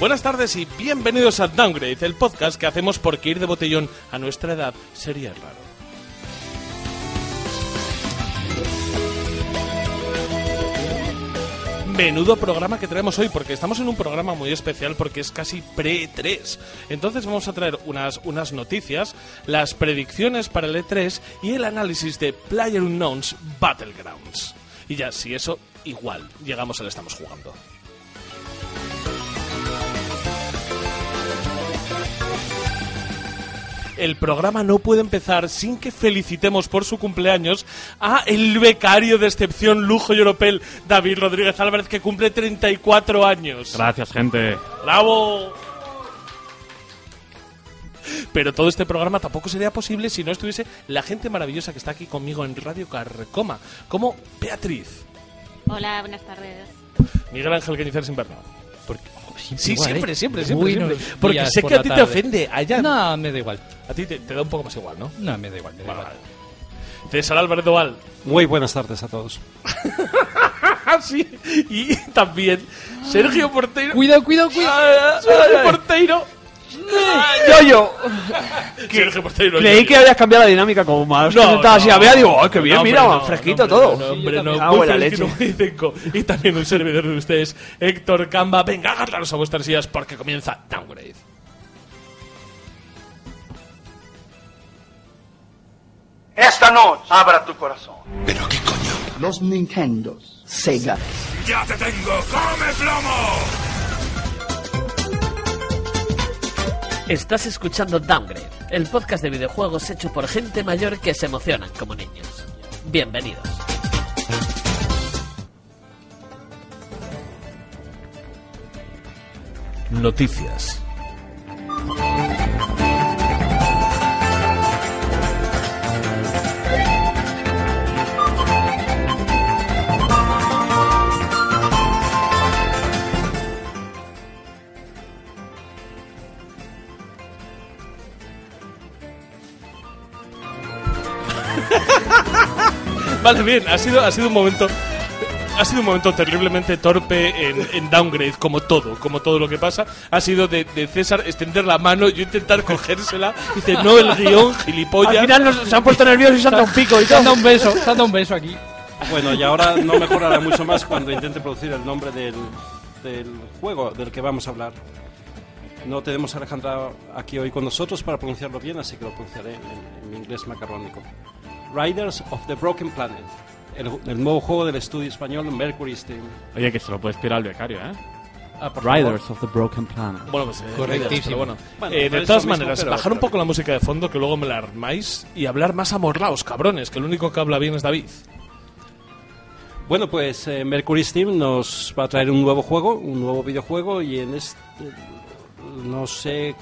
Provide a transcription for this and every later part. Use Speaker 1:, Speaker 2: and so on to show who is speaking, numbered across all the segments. Speaker 1: Buenas tardes y bienvenidos a Downgrade, el podcast que hacemos porque ir de botellón a nuestra edad sería raro. Menudo programa que traemos hoy, porque estamos en un programa muy especial porque es casi pre-3. Entonces vamos a traer unas, unas noticias, las predicciones para el E3 y el análisis de Player Unknowns Battlegrounds. Y ya, si eso, igual, llegamos al estamos jugando. el programa no puede empezar sin que felicitemos por su cumpleaños a el becario de excepción, lujo y oropel, David Rodríguez Álvarez, que cumple 34 años.
Speaker 2: Gracias, gente.
Speaker 1: ¡Bravo! Pero todo este programa tampoco sería posible si no estuviese la gente maravillosa que está aquí conmigo en Radio Carcoma, como Beatriz,
Speaker 3: Hola, buenas tardes.
Speaker 1: Miguel Ángel Cañizares Inverno.
Speaker 4: Porque, oh,
Speaker 1: Sí,
Speaker 4: igual,
Speaker 1: siempre,
Speaker 4: ¿eh?
Speaker 1: siempre, siempre,
Speaker 4: Buenos
Speaker 1: siempre. Porque
Speaker 4: días
Speaker 1: sé
Speaker 4: por
Speaker 1: que a
Speaker 4: la
Speaker 1: ti te
Speaker 4: tarde.
Speaker 1: ofende, a ella no.
Speaker 4: No, me da igual.
Speaker 1: A ti te, te da un poco más igual, ¿no?
Speaker 4: No, me da igual. Me da
Speaker 1: Vale,
Speaker 4: igual.
Speaker 1: vale. César Álvarez Doval.
Speaker 5: Muy buenas tardes a todos.
Speaker 1: Ah, sí. Y también Sergio
Speaker 5: Ah.
Speaker 1: Porteiro.
Speaker 4: Cuidado, cuidado, cuidado.
Speaker 1: Ah, Sergio Porteiro.
Speaker 5: Yo, yo.
Speaker 1: Sergio Porteiro.
Speaker 5: Creí
Speaker 1: yo,
Speaker 5: que
Speaker 1: yo.
Speaker 5: habías cambiado la dinámica como más. No,
Speaker 1: no.
Speaker 5: así a ver, digo, ¡ay, qué bien!
Speaker 1: No,
Speaker 5: mira,
Speaker 1: hombre, no,
Speaker 5: fresquito
Speaker 1: no,
Speaker 5: todo.
Speaker 1: hombre, No, hombre,
Speaker 4: Sí, yo
Speaker 1: no.
Speaker 5: también. Ah,
Speaker 1: Muy
Speaker 6: pues,
Speaker 5: buena
Speaker 1: fresquito,
Speaker 5: leche.
Speaker 1: muy rico. Y también un servidor de ustedes, Héctor Camba. Venga, agarraros a vuestras sillas porque comienza Downgrade.
Speaker 7: Esta noche abra tu corazón.
Speaker 8: los Nintendos, Sega,
Speaker 9: Estás escuchando Downgrade, el podcast de videojuegos hecho por gente mayor que se emocionan como niños. Bienvenidos.
Speaker 1: Noticias. Vale, bien, ha sido, ha sido un momento. Ha sido un momento terriblemente torpe en, en downgrade, como todo, como todo lo que pasa. Ha sido de, de César extender la mano, yo intentar cogérsela. Dice, no el guión, gilipollas.
Speaker 5: Al final nos, se han puesto nerviosos y se han dado un pico y
Speaker 4: Se han dado
Speaker 5: todo.
Speaker 4: un beso, se han dado un beso aquí.
Speaker 6: Bueno, y ahora no mejorará mucho más cuando intente producir el nombre del, del juego del que vamos a hablar. No tenemos a Alejandra aquí hoy con nosotros para pronunciarlo bien, así que lo pronunciaré en, en mi inglés macarrónico. Riders of the Broken Planet, el, el nuevo juego del estudio español Mercury Steam.
Speaker 2: Oye, que se lo puedes tirar al becario, ¿eh?
Speaker 4: Ah, por favor.
Speaker 2: Riders of the Broken Planet.
Speaker 1: Bueno, pues, eh,
Speaker 4: Correctísimo.
Speaker 1: pero bueno.
Speaker 6: Bueno,
Speaker 1: Eh,
Speaker 6: no
Speaker 1: de
Speaker 6: es
Speaker 1: todas
Speaker 6: lo mismo,
Speaker 1: maneras,
Speaker 6: pero-
Speaker 1: bajar un poco la música de fondo, que luego me la armáis, y hablar más amorlaos, cabrones, que el único que habla bien es David.
Speaker 6: Bueno, pues eh, Mercury Steam nos va a traer un nuevo juego, un nuevo videojuego y en este no sé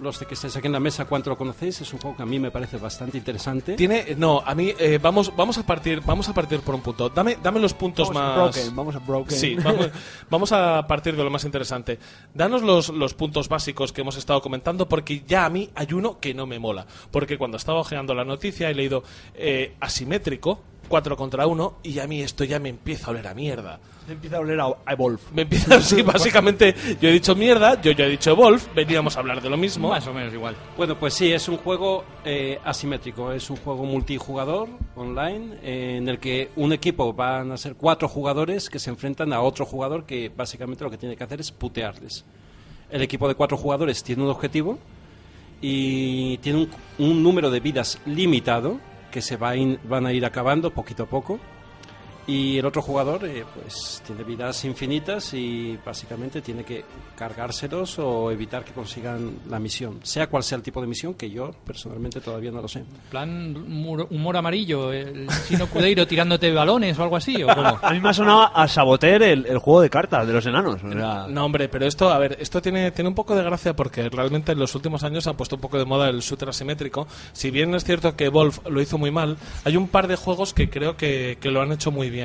Speaker 6: los de que estáis aquí en la mesa cuánto lo conocéis, es un juego que a mí me parece bastante interesante.
Speaker 1: Tiene, no, a mí eh, vamos, vamos a partir, vamos a partir por un punto. Dame, dame los puntos
Speaker 5: Vamos a
Speaker 1: más.
Speaker 5: broken, vamos a broken.
Speaker 1: Sí, vamos, vamos a partir de lo más interesante. Danos los, los puntos básicos que hemos estado comentando, porque ya a mí hay uno que no me mola. Porque cuando estaba ojeando la noticia he leído eh, asimétrico, 4 contra 1, y a mí esto ya me empieza a oler a mierda.
Speaker 5: Empieza a oler a a Evolve.
Speaker 1: Me empieza, sí, básicamente yo he dicho mierda, yo ya he dicho Wolf, veníamos a hablar de lo mismo.
Speaker 4: Más o menos igual.
Speaker 6: Bueno, pues sí, es un juego eh, asimétrico, es un juego multijugador online eh, en el que un equipo van a ser cuatro jugadores que se enfrentan a otro jugador que básicamente lo que tiene que hacer es putearles. El equipo de cuatro jugadores tiene un objetivo y tiene un, un número de vidas limitado que se va a in- van a ir acabando poquito a poco y el otro jugador eh, pues tiene vidas infinitas y básicamente tiene que cargárselos o evitar que consigan la misión, sea cual sea el tipo de misión que yo personalmente todavía no lo sé.
Speaker 4: Plan muro- humor amarillo, el chino Cudeiro tirándote balones o algo así, o cómo.
Speaker 5: A mí me ha sonado a sabotear el, el juego de cartas de los enanos. o sea,
Speaker 1: Ah. No, hombre, pero esto, a ver, esto tiene, tiene un poco de gracia porque realmente en los últimos años se ha puesto un poco de moda el shooter asimétrico. Si bien es cierto que Wolf lo hizo muy mal, hay un par de juegos que creo que, que lo han hecho muy bien.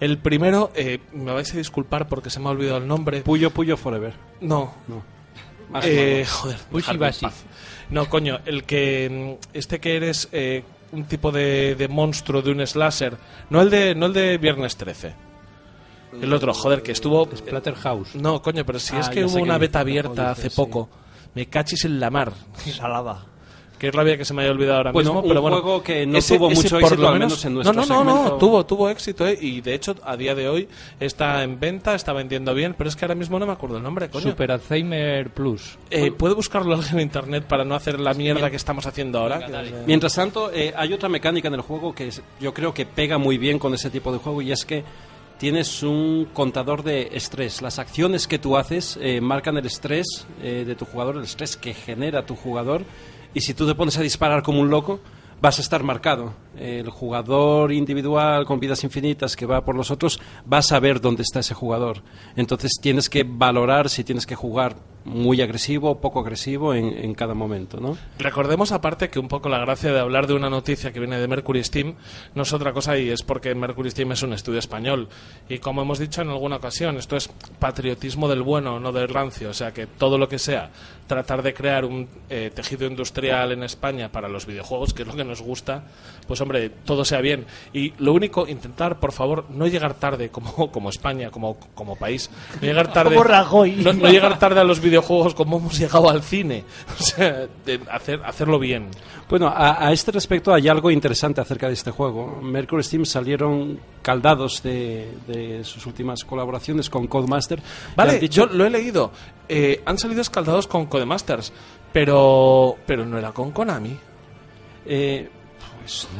Speaker 1: El primero, eh, me vais a disculpar porque se me ha olvidado el nombre.
Speaker 6: Puyo Puyo Forever.
Speaker 1: No,
Speaker 6: Más
Speaker 1: eh, joder,
Speaker 4: Pussy
Speaker 1: dejadme en
Speaker 4: Bassy.
Speaker 1: paz. No, coño, el que. mm, Este que eres eh, un tipo de, de monstruo, de un slasher. No el de, no el de Viernes 13. El otro, joder, que estuvo. eh,
Speaker 4: Splatterhouse.
Speaker 1: No, coño, pero si
Speaker 6: Ah,
Speaker 1: es que
Speaker 6: ya sé
Speaker 1: hubo una
Speaker 6: que
Speaker 1: beta
Speaker 6: dices,
Speaker 1: abierta
Speaker 6: tampoco
Speaker 1: hace
Speaker 6: dices,
Speaker 1: poco. Me cachis en la mar.
Speaker 5: Salada.
Speaker 1: Qué rabia que se me haya olvidado ahora
Speaker 6: Bueno,
Speaker 1: mismo,
Speaker 6: un
Speaker 1: pero bueno.
Speaker 6: juego que no tuvo mucho
Speaker 1: por
Speaker 6: éxito,
Speaker 1: lo
Speaker 6: al menos en nuestro
Speaker 1: No, no, no, no,
Speaker 6: segmento.
Speaker 1: tuvo, tuvo éxito, ¿eh? Y de hecho, a día de hoy está en venta, está vendiendo bien, pero es que ahora mismo no me acuerdo el nombre, coño.
Speaker 4: Super Alzheimer Plus.
Speaker 1: Eh, ¿Puede buscarlo alguien en internet para no hacer la mierda que estamos haciendo ahora? Que-
Speaker 6: Mientras tanto, eh, hay otra mecánica en el juego que es- yo creo que pega muy bien con ese tipo de juego y es que tienes un contador de estrés. Las acciones que tú haces eh, marcan el estrés eh, de tu jugador, el estrés que genera tu jugador y si tú te pones a disparar como un loco vas a estar marcado. El jugador individual con vidas infinitas que va por los otros va a saber dónde está ese jugador. Entonces tienes que valorar si tienes que jugar muy agresivo o poco agresivo en, en cada momento, ¿no?
Speaker 1: Recordemos aparte que un poco la gracia de hablar de una noticia que viene de Mercury Steam no es otra cosa y es porque Mercury Steam es un estudio español. Y como hemos dicho en alguna ocasión, esto es patriotismo del bueno, no del rancio. O sea que todo lo que sea tratar de crear un eh, tejido industrial en España para los videojuegos, que es lo que nos gusta, pues hombre, todo sea bien. Y lo único, intentar, por favor, no llegar tarde como, como España, como, como país. No llegar tarde,
Speaker 5: Como Rajoy.
Speaker 1: No, no llegar tarde a los videojuegos como hemos llegado al cine. O sea, de hacer, hacerlo bien.
Speaker 6: Bueno, a, a este respecto hay algo interesante acerca de este juego. Mercury Steam salieron caldados de, de sus últimas colaboraciones con Codemaster. Y
Speaker 1: Vale,
Speaker 6: han
Speaker 1: yo
Speaker 6: dicho-
Speaker 1: lo he leído. Eh, han salido escaldados con Codemasters, pero, pero no era con Konami.
Speaker 6: eh,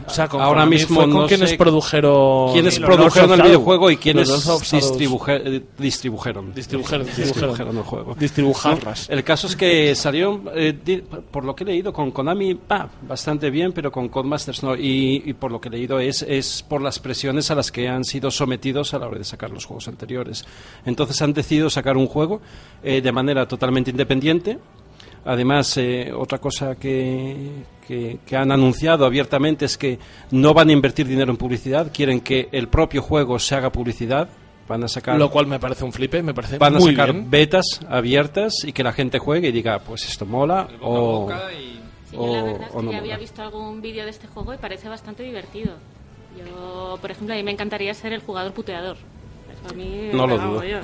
Speaker 1: O sea, con
Speaker 6: Ahora
Speaker 1: Konami
Speaker 6: mismo
Speaker 1: fue con
Speaker 6: no
Speaker 1: quienes
Speaker 6: sé
Speaker 1: produjeron.
Speaker 6: ¿Quiénes
Speaker 1: Sí, los
Speaker 6: produjeron
Speaker 1: Lords
Speaker 6: el
Speaker 1: of Shadow.
Speaker 6: videojuego y quiénes
Speaker 1: Los Lords of Shadow.
Speaker 6: distribuje- eh, distribujeron?
Speaker 1: Distribujeron,
Speaker 6: Distribujeron el juego.
Speaker 1: Distribujarlas.
Speaker 6: El caso es que salieron, eh, di- por lo que he leído, con Konami pa, bastante bien, pero con Codemasters no. Y, y por lo que he leído es, es por las presiones a las que han sido sometidos a la hora de sacar los juegos anteriores. Entonces han decidido sacar un juego eh, de manera totalmente independiente. Además, eh, otra cosa que, que- que han anunciado abiertamente es que no van a invertir dinero en publicidad, quieren que el propio juego se haga publicidad. Van a sacar
Speaker 1: Lo cual me parece un flipe, me
Speaker 5: ¿Eh?
Speaker 1: parece
Speaker 6: van a
Speaker 1: muy
Speaker 6: sacar
Speaker 1: bien.
Speaker 6: betas abiertas y que la gente juegue y diga, pues esto mola o...
Speaker 3: Sí, yo
Speaker 6: O-
Speaker 3: la verdad es que
Speaker 6: o no
Speaker 3: ya había
Speaker 6: mola.
Speaker 3: visto algún vídeo de este juego y parece bastante divertido. Yo, por ejemplo, a mí me encantaría ser el jugador puteador. Eso a mí
Speaker 6: No
Speaker 3: me
Speaker 6: lo
Speaker 3: va
Speaker 6: dudo.
Speaker 3: mogollón.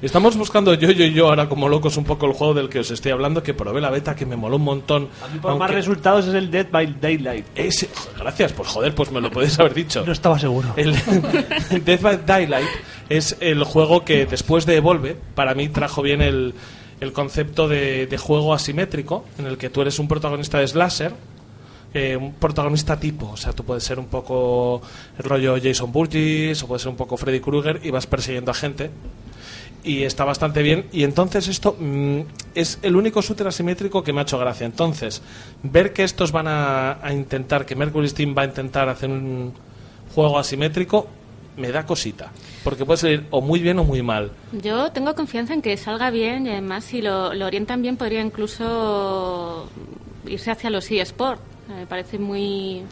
Speaker 1: Estamos buscando yo, yo, yo ahora como locos un poco el juego del que os estoy hablando, que probé la beta, que me moló un montón.
Speaker 5: A mí por más
Speaker 1: aunque-
Speaker 5: resultados es el Dead by Daylight.
Speaker 1: Ese- gracias, pues joder, pues me lo podéis haber dicho.
Speaker 5: No estaba seguro.
Speaker 1: El Death by Daylight es el juego que después de Evolve, para mí trajo bien el, el concepto de, de juego asimétrico, en el que tú eres un protagonista de slasher, eh, un protagonista tipo. O sea, tú puedes ser un poco el rollo Jason Burgess o puedes ser un poco Freddy Krueger y vas persiguiendo a gente. Y está bastante bien. Y entonces esto mm, es el único shooter asimétrico que me ha hecho gracia. Entonces, ver que estos van a, a intentar, que Mercury Steam va a intentar hacer un juego asimétrico, me da cosita. Porque puede salir o muy bien o muy mal.
Speaker 3: Yo tengo confianza en que salga bien y además si lo, lo orientan bien podría incluso irse hacia los eSports. Me parece muy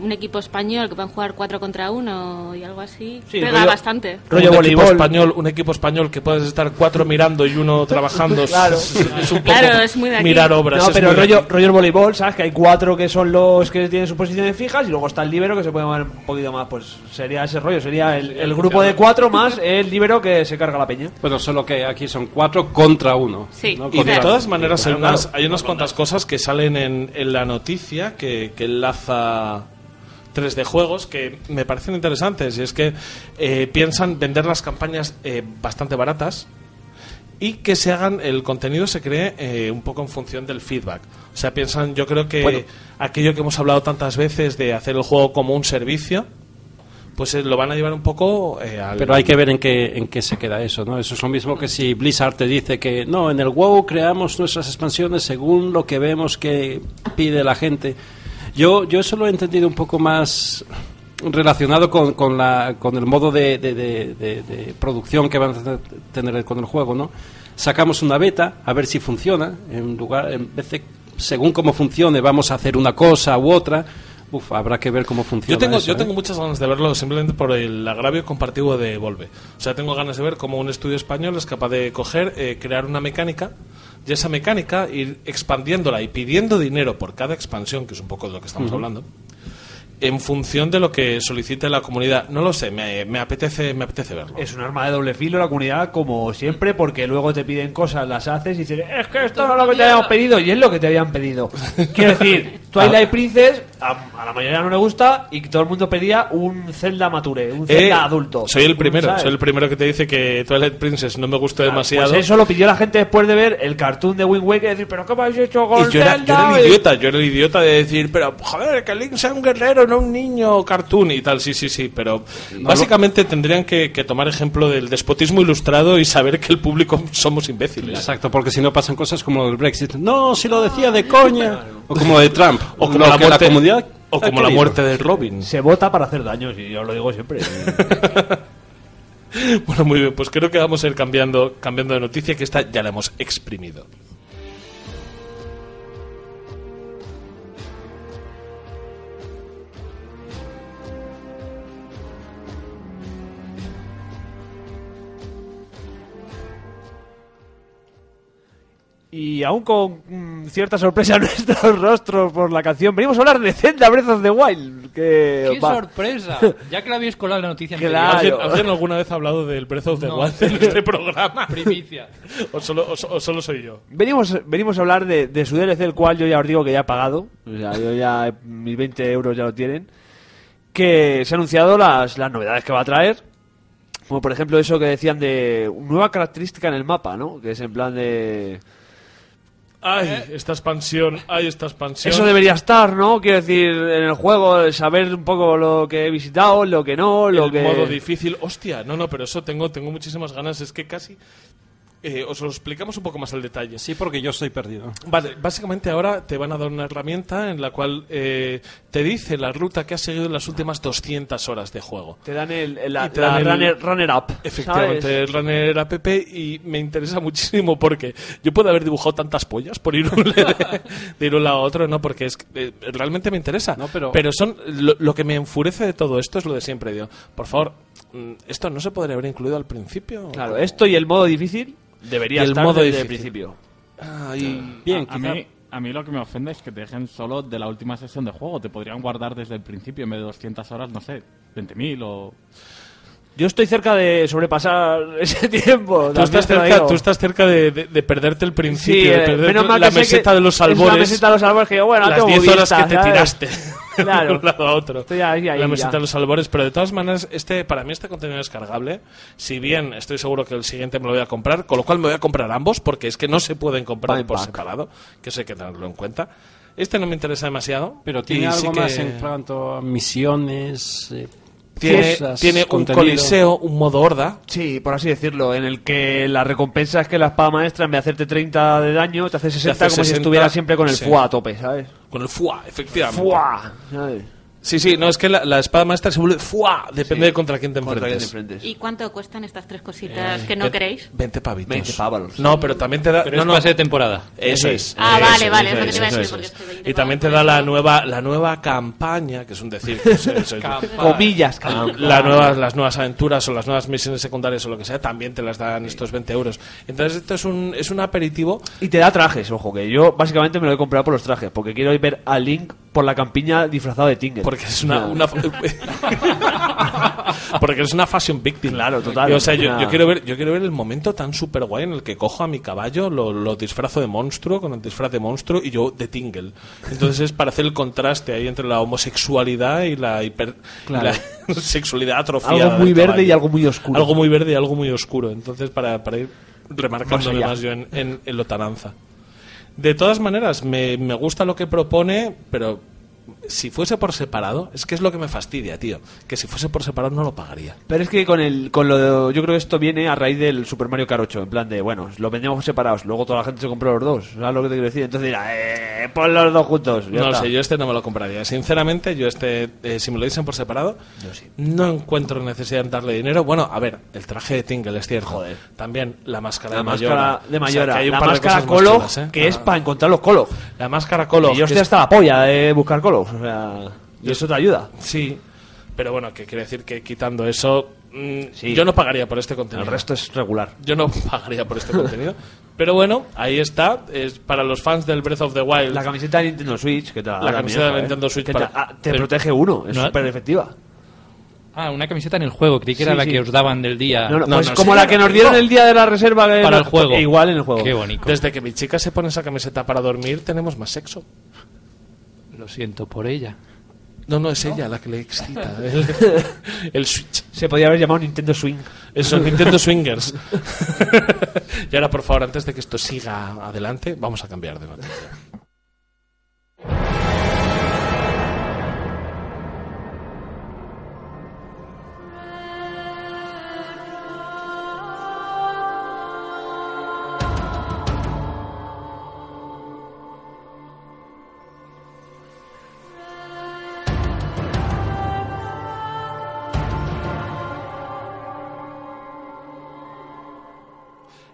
Speaker 3: un equipo español que van a jugar 4 contra 1 y algo así.
Speaker 5: Sí,
Speaker 3: Pega
Speaker 5: rollo-
Speaker 3: bastante.
Speaker 5: Rollo
Speaker 1: un equipo
Speaker 5: voleibol.
Speaker 1: español, un equipo español que puedes estar cuatro mirando y uno trabajando.
Speaker 5: Claro.
Speaker 1: es, es un poco
Speaker 3: Claro, es muy de aquí.
Speaker 1: mirar obras.
Speaker 5: No,
Speaker 1: es
Speaker 5: pero
Speaker 1: muy de
Speaker 5: rollo,
Speaker 1: aquí.
Speaker 5: rollo el voleibol, ¿sabes? Que hay cuatro que son los que tienen sus posiciones fijas y luego está el libero que se puede mover un poquito más. Pues sería ese rollo, sería el, el grupo de cuatro más el libero que se carga la peña.
Speaker 6: Bueno, solo que aquí son cuatro contra uno.
Speaker 3: Sí. Y
Speaker 1: Y de
Speaker 3: Claro.
Speaker 1: todas maneras hay unas, hay unas cuantas cosas que salen en, en la noticia que, que enlaza 3D juegos que me parecen interesantes y es que eh, piensan vender las campañas eh, bastante baratas y que se hagan el contenido se cree eh, un poco en función del feedback o sea piensan yo creo que
Speaker 5: Bueno.
Speaker 1: aquello que hemos hablado tantas veces de hacer el juego como un servicio pues eh, lo van a llevar un poco eh, al
Speaker 6: Pero hay que ver en qué, en qué se queda eso, ¿no? Eso es lo mismo que si Blizzard te dice que no, en el WoW creamos nuestras expansiones según lo que vemos que pide la gente. Yo, yo eso lo he entendido un poco más relacionado con, con la, con el modo de, de- de- de- de producción que van a tener con el juego, ¿no? Sacamos una beta a ver si funciona, en lugar, en vez de, según cómo funcione, vamos a hacer una cosa u otra. Uf, habrá que ver cómo funciona.
Speaker 1: Yo tengo,
Speaker 6: eso,
Speaker 1: yo
Speaker 6: ¿eh?
Speaker 1: tengo muchas ganas de verlo simplemente por el agravio compartido de Volve. O sea, tengo ganas de ver cómo un estudio español es capaz de coger, eh, crear una mecánica y esa mecánica ir expandiéndola y pidiendo dinero por cada expansión, que es un poco de lo que estamos hablando, en función de lo que solicite la comunidad. No lo sé, me, me apetece, me apetece verlo.
Speaker 5: Es un arma de doble filo la comunidad, como siempre, porque luego te piden cosas, las haces y dices, es que esto no es lo que te habíamos pedido, y es lo que te habían pedido. Quiero decir,
Speaker 1: Ah.
Speaker 5: Twilight Princess a, a la mayoría no le gusta y todo el mundo pedía un Zelda mature, un
Speaker 1: Eh,
Speaker 5: Zelda adulto.
Speaker 1: Soy el primero,
Speaker 5: ¿Sabes?
Speaker 1: soy el primero que te dice que Twilight Princess no me gustó demasiado.
Speaker 5: Pues eso lo pidió la gente después de ver el cartoon de Wind Waker y decir, pero ¿qué habéis hecho
Speaker 1: Y
Speaker 5: con
Speaker 1: yo era, yo era
Speaker 5: Zelda?
Speaker 1: el idiota, yo era el idiota de decir, pero joder, que Link sea un guerrero, no un niño cartoon y tal, sí, sí, sí, pero básicamente tendrían que, que tomar ejemplo del despotismo ilustrado y saber que el público somos imbéciles.
Speaker 6: Exacto, porque si no pasan cosas como el Brexit. No, si lo decía de coña. O como de Trump.
Speaker 1: O como
Speaker 6: Lo
Speaker 1: la
Speaker 6: que la
Speaker 1: muerte-
Speaker 6: comunidad Ah,
Speaker 1: O
Speaker 6: ha
Speaker 1: como la
Speaker 6: querido.
Speaker 1: muerte de Robin.
Speaker 5: Se vota para hacer daño, y yo lo digo siempre.
Speaker 1: Bueno, muy bien, pues creo que vamos a ir cambiando, cambiando de noticia, que esta ya la hemos exprimido.
Speaker 5: Y aún con mm, cierta sorpresa en nuestros rostros por la canción, venimos a hablar de Zelda Breath of the Wild. Que
Speaker 4: ¡Qué
Speaker 5: Eh, va-
Speaker 4: sorpresa! Ya que la habéis colado en la noticia anterior.
Speaker 5: Claro.
Speaker 6: oh.
Speaker 1: ¿Alguien, alguien alguna vez ha hablado del Breath of the
Speaker 4: No.
Speaker 1: Wild en este programa?
Speaker 4: Primicia.
Speaker 1: ¿O solo, o so- o solo soy yo?
Speaker 5: Venimos, venimos a hablar de, de su DLC, el cual yo ya os digo que ya he pagado. O sea, yo ya, eh, mis 20 euros ya lo tienen. Que se han anunciado las, las novedades que va a traer. Como por ejemplo eso que decían de nueva característica en el mapa, ¿no? Que es en plan de...
Speaker 1: Ay, esta expansión, ay, esta expansión.
Speaker 5: Eh. Eso debería estar, ¿no? Quiero decir, en el juego, saber un poco lo que he visitado, lo que no, lo
Speaker 1: el
Speaker 5: que...
Speaker 1: modo difícil. Hostia, no, no, pero eso tengo, tengo muchísimas ganas. Es que casi. eh, os lo explicamos un poco más al detalle.
Speaker 6: Sí, porque yo estoy perdido.
Speaker 1: Vale, básicamente ahora te van a dar una herramienta en la cual eh, te dice la ruta que has seguido en las últimas 200 horas de juego.
Speaker 5: Te dan el, el- la,
Speaker 1: Y te
Speaker 5: la
Speaker 1: dan el-
Speaker 5: runner, runner up.
Speaker 1: Efectivamente,
Speaker 5: ¿sabes?
Speaker 1: el runner app y me interesa muchísimo porque yo puedo haber dibujado tantas pollas por ir un de, de ir un lado a otro, no, porque es que, eh, realmente me interesa.
Speaker 6: No, pero-
Speaker 1: son lo, lo que me enfurece de todo esto es lo de siempre, digo, por favor, mm, esto no se podría haber incluido al principio.
Speaker 5: Claro, esto y el modo difícil debería
Speaker 1: Y el
Speaker 5: estar
Speaker 1: modo
Speaker 5: desde el
Speaker 1: difícil.
Speaker 5: principio.
Speaker 1: Ay,
Speaker 6: Bien,
Speaker 2: a, a
Speaker 6: quizá-
Speaker 2: mí, a mí lo que me ofende es que te dejen solo de la última sesión de juego. Te podrían guardar desde el principio en vez de 200 horas, no sé, 20.000 o...
Speaker 5: Yo estoy cerca de sobrepasar ese tiempo.
Speaker 1: Tú estás, cerca, tú estás cerca de, de- de perderte el principio,
Speaker 5: eh,
Speaker 1: de perderte la meseta de los
Speaker 5: albores.
Speaker 1: albores,
Speaker 5: La meseta de los albores que yo, bueno, no
Speaker 1: las
Speaker 5: tengo
Speaker 1: 10 horas que
Speaker 5: vista,
Speaker 1: te
Speaker 5: ¿sabes?
Speaker 1: tiraste de
Speaker 5: Claro.
Speaker 1: un lado a otro.
Speaker 5: Estoy ahí, ahí,
Speaker 1: la meseta
Speaker 5: ya.
Speaker 1: de los albores, pero de todas maneras, este, para mí este contenido descargable, si bien estoy seguro que el siguiente me lo voy a comprar, con lo cual me voy a comprar ambos, porque es que no se pueden comprar
Speaker 5: Buy
Speaker 1: por
Speaker 5: back.
Speaker 1: separado, que eso hay que tenerlo en cuenta. Este no me interesa demasiado.
Speaker 6: Pero tiene
Speaker 1: y
Speaker 6: algo
Speaker 1: sí
Speaker 6: más
Speaker 1: que-
Speaker 6: en cuanto a misiones. eh,
Speaker 1: Tiene,
Speaker 6: cosas,
Speaker 1: tiene un
Speaker 6: contenido.
Speaker 1: coliseo, un modo horda.
Speaker 5: Sí, por así decirlo, en el que la recompensa es que la espada maestra, en vez de hacerte 30 de daño, te hace 60 como si
Speaker 1: 60,
Speaker 5: estuviera siempre con el
Speaker 1: sí.
Speaker 5: fuá a tope, ¿sabes?
Speaker 1: Con el FUA, efectivamente.
Speaker 5: ¡Fuá! ¿sabes?
Speaker 1: Sí, sí, no, es que la, la espada maestra se vuelve FUA, depende de contra quién te
Speaker 5: Contra que te
Speaker 1: enfrentes.
Speaker 5: enfrentes.
Speaker 3: ¿Y cuánto cuestan estas tres
Speaker 6: Eh,
Speaker 3: cositas que no queréis?
Speaker 1: 20 pavitos.
Speaker 5: 20 pavalos.
Speaker 1: No, pero también te da.
Speaker 4: Pero
Speaker 1: no,
Speaker 4: es
Speaker 1: no.
Speaker 4: pase de temporada.
Speaker 1: Eso es.
Speaker 3: Ah,
Speaker 1: Eso
Speaker 3: vale,
Speaker 1: es,
Speaker 3: vale,
Speaker 1: eso
Speaker 3: es lo que te iba a
Speaker 1: eso
Speaker 3: decir,
Speaker 1: es,
Speaker 3: porque
Speaker 1: eso
Speaker 3: estoy
Speaker 1: es.
Speaker 3: veinte
Speaker 1: Y también te
Speaker 3: pavos,
Speaker 1: da la
Speaker 3: ¿no?
Speaker 1: nueva, la nueva campaña, que es un decir. pues, eso es.
Speaker 5: Comillas, cabrón.
Speaker 1: Ah, La nueva- las nuevas aventuras o las nuevas misiones secundarias o lo que sea, también te las dan estos 20 euros. Entonces, esto es un, es un aperitivo.
Speaker 5: Y te da trajes, ojo, que yo básicamente me lo he comprado por los trajes, porque quiero ir ver a Link por la campiña disfrazado de Tingle.
Speaker 1: Porque es una, una porque es una fashion victim.
Speaker 5: Claro, total.
Speaker 1: Y, o sea, yo,
Speaker 5: Una-
Speaker 1: yo quiero ver, yo quiero ver el momento tan super guay en el que cojo a mi caballo, lo, lo disfrazo de monstruo, con el disfraz de monstruo, y yo de tingle. Entonces es para hacer el contraste ahí entre la homosexualidad y la hiper y la sexualidad atrofiada.
Speaker 5: Algo muy
Speaker 1: del
Speaker 5: verde
Speaker 1: caballo.
Speaker 5: y algo muy oscuro.
Speaker 1: Algo muy verde y algo muy oscuro. Entonces, para, para ir remarcándole
Speaker 5: Más allá.
Speaker 1: más yo en, en, en Lotananza. De todas maneras, me, me gusta lo que propone, pero si fuese por separado, es que es lo que me fastidia, tío. Que si fuese por separado no lo pagaría.
Speaker 5: Pero es que con el con lo de- yo creo que esto viene a raíz del Super Mario Kart 8, en plan de, bueno, lo vendemos separados, luego toda la gente se compró los dos, ¿sabes lo que te quiero decir? Entonces dirá, eh, pon los dos juntos. ya
Speaker 1: no lo
Speaker 5: está.
Speaker 1: sé, yo este no me lo compraría. Sinceramente, yo este, eh, si me lo dicen por separado, no encuentro necesidad en darle dinero. Bueno, a ver, el traje de Tingle es cierto.
Speaker 5: Joder.
Speaker 1: También la máscara
Speaker 5: La
Speaker 1: de
Speaker 5: máscara
Speaker 1: Mayora.
Speaker 5: de
Speaker 1: O
Speaker 5: Mayora,
Speaker 1: sea, que hay un
Speaker 5: la
Speaker 1: par de
Speaker 5: máscara
Speaker 1: cosas más
Speaker 5: Colo,
Speaker 1: chulas, ¿eh?
Speaker 5: que es
Speaker 1: Ah.
Speaker 5: para encontrar los Colo.
Speaker 1: La máscara Colo.
Speaker 5: y yo
Speaker 1: que
Speaker 5: estoy
Speaker 1: es-
Speaker 5: hasta la polla de buscar Colo, o sea, y eso te ayuda.
Speaker 1: Sí, pero bueno, que quiere decir que quitando eso, Mm,
Speaker 5: Sí.
Speaker 1: Yo no pagaría por este contenido.
Speaker 5: El resto es regular.
Speaker 1: Yo no pagaría por este contenido. Pero bueno, ahí está. Es para los fans del Breath of the Wild.
Speaker 5: La camiseta de Nintendo Switch, que te la da
Speaker 1: La
Speaker 5: también,
Speaker 1: camiseta de
Speaker 5: joder.
Speaker 1: Nintendo Switch
Speaker 5: Que
Speaker 1: para-
Speaker 5: te, ah, te
Speaker 1: pero-
Speaker 5: protege uno, es
Speaker 4: ¿No?
Speaker 5: súper efectiva.
Speaker 4: Ah, una camiseta en el juego, creí que era
Speaker 5: Sí,
Speaker 4: la
Speaker 5: sí.
Speaker 4: que os daban del día.
Speaker 5: No, no,
Speaker 1: Ah. no,
Speaker 5: pues
Speaker 1: no,
Speaker 5: como
Speaker 1: sí,
Speaker 5: la
Speaker 1: no,
Speaker 5: que nos
Speaker 1: no.
Speaker 5: dieron el día de la reserva que
Speaker 4: Para
Speaker 5: la-
Speaker 4: el juego.
Speaker 5: Igual en el juego.
Speaker 4: Qué bonito.
Speaker 1: Desde que mi chica se pone esa camiseta para dormir, tenemos más sexo.
Speaker 4: Lo siento por ella.
Speaker 1: No, no, es ella la que le excita. El, el Switch.
Speaker 5: Se podía haber llamado Nintendo Swing.
Speaker 1: Eso, Nintendo Swingers. y ahora, por favor, antes de que esto siga adelante, vamos a cambiar de noticia.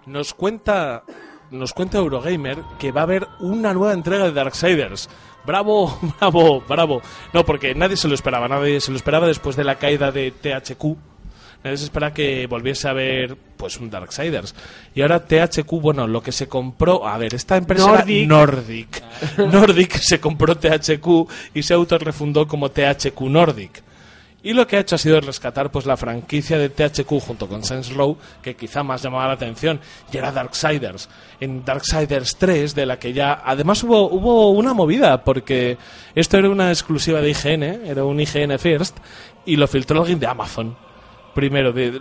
Speaker 1: Nos cuenta, nos cuenta Eurogamer que va a haber una nueva entrega de Darksiders. Bravo, bravo, bravo. No, porque nadie se lo esperaba, nadie se lo esperaba después de la caída de THQ. Nadie se esperaba que volviese a haber pues un Darksiders. Y ahora THQ, bueno, lo que se compró, a ver, esta empresa era
Speaker 5: Nordic.
Speaker 1: Nordic. Nordic se compró THQ y se autorrefundó como THQ Nordic. Y lo que ha hecho ha sido rescatar pues la franquicia de THQ junto con Saints Row, que quizá más llamaba la atención, y era Darksiders. En Darksiders 3, de la que ya... Además hubo, hubo una movida, porque esto era una exclusiva de IGN, era un IGN First, y lo filtró alguien de Amazon. Primero, de...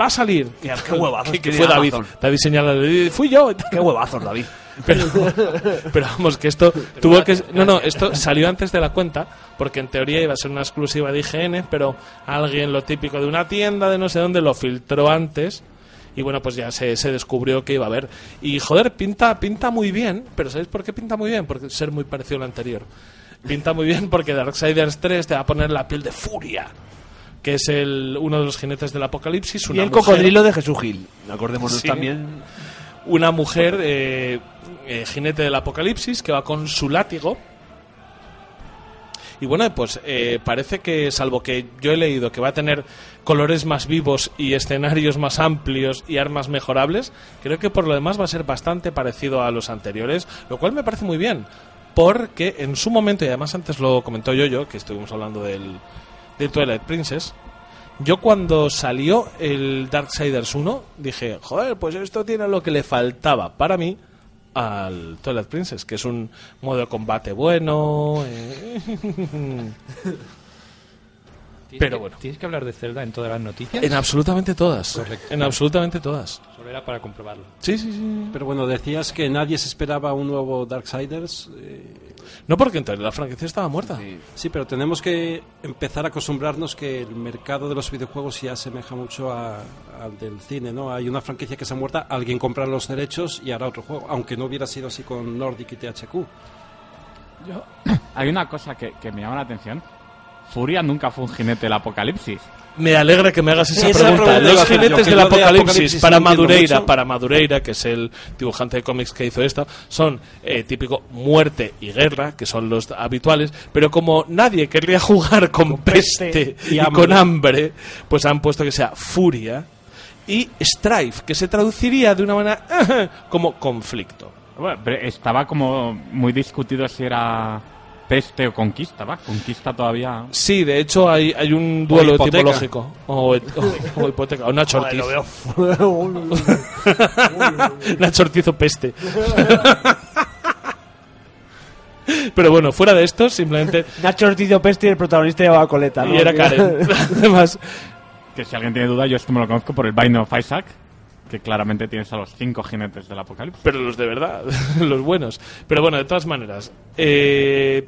Speaker 1: Va a salir.
Speaker 5: Qué- qué huevazos
Speaker 1: Que, que
Speaker 5: tiene
Speaker 1: fue David.
Speaker 5: Amazon.
Speaker 1: David señala, "Eh, fui yo.
Speaker 5: Qué huevazos, David.
Speaker 1: Pero, pero vamos, que esto tuvo que. No, no, esto salió antes de la cuenta, porque en teoría iba a ser una exclusiva de IGN, pero alguien, lo típico de una tienda de no sé dónde, lo filtró antes. Y bueno, pues ya se, se descubrió que iba a haber. Y joder, pinta, pinta muy bien, pero ¿sabéis por qué pinta muy bien? Porque ser muy parecido al anterior. Pinta muy bien porque Darksiders 3 te va a poner la piel de furia, que es el, uno de los jinetes del apocalipsis.
Speaker 5: y
Speaker 1: una
Speaker 5: el
Speaker 1: mujer-
Speaker 5: cocodrilo de Jesús Gil. Acordémonos
Speaker 1: Sí.
Speaker 5: también.
Speaker 1: una mujer eh, eh, jinete del apocalipsis que va con su látigo. Y bueno, pues eh, parece que, salvo que yo he leído que va a tener colores más vivos y escenarios más amplios y armas mejorables, creo que por lo demás va a ser bastante parecido a los anteriores, lo cual me parece muy bien, porque en su momento, y además antes lo comentó yo, yo que estuvimos hablando del, del Twilight Princess, yo cuando salió el Darksiders 1 dije, joder, pues esto tiene lo que le faltaba para mí al Twilight Princess, que es un modo de combate bueno. eh.
Speaker 4: Tienes
Speaker 1: Pero
Speaker 4: que-
Speaker 1: bueno.
Speaker 4: Tienes que hablar de Zelda en todas las
Speaker 5: Eh,
Speaker 4: noticias.
Speaker 1: en absolutamente todas.
Speaker 4: Correcto.
Speaker 1: En absolutamente todas.
Speaker 4: Solo era para comprobarlo.
Speaker 1: Sí, sí, sí.
Speaker 6: Pero bueno, decías que nadie se esperaba un nuevo Darksiders. eh,
Speaker 1: No porque entonces la franquicia estaba muerta.
Speaker 6: sí, pero tenemos que empezar a acostumbrarnos que el mercado de los videojuegos ya asemeja mucho a- al del cine, ¿no? Hay una franquicia que se ha muerta, alguien compra los derechos y hará otro juego, aunque no hubiera sido así con Nordic y THQ.
Speaker 2: Hay una cosa que, que me llama la atención. Furia nunca fue un jinete del apocalipsis.
Speaker 1: Me alegra que me hagas esa,
Speaker 6: Esa
Speaker 1: pregunta.
Speaker 6: pregunta iba a
Speaker 1: Los
Speaker 6: hacer yo,
Speaker 1: jinetes
Speaker 6: que
Speaker 1: del
Speaker 6: yo de
Speaker 1: apocalipsis,
Speaker 6: Apocalipsis
Speaker 1: para
Speaker 6: no entiendo
Speaker 1: Madureira,
Speaker 6: mucho.
Speaker 1: para Madureira, que es el dibujante de cómics que hizo esto, son eh, típico muerte y guerra, que son los habituales, pero como nadie querría jugar con, peste,
Speaker 6: y
Speaker 1: y, con hambre, pues han puesto que sea furia y strife, que se traduciría de una manera como conflicto.
Speaker 2: Bueno, pero estaba como muy discutido si era peste o conquista, ¿va? Conquista todavía.
Speaker 1: Sí, de hecho hay, hay un duelo
Speaker 6: hipoteca.
Speaker 1: etimológico. O, et- o- o hipoteca. O Nacho Ortiz. Nacho Ortiz o peste. Pero bueno, fuera de esto, simplemente...
Speaker 5: Nacho Ortiz de Opesti, el protagonista de Coleta. ¿no?
Speaker 1: Y era Karen. Además,
Speaker 2: Que si alguien tiene duda, yo esto me lo conozco por el Bind of Isaac, que claramente tienes a los cinco jinetes del apocalipsis.
Speaker 1: pero los de verdad, los buenos. Pero bueno, de todas maneras, eh,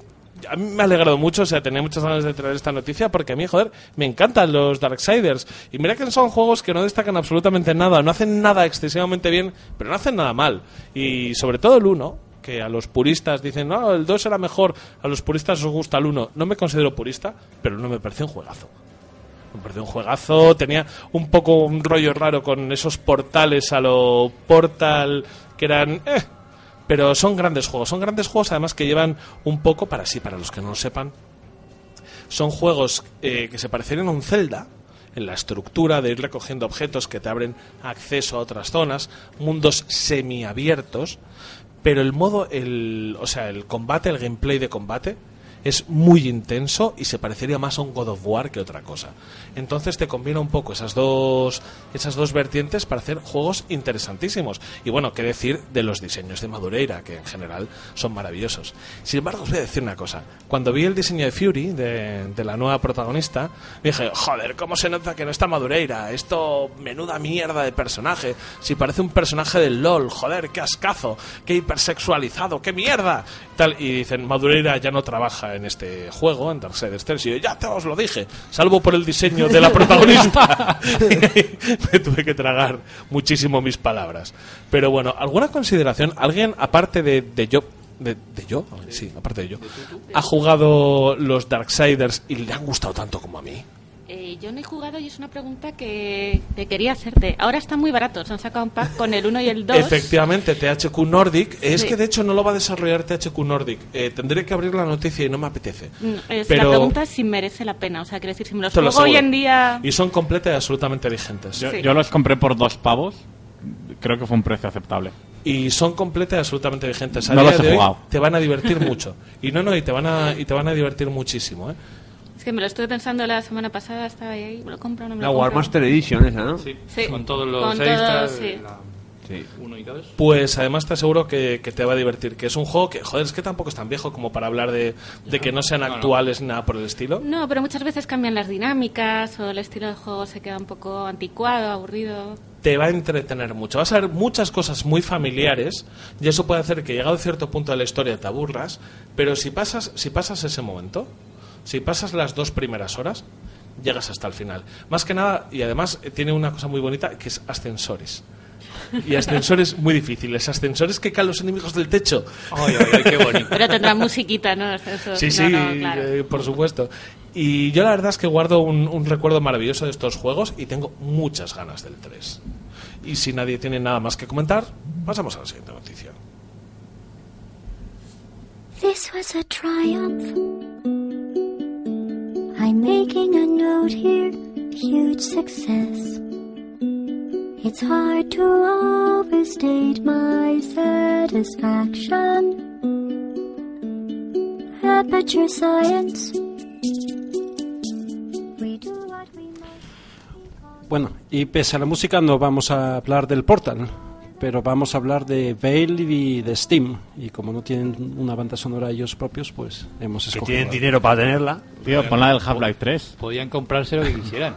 Speaker 1: a mí me ha alegrado mucho, o sea, tenía muchas ganas de traer esta noticia porque a mí, joder, me encantan los Darksiders. Y mira que son juegos que no destacan absolutamente nada, no hacen nada excesivamente bien, pero no hacen nada mal. Y sobre todo el 1 que a los puristas dicen, no, el 2 era mejor, a los puristas os gusta el 1. No me considero purista, pero no me parece un juegazo. Me pareció un juegazo, tenía un poco un rollo raro con esos portales a lo Portal, que eran... eh, pero son grandes juegos, son grandes juegos además que llevan un poco, para sí, para los que no lo sepan, son juegos eh, que se parecen a un Zelda, en la estructura, de ir recogiendo objetos que te abren acceso a otras zonas, mundos semiabiertos, pero el modo, el, o sea, el combate, el gameplay de combate es muy intenso y se parecería más a un God of War que otra cosa. Entonces te combina un poco esas dos, esas dos vertientes para hacer juegos interesantísimos. Y bueno, qué decir de los diseños de Madureira, que en general son maravillosos. Sin embargo, os voy a decir una cosa. Cuando vi el diseño de Fury, de, de la nueva protagonista, dije, joder, ¿cómo se nota que no está Madureira? Esto, menuda mierda de personaje. Si parece un personaje del LOL, joder, qué ascazo, qué hipersexualizado, qué mierda. Tal, y dicen, Madureira ya no trabaja en este juego, en Darksiders 3. Y yo, ya te os lo dije, salvo por el diseño de la protagonista. Me tuve que tragar muchísimo mis palabras. Pero bueno, ¿alguna consideración? ¿Alguien, aparte de, de yo... De, de yo, sí, aparte de yo, ha jugado los Darksiders y le han gustado tanto como a mí.
Speaker 3: Eh, yo no he jugado y es una pregunta que te quería hacerte. Ahora están muy baratos, han sacado un pack con el 1 y el 2.
Speaker 1: Efectivamente, THQ Nordic. Es
Speaker 3: Sí.
Speaker 1: que de hecho no lo va a desarrollar THQ Nordic. Eh, tendré que abrir la noticia y no me apetece.
Speaker 3: Mm, Es
Speaker 1: Pero-
Speaker 3: la pregunta es si merece la pena. O sea, quiero decir, si me los
Speaker 1: Te lo
Speaker 3: juego hoy
Speaker 1: aseguro.
Speaker 3: en día.
Speaker 1: Y son completas y absolutamente vigentes.
Speaker 3: Sí.
Speaker 2: Yo los compré por dos pavos. Creo que fue un precio aceptable.
Speaker 1: Y son completas y absolutamente vigentes. A
Speaker 2: No
Speaker 1: día
Speaker 2: los he
Speaker 1: de hoy
Speaker 2: jugado.
Speaker 1: te van a divertir mucho. Y no, no, y te van a, y te van a divertir muchísimo. ¿eh?
Speaker 3: Es que me lo estuve pensando la semana pasada, estaba ahí, ¿me lo compro o no me
Speaker 5: La
Speaker 3: lo compro?
Speaker 5: War Master Edition esa, ¿no?
Speaker 3: Sí.
Speaker 4: Con todos los
Speaker 3: Con todos,
Speaker 4: extras,
Speaker 3: sí.
Speaker 4: la
Speaker 5: Sí.
Speaker 4: 1 y 2.
Speaker 1: Pues además te aseguro que, que te va a divertir. Que es un juego que, joder, es que tampoco es tan viejo como para hablar de, de que no sean actuales ni nada por el estilo.
Speaker 3: No, pero muchas veces cambian las dinámicas o el estilo de juego se queda un poco anticuado, aburrido.
Speaker 1: te va a entretener mucho. Vas a ver muchas cosas muy familiares y eso puede hacer que llegado a cierto punto de la historia te aburras, pero si pasas, si pasas ese momento, si pasas las dos primeras horas, llegas hasta el final. Más que nada, y además eh, tiene una cosa muy bonita que es ascensores. Y ascensores muy difíciles, ascensores que caen los enemigos del techo.
Speaker 4: Ay, ay, ay, qué bonito.
Speaker 3: Pero tendrá musiquita, ¿no? Los ascensores.
Speaker 1: Sí, sí,
Speaker 3: No, no, claro.
Speaker 1: eh, por supuesto. Y yo la verdad es que guardo un, un recuerdo maravilloso de estos juegos y tengo muchas ganas del 3. Y si nadie tiene nada más que comentar, pasamos a la siguiente noticia.
Speaker 10: This was a triumph. I'm making a note here, huge success. It's hard to overstate my satisfaction. Aperture science. We do what we must.
Speaker 6: Bueno, y pese a la música no vamos a hablar del Portal, pero vamos a hablar de Veil y de Steam. Y como no tienen una banda sonora ellos propios, pues hemos
Speaker 5: Que
Speaker 6: escogido...
Speaker 5: tienen
Speaker 6: la-
Speaker 5: dinero para tenerla.
Speaker 2: Tío, pon la del Half-Life 3.
Speaker 4: Podían comprarse lo que quisieran.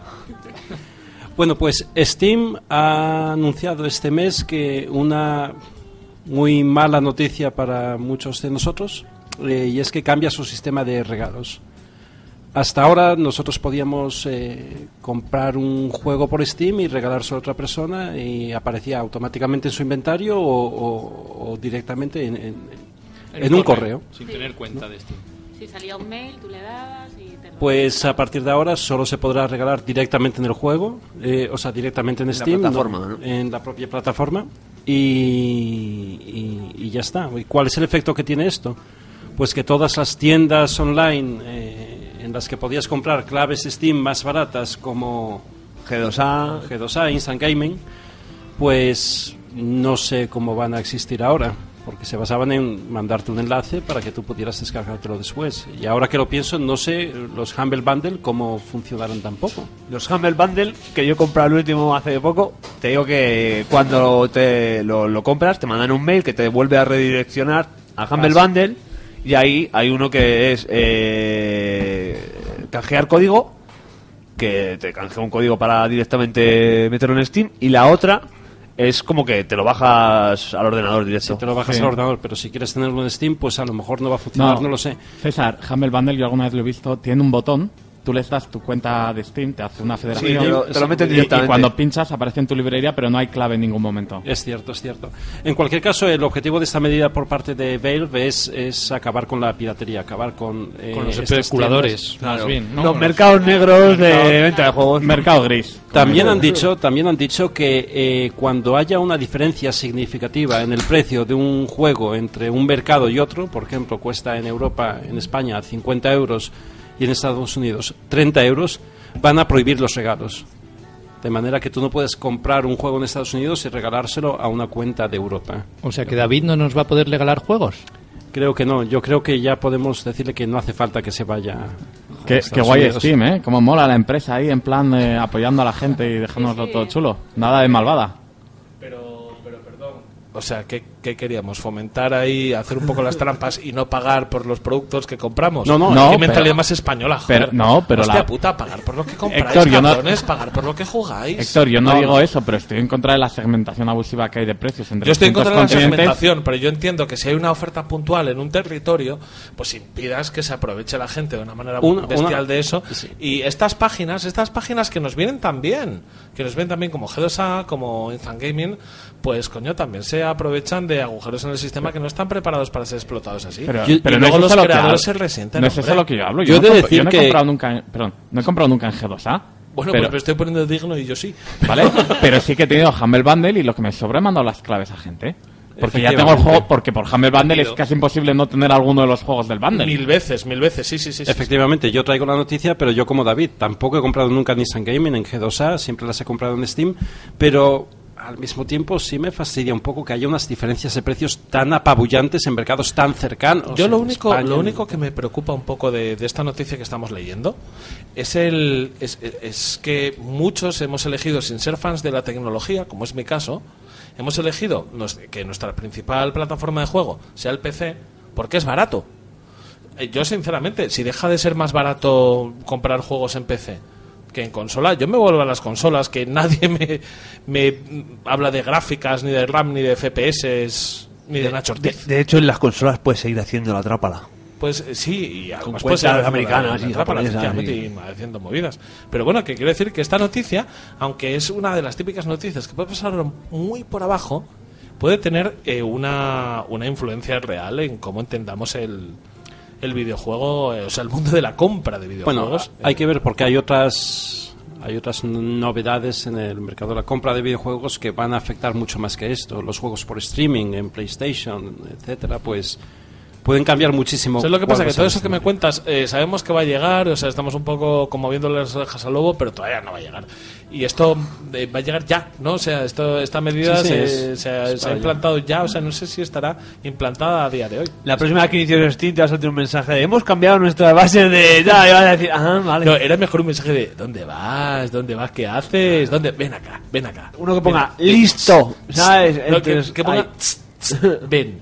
Speaker 6: Bueno, pues Steam ha anunciado este mes que una muy mala noticia para muchos de nosotros, eh, y es que cambia su sistema de regalos. Hasta ahora nosotros podíamos eh, comprar un juego por Steam y regalarse a otra persona y aparecía automáticamente en su inventario o, o- o directamente en, en- en un correo.
Speaker 4: Sin tener cuenta de esto.
Speaker 3: Si salía un mail, tú le dabas y te lo-
Speaker 6: Pues a partir de ahora solo se podrá regalar directamente en el juego, eh, o sea, directamente en
Speaker 5: la
Speaker 6: Steam.
Speaker 5: plataforma, ¿no?
Speaker 6: En la propia plataforma. Y, y- y ya está. ¿Y cuál es el efecto que tiene esto? Pues que todas las tiendas online eh, en las que podías comprar claves Steam más baratas como
Speaker 5: G2A.
Speaker 6: G2A, Instant Gaming, pues no sé cómo van a existir ahora, porque se basaban en mandarte un enlace para que tú pudieras descargártelo después. Y ahora que lo pienso, no sé los Humble Bundle cómo funcionaron tampoco.
Speaker 5: Los Humble Bundle, que yo he comprado el último hace poco, te digo que cuando te lo, lo compras te mandan un mail que te vuelve a redireccionar a Humble Bundle y ahí hay uno que es eh, canjear código, que te canjea un código para directamente meterlo en Steam y la otra es como que te lo bajas al ordenador directo.
Speaker 6: Si te lo bajas
Speaker 2: Sí.
Speaker 6: al ordenador, pero si quieres tenerlo en Steam, pues a lo mejor no va a funcionar,
Speaker 2: No,
Speaker 6: no, lo sé.
Speaker 2: César, Humble Bundle, yo alguna vez lo he visto, tiene un botón. Tú le das tu cuenta de Steam, te hace una federación.
Speaker 5: te lo- te lo meten
Speaker 2: y- Y,
Speaker 5: directamente.
Speaker 2: cuando pinchas aparece en tu librería, pero no hay clave en ningún momento.
Speaker 6: Es cierto, es cierto. En cualquier caso, el objetivo de esta medida por parte de Valve es, es acabar con la piratería, acabar con... eh,
Speaker 4: Con los
Speaker 6: estas tiendas.
Speaker 4: especuladores, más bien. ¿no?
Speaker 5: Los
Speaker 4: Con
Speaker 5: mercados negros de venta de juegos.
Speaker 2: Mercado gris.
Speaker 6: También han dicho, también han dicho que eh, cuando haya una diferencia significativa en el precio de un juego entre un mercado y otro, por ejemplo, cuesta en Europa, en España 50 euros y en Estados Unidos 30 euros, van a prohibir los regalos. De manera que tú no puedes comprar un juego en Estados Unidos y regalárselo a una cuenta de Europa.
Speaker 4: O sea que David no nos va a poder regalar juegos.
Speaker 6: Creo que no. Yo creo que ya podemos decirle que no hace falta que se vaya. a
Speaker 2: Qué, qué
Speaker 6: Estados
Speaker 2: guay
Speaker 6: Unidos.
Speaker 2: Steam, ¿eh? Cómo mola la empresa ahí, en plan eh, apoyando a la gente y dejándonoslo todo chulo. Nada de malvada.
Speaker 1: O sea, ¿qué, qué queríamos? ¿Fomentar ahí, hacer un poco las trampas y no pagar por los productos que compramos?
Speaker 2: No, no,
Speaker 1: Qué
Speaker 2: pero-
Speaker 1: mentalidad más española, joder.
Speaker 2: pero- no, pero
Speaker 1: Hostia
Speaker 2: la-
Speaker 1: puta, pagar por lo que compráis,
Speaker 2: Héctor, yo no-
Speaker 1: cabrones, pagar por lo que jugáis.
Speaker 2: Héctor, yo no, digo eso, pero estoy en contra de la segmentación abusiva que hay de precios entre
Speaker 1: Yo estoy en
Speaker 2: distintos
Speaker 1: contra de la
Speaker 2: continentes.
Speaker 1: segmentación, pero yo entiendo que si hay una oferta puntual en un territorio, pues impidas que se aproveche la gente de una manera
Speaker 6: Una-
Speaker 1: bestial
Speaker 6: una-
Speaker 1: de eso. Y estas páginas, estas páginas que nos vienen tan bien, que nos ven también como G2A, como Instant Gaming, pues coño, también se aprovechan de agujeros en el sistema que no están preparados para ser explotados así.
Speaker 2: Pero,
Speaker 1: y,
Speaker 2: pero
Speaker 1: y
Speaker 2: no
Speaker 1: luego
Speaker 2: es
Speaker 1: los
Speaker 2: eso lo que
Speaker 1: creadores se
Speaker 2: hablo.
Speaker 1: resienten.
Speaker 2: No es eso
Speaker 1: hombre.
Speaker 2: lo que yo hablo. Yo, no,
Speaker 6: Yo he de
Speaker 2: he comp- yo
Speaker 6: decir
Speaker 2: no he
Speaker 6: que-
Speaker 2: comprado nunca, en- perdón, no he comprado nunca en G2A.
Speaker 1: Bueno,
Speaker 2: pero,
Speaker 1: pues me estoy poniendo digno y yo sí.
Speaker 2: ¿vale? pero sí que he tenido Humble Bundle y lo que me sobra he mandado las claves a gente. Porque ya tengo el
Speaker 6: Efectivamente.
Speaker 2: juego, porque por Humble Bundle es
Speaker 1: Entendido.
Speaker 2: casi imposible no tener alguno de los juegos del bundle.
Speaker 1: Mil veces, mil veces, sí, sí, sí. sí, sí.
Speaker 6: Efectivamente, yo traigo la noticia, pero yo como David tampoco he comprado nunca Nissan Gaming en G2A, siempre las he comprado en Steam, pero al mismo tiempo sí me fastidia un poco que haya unas diferencias de precios tan apabullantes en mercados tan cercanos.
Speaker 1: Yo lo
Speaker 6: en
Speaker 1: único,
Speaker 6: España,
Speaker 1: lo
Speaker 6: en-
Speaker 1: único que me preocupa un poco de, de esta noticia que estamos leyendo es el es, es que muchos hemos elegido sin ser fans de la tecnología, como es mi caso, hemos elegido nos- que nuestra principal plataforma de juego sea el PC porque es barato. Eh, Yo sinceramente, si deja de ser más barato comprar juegos en PC que en consola, yo me vuelvo a las consolas que nadie me, me mm, habla de gráficas, ni de RAM, ni de FPS, ni de Nacho
Speaker 5: De,
Speaker 1: Ortiz.
Speaker 5: de hecho, en las consolas puedes seguir haciendo la trápala.
Speaker 1: Pues eh, sí, y además
Speaker 5: cuentas
Speaker 1: puede ser
Speaker 5: americanas
Speaker 1: la-
Speaker 5: y
Speaker 1: la trampa,
Speaker 5: japonesas,
Speaker 1: efectivamente,
Speaker 5: y-
Speaker 1: y haciendo movidas. Pero bueno, que quiero decir que esta noticia, aunque es una de las típicas noticias que puede pasar muy por abajo, puede tener eh, una, una influencia real en cómo entendamos el, el videojuego, eh, o sea, el mundo de la compra de
Speaker 6: Bueno,
Speaker 1: videojuegos.
Speaker 6: hay que ver porque hay otras hay otras novedades en el mercado de la compra de videojuegos que van a afectar mucho más que esto. Los juegos por streaming en PlayStation, etcétera, pues pueden cambiar muchísimo.
Speaker 1: O sea, es lo que pasa
Speaker 6: cuál va
Speaker 1: que
Speaker 6: a
Speaker 1: todo
Speaker 6: ser
Speaker 1: eso que
Speaker 6: el
Speaker 1: me cuentas eh, sabemos que va a llegar, o sea, estamos un poco como viendo las orejas al lobo, pero todavía no va a llegar. Y esto eh, va a llegar ya, ¿no? O sea, esto, esta medida
Speaker 6: Sí, sí,
Speaker 1: se,
Speaker 6: es-
Speaker 1: se ha-
Speaker 6: es
Speaker 1: se ha
Speaker 6: para
Speaker 1: implantado ya, o sea, no sé si estará implantada a día de hoy.
Speaker 5: La próxima vez que inicies Steam te vas a tener un mensaje de hemos cambiado nuestra base de... Ya, y vas a decir, ah, vale.
Speaker 1: No, era mejor un mensaje de ¿dónde vas? ¿Dónde vas? ¿Qué haces? ¿Dónde? Ven acá, ven acá.
Speaker 5: Uno que ponga,
Speaker 1: Ven.
Speaker 5: listo, ¿sabes?
Speaker 1: No, que,
Speaker 5: Entonces,
Speaker 1: que ponga,
Speaker 5: ahí.
Speaker 1: "Tss, tss, ven.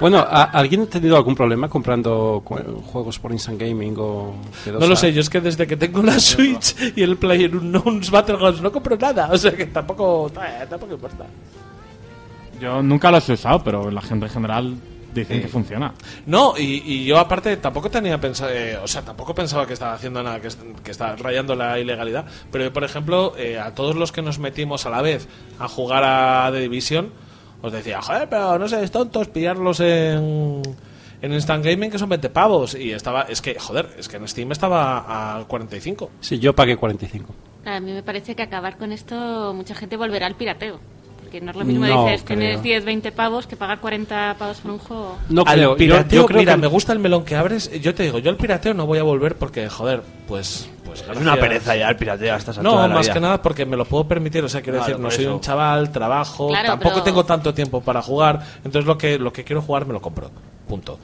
Speaker 6: Bueno, ¿a- ¿alguien ha tenido algún problema comprando cu- juegos por Instant Gaming o G2A?
Speaker 1: No lo sé, yo es que desde que tengo la Switch y el Player Unknown's Battlegrounds no compro nada, o sea que tampoco, eh, tampoco importa.
Speaker 2: Yo nunca los he usado, pero la gente en general dicen que funciona.
Speaker 1: No, y, y yo aparte tampoco tenía pensado, o sea, tampoco pensaba que estaba haciendo nada, que, est- que estaba rayando la ilegalidad, pero yo, por ejemplo, eh, a todos los que nos metimos a la vez a jugar a The Division, os decía, joder, pero no seáis tontos, pillarlos en, en Instant Gaming que son 20 pavos, y estaba, es que, joder, es que en Steam estaba a 45.
Speaker 6: Sí, yo pagué 45.
Speaker 3: A mí me parece que acabar con esto, mucha gente volverá al pirateo. Porque no es lo mismo
Speaker 6: No
Speaker 3: dices,
Speaker 6: creo.
Speaker 3: tienes 10, 20 pavos que pagar 40 pavos por un juego.
Speaker 6: No
Speaker 1: al
Speaker 6: creo. Yo-
Speaker 1: pirateo,
Speaker 6: yo creo
Speaker 1: mira,
Speaker 6: que-
Speaker 1: me gusta el melón que abres. Yo te digo, yo al pirateo no voy a volver porque, joder, pues. pues
Speaker 5: Es una
Speaker 1: gracias.
Speaker 5: pereza ya el pirateo a estas alturas
Speaker 1: No,
Speaker 5: de la
Speaker 1: más
Speaker 5: vida.
Speaker 1: que nada porque me lo puedo permitir. O sea, quiero
Speaker 5: Claro,
Speaker 1: decir, no
Speaker 5: por
Speaker 1: soy
Speaker 5: eso.
Speaker 1: un chaval, trabajo,
Speaker 3: Claro,
Speaker 1: tampoco
Speaker 3: pero-
Speaker 1: tengo tanto tiempo para jugar. Entonces, lo que, lo que quiero jugar me lo compro. Punto.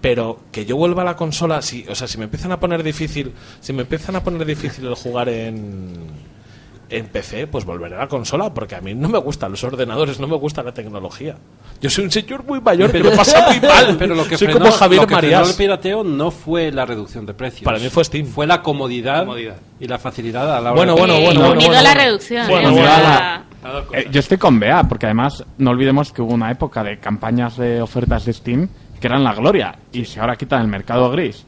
Speaker 1: Pero que yo vuelva a la consola, si, o sea, si me empiezan a poner difícil, si me empiezan a poner difícil el jugar en. En PC, pues volveré a la consola, porque a mí no me gustan los ordenadores, no me gusta la tecnología. Yo soy un señor muy mayor, pero lo pasa muy mal.
Speaker 6: Pero lo que
Speaker 1: soy
Speaker 6: frenó,
Speaker 1: como Javier
Speaker 6: lo que frenó
Speaker 1: Marías.
Speaker 6: el pirateo no fue la reducción de precios.
Speaker 1: Para mí fue Steam.
Speaker 6: Fue la comodidad, y la facilidad a la hora
Speaker 1: Bueno,
Speaker 6: de-
Speaker 1: bueno,
Speaker 3: Eh,
Speaker 1: bueno, bueno,
Speaker 3: unido
Speaker 1: bueno,
Speaker 3: a la
Speaker 1: bueno.
Speaker 3: reducción.
Speaker 1: Bueno,
Speaker 3: eh, o
Speaker 1: unido
Speaker 3: sea,
Speaker 1: a
Speaker 2: la- Eh, yo estoy con Bea, porque además no olvidemos que hubo una época de campañas de ofertas de Steam que eran la gloria. Y si ahora quitan el mercado gris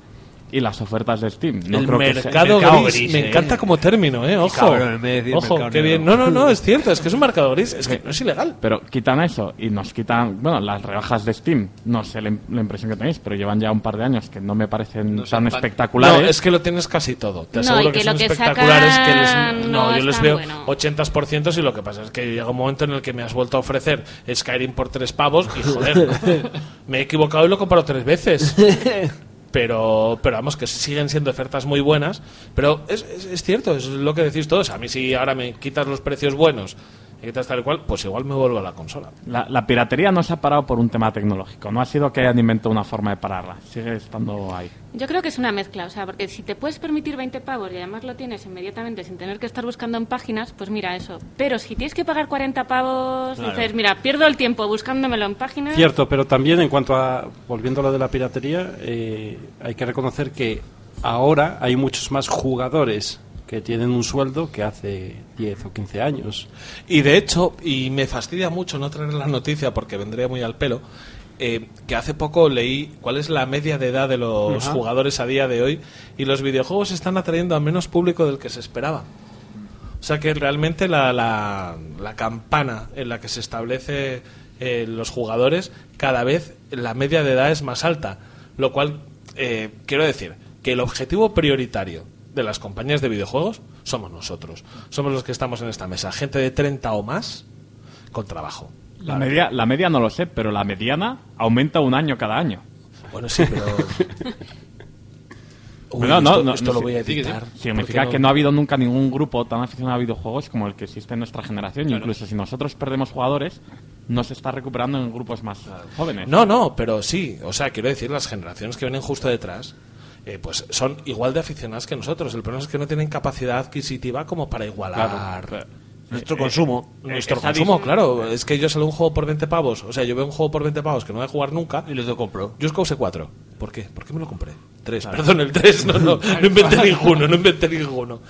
Speaker 2: y las ofertas de Steam, no
Speaker 1: el
Speaker 2: creo que sea-
Speaker 1: mercado,
Speaker 5: Mercado
Speaker 1: gris,
Speaker 5: gris,
Speaker 1: me
Speaker 5: eh.
Speaker 1: encanta como término, eh, ojo.
Speaker 5: cabrón, en vez de decir
Speaker 1: ojo,
Speaker 5: mercado
Speaker 1: qué bien. No,
Speaker 5: negro.
Speaker 1: no, no, es cierto, es que es un mercado gris, es que no es ilegal.
Speaker 2: Pero quitan eso y nos quitan, bueno, las rebajas de Steam. No sé la, im- la impresión que tenéis, pero llevan ya un par de años que no me parecen tan espectaculares.
Speaker 1: No, es que lo tienes casi todo. Te
Speaker 3: No,
Speaker 1: aseguro
Speaker 3: y que
Speaker 1: son
Speaker 3: lo que
Speaker 1: espectaculares que
Speaker 3: sacan
Speaker 1: les, no,
Speaker 3: no
Speaker 1: yo les
Speaker 3: están
Speaker 1: veo
Speaker 3: bueno.
Speaker 1: 80% y lo que pasa es que llega un momento en el que me has vuelto a ofrecer Skyrim por tres pavos y joder, me he equivocado y lo he comprado tres veces. pero, pero vamos, que siguen siendo ofertas muy buenas. Pero es, es- es cierto, es lo que decís todos. A mí, si ahora me quitas los precios buenos, me quitas tal cual, pues igual me vuelvo a la consola.
Speaker 2: La, la piratería no se ha parado por un tema tecnológico. No ha sido que hayan inventado una forma de pararla. Sigue estando ahí.
Speaker 3: Yo creo que es una mezcla, o sea, porque si te puedes permitir 20 pavos y además lo tienes inmediatamente sin tener que estar buscando en páginas, pues mira eso. Pero si tienes que pagar 40 pavos,
Speaker 6: Claro.
Speaker 3: dices, mira, pierdo el tiempo buscándomelo en páginas.
Speaker 6: Cierto, pero también en cuanto a, volviendo a lo de la piratería, eh, hay que reconocer que ahora hay muchos más jugadores que tienen un sueldo que hace 10 o 15 años.
Speaker 1: Y de hecho, y me fastidia mucho no traer la noticia porque vendría muy al pelo, eh, que hace poco leí cuál es la media de edad de los
Speaker 6: Ajá.
Speaker 1: jugadores a día de hoy y los videojuegos están atrayendo a menos público del que se esperaba. O sea que realmente la, la- la campana en la que se establece eh, los jugadores, cada vez la media de edad es más alta. Lo cual, eh, quiero decir, que el objetivo prioritario de las compañías de videojuegos somos nosotros. Somos los que estamos en esta mesa. Gente de 30 o más con trabajo.
Speaker 2: La media, la media no lo sé, pero la mediana aumenta un año cada año.
Speaker 1: Bueno, sí, pero... Uy,
Speaker 2: Bueno, no,
Speaker 1: esto-
Speaker 2: no,
Speaker 1: esto
Speaker 2: no
Speaker 1: lo
Speaker 2: sig-
Speaker 1: voy a
Speaker 2: sig-
Speaker 1: editar,
Speaker 2: Significa
Speaker 1: porque no-
Speaker 2: que no ha habido nunca ningún grupo tan aficionado a videojuegos como el que existe en nuestra generación.
Speaker 1: Claro.
Speaker 2: Incluso si nosotros perdemos jugadores, no se está recuperando en grupos más jóvenes.
Speaker 1: No, no, pero sí. O sea, quiero decir, las generaciones que vienen justo detrás, eh, pues son igual de aficionadas que nosotros. El problema es que no tienen capacidad adquisitiva como para igualar. Nuestro
Speaker 5: Eh, consumo. eh,
Speaker 1: Nuestro
Speaker 5: esa
Speaker 1: consumo,
Speaker 5: dif-
Speaker 1: claro. Es que yo salgo un juego por 20 pavos. O sea, yo veo un juego por 20 pavos que no voy a jugar nunca. Y lo compro. Yo os causé 4. ¿Por qué? ¿Por qué me lo compré? 3.
Speaker 5: Claro.
Speaker 1: Perdón, el 3. No, no. No inventé ninguno. No inventé ninguno.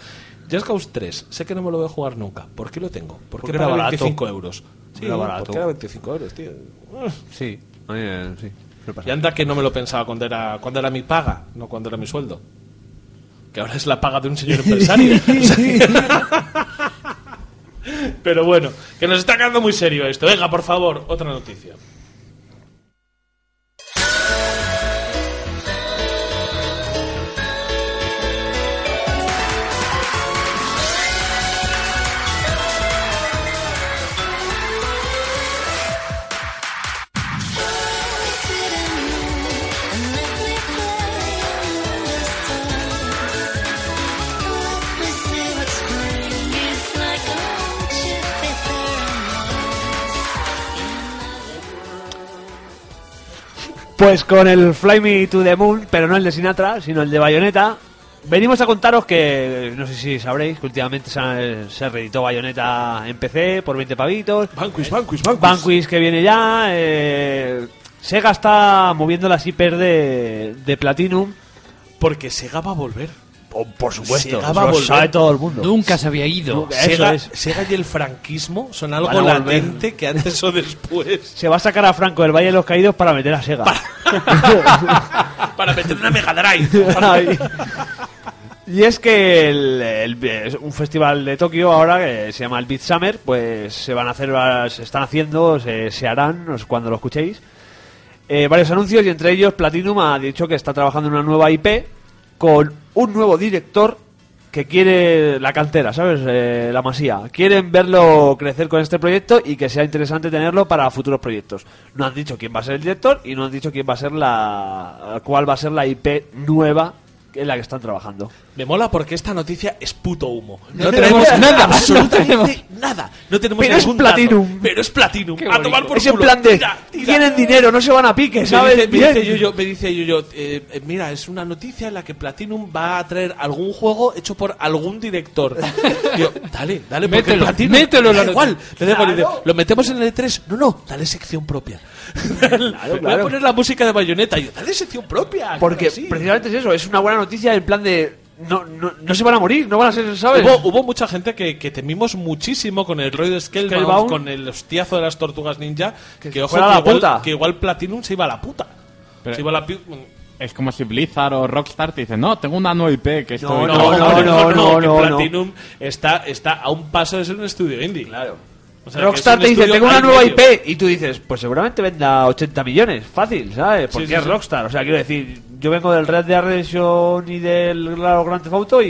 Speaker 1: Just Cause 3. Sé que no me lo voy a jugar nunca. ¿Por qué lo tengo? ¿Por qué
Speaker 5: Porque era
Speaker 1: pagué
Speaker 5: barato.
Speaker 1: 25 euros? Sí,
Speaker 5: Era
Speaker 1: ¿por
Speaker 5: barato.
Speaker 1: qué era 25 euros, tío? Ugh.
Speaker 5: Sí. A mí, eh, sí. Me pasa.
Speaker 1: Y anda que no me lo pensaba cuando era, cuando era mi paga, no cuando era mi sueldo. Que ahora es la paga de un señor empresario. O sea- Pero bueno, que nos está quedando muy serio esto. Venga, por favor, otra noticia.
Speaker 5: Pues con el Fly Me to the Moon, pero no el de Sinatra, sino el de Bayonetta, venimos a contaros que, no sé si sabréis, que últimamente se, ha- se reeditó Bayonetta en PC por 20 pavitos.
Speaker 1: Banquis, Banquis, Banquis.
Speaker 5: Banquis que viene ya. eh, Sega está moviendo las hiper de, de Platinum.
Speaker 1: Porque Sega va a volver.
Speaker 5: Oh, por supuesto,
Speaker 1: Sega
Speaker 5: eso
Speaker 1: va a
Speaker 5: lo
Speaker 1: volver.
Speaker 5: sabe todo el mundo.
Speaker 4: Nunca se había ido.
Speaker 5: Eso
Speaker 1: Sega,
Speaker 5: es.
Speaker 1: Sega y el franquismo son algo
Speaker 5: Van a volver.
Speaker 1: latente que antes o después.
Speaker 5: Se va a sacar a Franco del Valle de los Caídos para meter a Sega.
Speaker 1: Para meter una Mega Drive.
Speaker 5: Ay. Y es que el- el- es un festival de Tokio ahora que se llama el Beat Summer, pues se van a hacer, se están haciendo, se, se harán no sé cuando lo escuchéis. eh, varios anuncios y entre ellos Platinum ha dicho que está trabajando en una nueva IP con un nuevo director que quiere la cantera, ¿sabes? Eh, la masía. Quieren verlo crecer con este proyecto y que sea interesante tenerlo para futuros proyectos. No han dicho quién va a ser el director y no han dicho quién va a ser la cuál va a ser la IP nueva en la que están trabajando.
Speaker 1: Me mola porque esta noticia es puto humo.
Speaker 4: No tenemos nada,
Speaker 1: absolutamente
Speaker 4: no tenemos-
Speaker 1: nada. No tenemos
Speaker 5: Pero es
Speaker 1: ningún dato,
Speaker 5: Platinum.
Speaker 1: pero es Platinum.
Speaker 4: Qué
Speaker 1: a tomar
Speaker 4: bonito.
Speaker 1: por
Speaker 5: es en
Speaker 1: culo.
Speaker 5: plan de
Speaker 1: Tira, tira.
Speaker 5: tienen dinero, no se van a pique,
Speaker 1: Me
Speaker 5: ¿sabes?
Speaker 1: dice, me dice
Speaker 5: Bien.
Speaker 1: Yuyo, me dice Yuyo, eh, eh, mira, es una noticia en la que Platinum va a traer algún juego hecho por algún director. Yo, dale, dale, porque
Speaker 4: Mételo,
Speaker 1: Platinum-
Speaker 4: mételo en
Speaker 1: me
Speaker 4: la
Speaker 1: da
Speaker 4: noticia.
Speaker 1: igual, me da igual,
Speaker 5: Claro.
Speaker 1: lo metemos en el E3. No, no, dale sección propia. Voy a
Speaker 5: claro.
Speaker 1: poner la música de Bayonetta. Yo, dale sección propia.
Speaker 5: Porque
Speaker 1: claro, sí.
Speaker 5: precisamente es eso, es una buena noticia en plan de no, no, no se van a morir, no van a ser, ¿sabes?
Speaker 1: Hubo, hubo mucha gente que, que temimos muchísimo con el rollo de Scalebound,
Speaker 5: Scalebound.
Speaker 1: con el hostiazo de las tortugas ninja, que,
Speaker 5: se
Speaker 1: ojo,
Speaker 5: fuera
Speaker 1: que,
Speaker 5: a la
Speaker 1: igual,
Speaker 5: puta.
Speaker 1: que igual Platinum se iba a la puta.
Speaker 2: Pero-
Speaker 1: se iba a la pi-
Speaker 2: Es como si Blizzard o Rockstar te dicen, no, tengo una nueva IP que esto...
Speaker 5: No, no, no, no, no,
Speaker 1: que
Speaker 5: no, no.
Speaker 1: Platinum está, está a un paso de ser un estudio indie. Claro.
Speaker 5: Rockstar te dice, tengo una nueva IP, y tú dices, pues seguramente venda 80 millones, fácil, ¿sabes? Porque
Speaker 1: Sí, sí,
Speaker 5: es
Speaker 1: sí.
Speaker 5: Rockstar, o sea, quiero decir, yo vengo del Red Dead Redemption y del Grand Theft Auto y...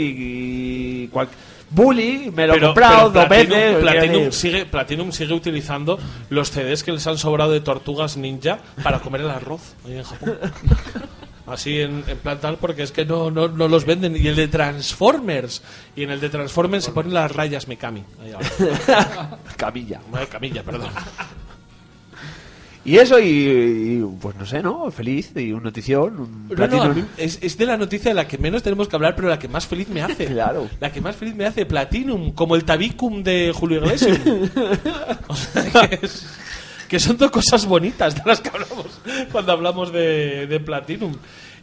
Speaker 5: y cual- Bully, me lo he comprado dos
Speaker 1: Platinum,
Speaker 5: veces.
Speaker 1: Platinum
Speaker 5: quiero decir,
Speaker 1: sigue, Platinum sigue utilizando los CDs que les han sobrado de tortugas ninja para comer el arroz hoy en Japón. así en, en plan tal, porque es que no, no, no los venden. Y el de Transformers, y en el de Transformers se ponen las rayas Mikami. Ahí abajo.
Speaker 5: Camilla.
Speaker 1: Bueno, Camilla, perdón.
Speaker 5: Y eso, y, y, pues no sé, ¿no? Feliz, y un notición, un
Speaker 1: No, no,
Speaker 5: platino.
Speaker 1: a mí es, es de la noticia de la que menos tenemos que hablar, pero la que más feliz me hace.
Speaker 5: Claro.
Speaker 1: La que más feliz me hace, Platinum, como el Tabicum de Julio Iglesias. O sea, que, es- que son dos cosas bonitas de las que hablamos cuando hablamos de, de Platinum.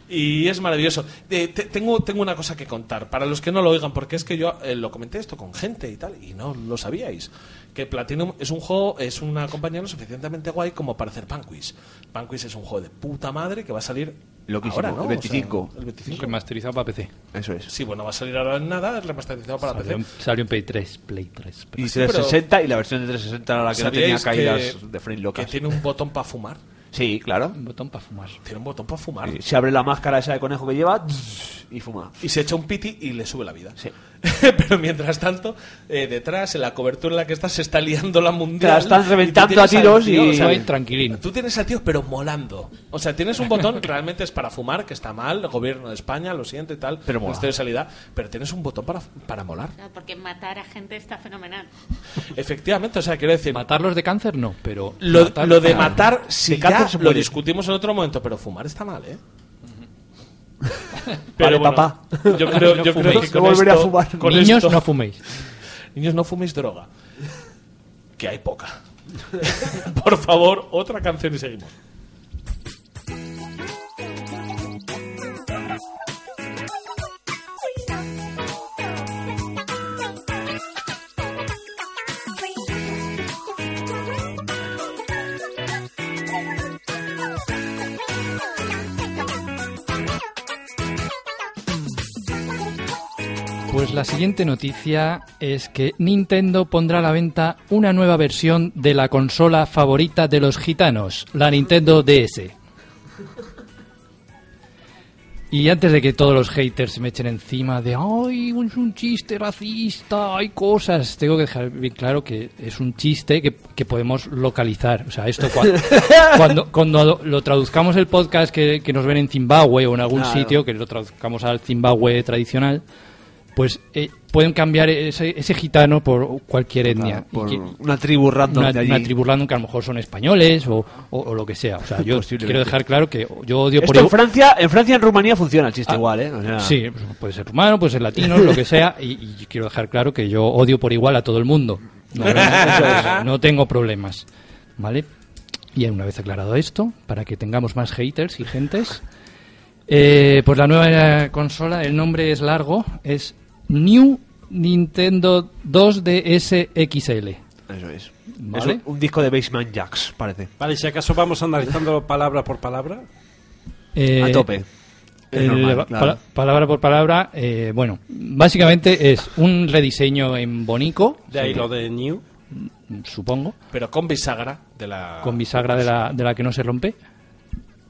Speaker 1: Y es maravilloso. Eh, te- tengo, tengo una cosa que contar, para los que no lo oigan, porque es que yo eh, lo comenté esto con gente y tal, y no lo sabíais. Que Platinum es un juego, es una compañía lo suficientemente guay como para hacer Panquiz. Panquiz es un juego de puta madre que va a salir
Speaker 5: Loquísimo,
Speaker 1: ahora,
Speaker 5: el
Speaker 1: ¿no? O sea,
Speaker 5: 25.
Speaker 1: el 25.
Speaker 4: Remasterizado para PC.
Speaker 5: Eso es.
Speaker 1: Sí, bueno, va a salir ahora en nada, remasterizado para
Speaker 4: Salió,
Speaker 1: PC.
Speaker 4: en- salió en Play 3. Play 3.
Speaker 5: Y
Speaker 1: Sí, pero-
Speaker 5: 360, y la versión de 360 era la que no tenía
Speaker 1: ¿Sabíais
Speaker 5: caídas
Speaker 1: que-
Speaker 5: de frame
Speaker 1: Que
Speaker 5: locas.
Speaker 1: tiene un Mm, botón para fumar.
Speaker 5: Sí, claro.
Speaker 4: Un botón para fumar.
Speaker 1: Tiene un botón para fumar.
Speaker 5: Y Se abre la máscara esa de conejo que lleva tss, y fuma.
Speaker 1: Y se echa un piti y le sube la vida.
Speaker 5: Sí.
Speaker 1: Pero mientras tanto, eh, detrás, en la cobertura en la que estás, se está liando la mundial.
Speaker 5: Te la están
Speaker 1: y tú
Speaker 5: reventando
Speaker 1: tienes
Speaker 5: a
Speaker 1: al
Speaker 5: tiros
Speaker 1: tío,
Speaker 5: y-
Speaker 1: o sea,
Speaker 4: Soy tranquilín.
Speaker 1: Tú tienes al tío, pero molando. O sea, tienes un botón, realmente es para fumar, que está mal, el gobierno de España, lo siento y tal.
Speaker 5: Pero mola.
Speaker 1: estoy de salida. Pero tienes un botón para, para molar.
Speaker 3: O sea, Porque matar a gente está fenomenal.
Speaker 1: Efectivamente, o sea, quiero decir.
Speaker 4: Matarlos de cáncer no, pero.
Speaker 1: Lo,
Speaker 4: matar-
Speaker 1: lo de
Speaker 4: Ah,
Speaker 1: matar, si
Speaker 5: de cáncer
Speaker 1: ya
Speaker 5: se
Speaker 1: lo
Speaker 5: puede.
Speaker 1: discutimos en otro momento, pero fumar está mal, ¿eh?
Speaker 5: Vale,
Speaker 1: bueno,
Speaker 5: papá.
Speaker 1: Yo creo,
Speaker 4: No
Speaker 1: yo creo que
Speaker 4: fuméis.
Speaker 1: con
Speaker 5: No volveré a
Speaker 1: esto-
Speaker 5: fumar.
Speaker 1: con
Speaker 4: Niños,
Speaker 1: esto-
Speaker 4: no fuméis.
Speaker 1: niños, no fuméis droga. Que hay poca. Por favor, otra canción y seguimos.
Speaker 4: Pues la siguiente noticia es que Nintendo pondrá a la venta una nueva versión de la consola favorita de los gitanos, la Nintendo DS. Y antes de que todos los haters se me echen encima de ¡Ay, es un chiste racista! ¡Hay cosas! Tengo que dejar bien claro que es un chiste que, que podemos localizar. O sea, esto cua- cuando, cuando lo traduzcamos el podcast que, que nos ven en Zimbabue o en algún
Speaker 5: Claro.
Speaker 4: sitio, que lo traduzcamos al Zimbabue tradicional, pues eh, pueden cambiar ese, ese gitano por cualquier etnia.
Speaker 5: Claro, por
Speaker 4: Y que-
Speaker 5: una tribu random
Speaker 4: una,
Speaker 5: de allí.
Speaker 4: una tribu random que a lo mejor son españoles o, o- o lo que sea. O sea, yo
Speaker 5: Posiblemente.
Speaker 4: quiero dejar claro que yo odio
Speaker 5: Esto
Speaker 4: por
Speaker 5: en Francia, en Francia y en Rumanía funciona el chiste
Speaker 4: Ah,
Speaker 5: igual, ¿eh? O sea,
Speaker 4: Sí, pues, puede ser rumano, puede ser latino, lo que sea. Y, y quiero dejar claro que yo odio por igual a todo el mundo. No, no- no tengo problemas. ¿Vale? Y una vez aclarado esto, para que tengamos más haters y gentes, eh, pues la nueva consola, el nombre es largo, es New Nintendo 2DS XL.
Speaker 5: Eso es.
Speaker 4: Vale.
Speaker 5: Es un, un disco de Basement Jacks, parece.
Speaker 6: Vale, y si acaso vamos analizando palabra por palabra.
Speaker 4: Eh,
Speaker 5: a tope. Es
Speaker 4: El-
Speaker 5: normal,
Speaker 4: pa-
Speaker 5: claro.
Speaker 4: Palabra por palabra, eh, bueno, básicamente es un rediseño en Bonico,
Speaker 6: De ahí lo de New.
Speaker 4: supongo,
Speaker 1: Pero con bisagra de la.
Speaker 4: con bisagra de la, de la que no se rompe.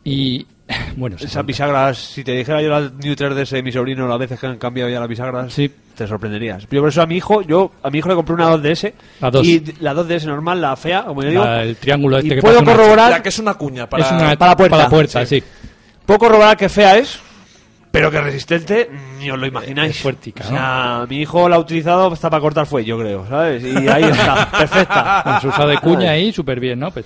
Speaker 4: Y bueno, se
Speaker 5: Esas
Speaker 4: rompe.
Speaker 5: bisagras, si te dijera yo la New 3DS de mi sobrino, las veces que han cambiado ya las bisagras,
Speaker 4: Sí.
Speaker 5: te sorprenderías. Yo por eso a mi hijo, yo a mi hijo le compré una 2DS.
Speaker 4: La dos.
Speaker 5: Y la 2DS normal, la fea, como yo digo.
Speaker 4: La- el triángulo este
Speaker 5: y
Speaker 4: que
Speaker 5: puedo
Speaker 4: parece una-
Speaker 5: corroborar,
Speaker 1: La que es una cuña para.
Speaker 4: es una
Speaker 5: para la puerta,
Speaker 4: sí.
Speaker 5: puedo corroborar que fea es, pero que resistente, ni os lo imagináis.
Speaker 4: Es fuertica,
Speaker 5: o sea, mi hijo la ha utilizado hasta para cortar fuelle, yo creo, ¿sabes? Y ahí está, perfecta.
Speaker 4: Con su usa de cuña ahí, súper bien, ¿no? Pues,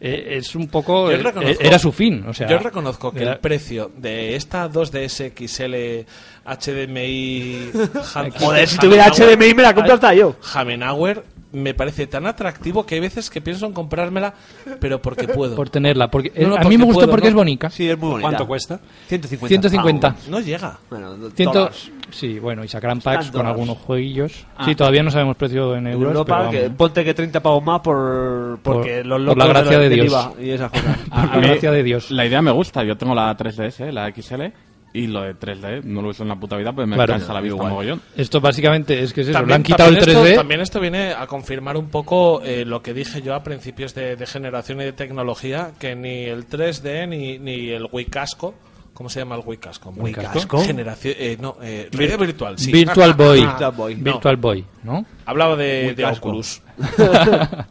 Speaker 4: eh, es un poco.
Speaker 1: Yo
Speaker 4: eh,
Speaker 1: reconozco-
Speaker 4: era su fin, o sea.
Speaker 1: yo reconozzo que
Speaker 4: era-
Speaker 1: el precio de esta 2DS XL HDMI. Han-
Speaker 5: Joder, si tuviera HDMI me la compro hasta yo.
Speaker 1: Hamenauer me parece tan atractivo que hay veces que pienso en comprármela, pero porque puedo.
Speaker 4: Por tenerla, porque eh,
Speaker 1: No, no,
Speaker 4: a mí me
Speaker 1: porque
Speaker 4: gustó
Speaker 1: puedo,
Speaker 4: porque
Speaker 1: ¿no?
Speaker 4: es bonita.
Speaker 5: Sí, es muy bonita.
Speaker 6: ¿Cuánto cuesta?
Speaker 5: 150.
Speaker 4: 150.
Speaker 5: Ah,
Speaker 1: No llega.
Speaker 5: bueno, do-
Speaker 4: Ciento-
Speaker 5: dólares.
Speaker 4: sí, bueno, y sacarán packs
Speaker 5: Están
Speaker 4: con
Speaker 5: dólares.
Speaker 4: algunos jueguillos. Sí, todavía no sabemos precio en
Speaker 5: En
Speaker 4: euros.
Speaker 5: Europa,
Speaker 4: pero
Speaker 5: que
Speaker 4: vamos.
Speaker 5: ponte que 30 pavos más por, porque
Speaker 4: Por-
Speaker 5: los
Speaker 4: por
Speaker 5: locos
Speaker 4: la gracia
Speaker 5: los-
Speaker 4: de
Speaker 5: del
Speaker 4: Dios.
Speaker 5: IVA Y esas cosas.
Speaker 4: A- a
Speaker 2: mí-
Speaker 4: gracia de Dios.
Speaker 2: La idea me gusta. Yo tengo la 3DS, la XL, y lo de 3D no lo uso en la puta vida, pues me
Speaker 4: Claro.
Speaker 2: cansa la vista mogollón.
Speaker 1: Pues
Speaker 4: Esto básicamente es que es eso, le
Speaker 1: También-
Speaker 4: han quitado el
Speaker 1: también
Speaker 4: 3D.
Speaker 1: Esto, también esto viene a confirmar un poco eh, lo que dije yo a principios de, de generación y de tecnología, que ni el 3D ni, ni el Wicasco, ¿cómo se llama el Wicasco?
Speaker 4: Wicasco.
Speaker 1: Generación, eh, no, eh, realidad virtual, sí.
Speaker 4: Virtual Boy.
Speaker 5: Ah, Virtual Boy.
Speaker 1: No,
Speaker 4: Virtual Boy, ¿no?
Speaker 1: Hablaba de, de
Speaker 5: casco.
Speaker 1: Oculus.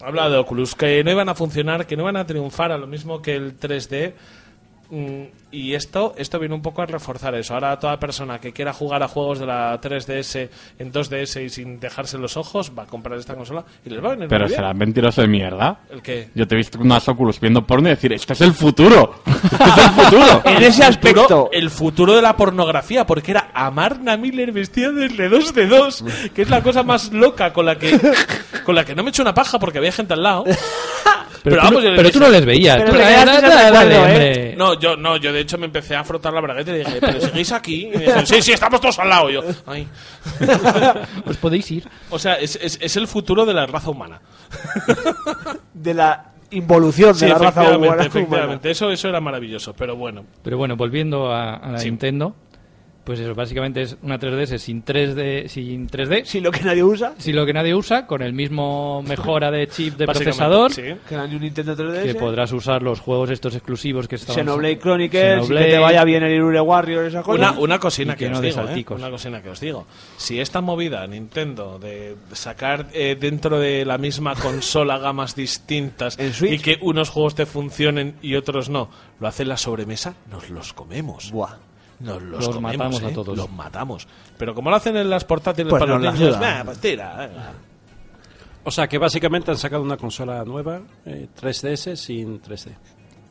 Speaker 1: Hablaba de Oculus, que no iban a funcionar, que no iban a triunfar a lo mismo que el 3D. Mm, Y esto, esto viene un poco a reforzar eso. Ahora toda persona que quiera jugar a juegos de la 3DS en 2DS y sin dejarse los ojos va a comprar esta consola y les va a venir
Speaker 2: Pero
Speaker 1: muy bien.
Speaker 2: será mentiroso de mierda.
Speaker 1: ¿El qué?
Speaker 2: Yo te he visto con unas Oculus viendo porno y decir, este es el futuro. Este es el futuro.
Speaker 5: En ese
Speaker 1: futuro-
Speaker 5: aspecto.
Speaker 1: el futuro de la pornografía, porque era a Marna Miller vestida de dos de dos, que es la cosa más loca con la que con la que no me he hecho una paja porque había gente al lado. Pero,
Speaker 4: Pero, tú,
Speaker 1: vamos,
Speaker 4: no,
Speaker 1: yo le
Speaker 4: pero tú
Speaker 1: dije,
Speaker 4: no les veías.
Speaker 5: Pero
Speaker 4: Tú
Speaker 5: me
Speaker 4: le-
Speaker 5: quedaste
Speaker 4: dale,
Speaker 5: sin
Speaker 4: dale,
Speaker 5: acuerdo,
Speaker 4: hombre.
Speaker 1: No, yo no, yo de hecho me empecé a frotar la bragueta y le dije, pero seguís aquí. Y me dijeron, sí, sí, estamos todos al lado. Y yo, ay.
Speaker 4: Os Pues podéis ir.
Speaker 1: O sea, es, es- es el futuro de la raza humana.
Speaker 5: De la involución de
Speaker 1: Sí,
Speaker 5: la raza
Speaker 1: efectivamente,
Speaker 5: humana.
Speaker 1: efectivamente. Eso, eso era maravilloso, pero bueno.
Speaker 4: Pero bueno, volviendo a, a la
Speaker 1: Sí.
Speaker 4: Nintendo, pues eso, básicamente es una 3DS sin 3D, sin 3D,
Speaker 5: Si lo que nadie usa,
Speaker 4: si lo que nadie usa, con el mismo mejora de chip de
Speaker 1: Básicamente,
Speaker 4: procesador,
Speaker 1: sí.
Speaker 5: que era ni un Nintendo 3DS.
Speaker 4: que podrás usar los juegos estos exclusivos que estaban...
Speaker 5: Xenoblade Chronicles, y que
Speaker 4: Xenoblade,
Speaker 5: te vaya bien el Irule Warrior, esa cosa.
Speaker 1: Una, una cocina
Speaker 4: Y
Speaker 1: que,
Speaker 4: que no
Speaker 1: os
Speaker 4: de
Speaker 1: digo, ¿eh?
Speaker 4: salticos.
Speaker 1: Una cocina que os digo. Si esta movida Nintendo de sacar eh, dentro de la misma consola gamas distintas
Speaker 5: ¿En Switch?
Speaker 1: y que unos juegos te funcionen y otros no, lo hace en la sobremesa, nos los comemos.
Speaker 5: Buah.
Speaker 1: Nos los,
Speaker 4: Los
Speaker 1: comemos,
Speaker 4: matamos a
Speaker 1: ¿eh?
Speaker 4: todos.
Speaker 1: Los matamos. Pero como lo hacen en las portátiles
Speaker 5: Pues
Speaker 1: para los
Speaker 5: nos la
Speaker 1: niños,
Speaker 5: suda.
Speaker 1: nah, pues tira, venga.
Speaker 6: O sea que básicamente han sacado una consola nueva, eh, 3DS sin 3D.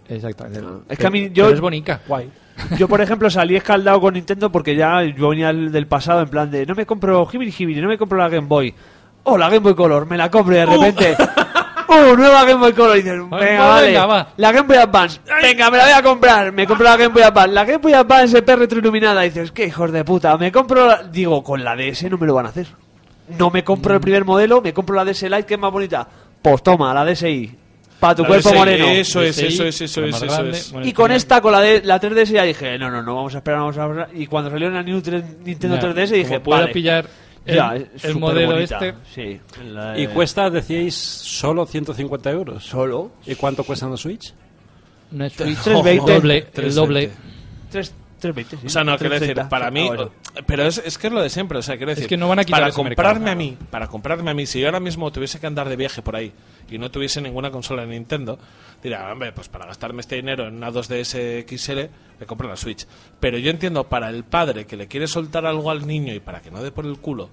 Speaker 4: Exactamente.
Speaker 5: Ah, Es que a mí,
Speaker 4: Pero
Speaker 5: yo,
Speaker 4: es bonita.
Speaker 6: Guay.
Speaker 5: yo, por ejemplo, salí escaldado con Nintendo porque ya yo venía del pasado en plan de no me compro Hibiri Hibiri, no me compro la Game Boy. Oh, la Game Boy Color, me la compro y de repente. ¡Uh! nueva Game Boy Color. Y dices, venga,
Speaker 4: va,
Speaker 5: vale.
Speaker 4: venga, va.
Speaker 5: La Game Boy Advance, venga, me la voy a comprar. Me compro la Game Boy Advance. La Game Boy Advance SP retroiluminada. Y dices, qué hijos de puta. Me compro. la- Digo, con la DS no me lo van a hacer. No me compro el primer modelo, me compro la DS Lite que es más bonita. Pues toma, la DSi. Para tu
Speaker 1: La
Speaker 5: cuerpo
Speaker 1: DSi,
Speaker 5: moreno.
Speaker 1: Eso es,
Speaker 4: DSi,
Speaker 1: eso es, eso
Speaker 4: la
Speaker 1: es,
Speaker 4: más
Speaker 1: eso
Speaker 4: grande.
Speaker 1: es.
Speaker 4: Bueno,
Speaker 5: Y con este
Speaker 4: tenía-
Speaker 5: esta, con la, de, la 3DS, ya dije, no, no, no, vamos a esperar, vamos a esperar. Y cuando salió la New 3 Nintendo
Speaker 4: Ya,
Speaker 5: 3DS, dije,
Speaker 4: como pueda
Speaker 5: vale,
Speaker 4: pillar el,
Speaker 5: ya,
Speaker 4: el
Speaker 5: es superbonita".
Speaker 4: modelo este.
Speaker 5: Sí.
Speaker 6: Y
Speaker 5: Eh.
Speaker 6: cuesta, decíais, solo 150 euros.
Speaker 5: Solo.
Speaker 6: ¿Y cuánto cuestan los Switch?
Speaker 4: Una Switch
Speaker 5: 320.
Speaker 4: doble, el
Speaker 1: 320.
Speaker 4: doble.
Speaker 5: 3, 320, sí.
Speaker 1: O sea, no, quiero decir,
Speaker 5: 330.
Speaker 1: para mí.
Speaker 5: Ah, bueno.
Speaker 1: Pero es, es que es lo de siempre, o sea, quiero decir.
Speaker 4: que no van a quitar
Speaker 1: Para
Speaker 4: ese
Speaker 1: comprarme
Speaker 4: mercado.
Speaker 1: a mí, para comprarme a mí, si yo ahora mismo tuviese que andar de viaje por ahí y no tuviese ninguna consola de Nintendo, dirá, hombre, pues para gastarme este dinero en una 2DS XL, me compro la Switch. Pero yo entiendo, para el padre que le quiere soltar algo al niño y para que no dé por el culo.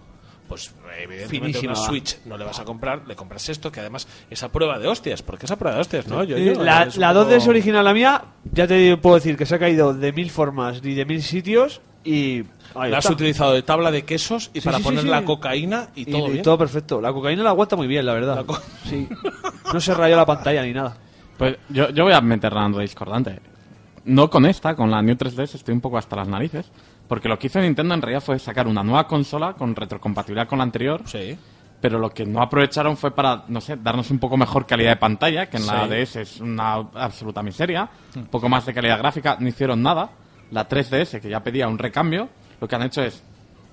Speaker 1: Pues evidentemente
Speaker 5: Finísima,
Speaker 1: una
Speaker 5: va.
Speaker 1: Switch no le vas a comprar, le compras esto, que además esa prueba de hostias, porque esa prueba de hostias, ¿no? Yo, yo-
Speaker 5: la,
Speaker 1: es un
Speaker 5: la
Speaker 1: poco-
Speaker 5: 2DS original, la mía, ya te puedo decir que se ha caído de mil formas y de mil sitios y... ahí
Speaker 1: La has
Speaker 5: está.
Speaker 1: utilizado de tabla de quesos y
Speaker 5: Sí,
Speaker 1: para
Speaker 5: sí, sí,
Speaker 1: poner
Speaker 5: sí.
Speaker 1: la cocaína y,
Speaker 5: Y,
Speaker 1: todo
Speaker 5: y
Speaker 1: bien.
Speaker 5: todo perfecto. La cocaína la aguanta muy bien, la verdad. sí. No se rayó la pantalla ni nada.
Speaker 2: Pues yo, yo voy a meter Nando discordante. No con esta, con la New 3DS estoy un poco hasta las narices. Porque lo que hizo Nintendo en realidad fue sacar una nueva consola con retrocompatibilidad con la anterior.
Speaker 1: Sí.
Speaker 2: Pero lo que no aprovecharon fue para, no sé, darnos un poco mejor calidad de pantalla, que en la DS es una absoluta miseria. Un poco más de calidad gráfica, no hicieron nada. La 3DS, que ya pedía un recambio, lo que han hecho es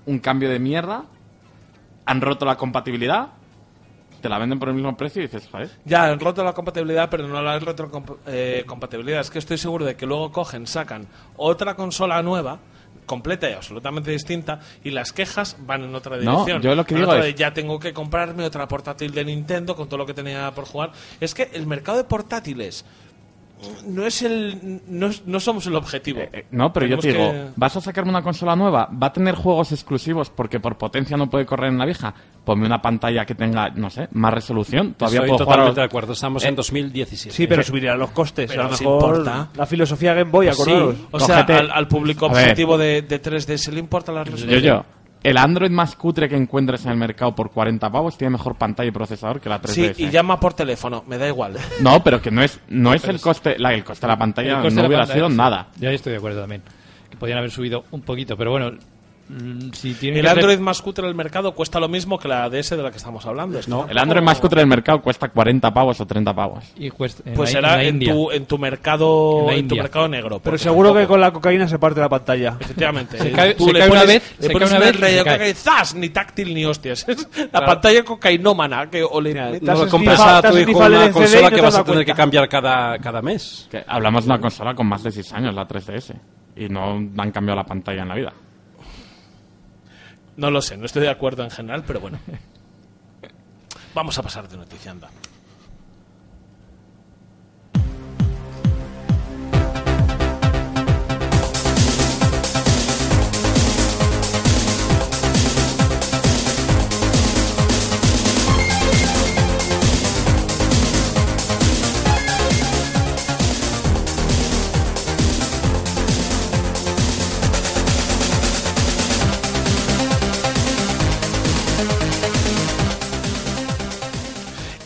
Speaker 2: un cambio de mierda, han roto la compatibilidad, te la venden por el mismo precio y dices, joder.
Speaker 1: Ya, han roto la compatibilidad, pero no la retrocompatibilidad. Es que estoy seguro de que luego cogen, sacan otra consola nueva, completa y absolutamente distinta, y las quejas van en otra
Speaker 2: No,
Speaker 1: dirección.
Speaker 2: yo lo que
Speaker 1: Van
Speaker 2: digo
Speaker 1: otra
Speaker 2: es-
Speaker 1: de, Ya tengo que comprarme otra portátil de Nintendo con todo lo que tenía por jugar. Es que el mercado de portátiles no es el no, es- no somos el objetivo
Speaker 2: Eh, eh, no, pero yo te digo,
Speaker 1: Tenemos que-
Speaker 2: ¿vas a sacarme una consola nueva? ¿Va a tener juegos exclusivos porque por potencia no puede correr en la vieja? Ponme una pantalla que tenga, no sé, más resolución. Todavía
Speaker 6: Estoy
Speaker 2: puedo jugar a
Speaker 6: totalmente
Speaker 2: los-
Speaker 6: de acuerdo. Pues Estamos en 2017.
Speaker 5: Eh. Sí, pero subirán los costes.
Speaker 1: Pero
Speaker 5: a lo
Speaker 1: sí
Speaker 5: mejor
Speaker 1: importa.
Speaker 5: la filosofía Game Boy,
Speaker 6: Pues sí.
Speaker 5: acordaros.
Speaker 1: o sea
Speaker 2: Cógete-
Speaker 1: al, al público
Speaker 2: A ver.
Speaker 1: objetivo de, de 3DS le importa la
Speaker 2: Yo,
Speaker 1: resolución
Speaker 2: yo. El Android más cutre que encuentres en el mercado por 40 pavos tiene mejor pantalla y procesador que la 3DS.
Speaker 1: sí y llama por teléfono me da igual
Speaker 2: No, pero que no es, no es el coste, la, el coste de la
Speaker 4: El
Speaker 2: pantalla
Speaker 4: coste de
Speaker 2: no
Speaker 4: la
Speaker 2: hubiera
Speaker 4: pantalla,
Speaker 2: sido
Speaker 4: sí.
Speaker 2: nada.
Speaker 4: Ya estoy de acuerdo también. Que podían haber subido un poquito, pero bueno. mm, Si tienen
Speaker 1: El
Speaker 4: que re-
Speaker 1: Android más cutre del mercado cuesta lo mismo que la DS de la que estamos hablando. Es que
Speaker 2: No,
Speaker 1: tampoco-
Speaker 2: el Android más cutre del mercado cuesta 40 pavos o 30 pavos.
Speaker 4: y cuesta- en
Speaker 1: Pues
Speaker 4: la-
Speaker 1: será
Speaker 4: la
Speaker 1: en,
Speaker 4: India.
Speaker 1: tu, en tu mercado
Speaker 4: En la
Speaker 1: en tu
Speaker 4: India.
Speaker 1: mercado negro.
Speaker 5: Pero
Speaker 1: porque
Speaker 5: seguro que
Speaker 1: tampoco-
Speaker 5: con la cocaína se parte la pantalla.
Speaker 1: Efectivamente.
Speaker 4: Se cae-
Speaker 1: Tú
Speaker 4: se
Speaker 1: le
Speaker 4: cae una
Speaker 1: pones-
Speaker 4: vez,
Speaker 1: le
Speaker 4: se
Speaker 1: pones
Speaker 4: cae una
Speaker 1: una
Speaker 4: vez
Speaker 1: raya
Speaker 4: y
Speaker 1: de
Speaker 4: se
Speaker 1: coca
Speaker 4: cae.
Speaker 1: y ¡zas! "Ah, Ni táctil ni hostias. Es la pantalla cocainómana que o le metas-
Speaker 6: Luego
Speaker 5: Estás
Speaker 6: compras
Speaker 5: esnifa-
Speaker 6: a
Speaker 5: estás
Speaker 6: tu hijo
Speaker 5: esnifando el
Speaker 6: una
Speaker 5: LCD y
Speaker 6: consola
Speaker 5: no
Speaker 6: que
Speaker 5: te
Speaker 6: vas a
Speaker 5: das
Speaker 6: tener que
Speaker 5: cuenta.
Speaker 6: cambiar cada, cada mes.
Speaker 2: Que hablamos de una consola con más de 6 años, la 3DS. Y no han cambiado la pantalla en la vida.
Speaker 1: No lo sé, no estoy de acuerdo en general, pero bueno. Vamos a pasar de noticia, anda.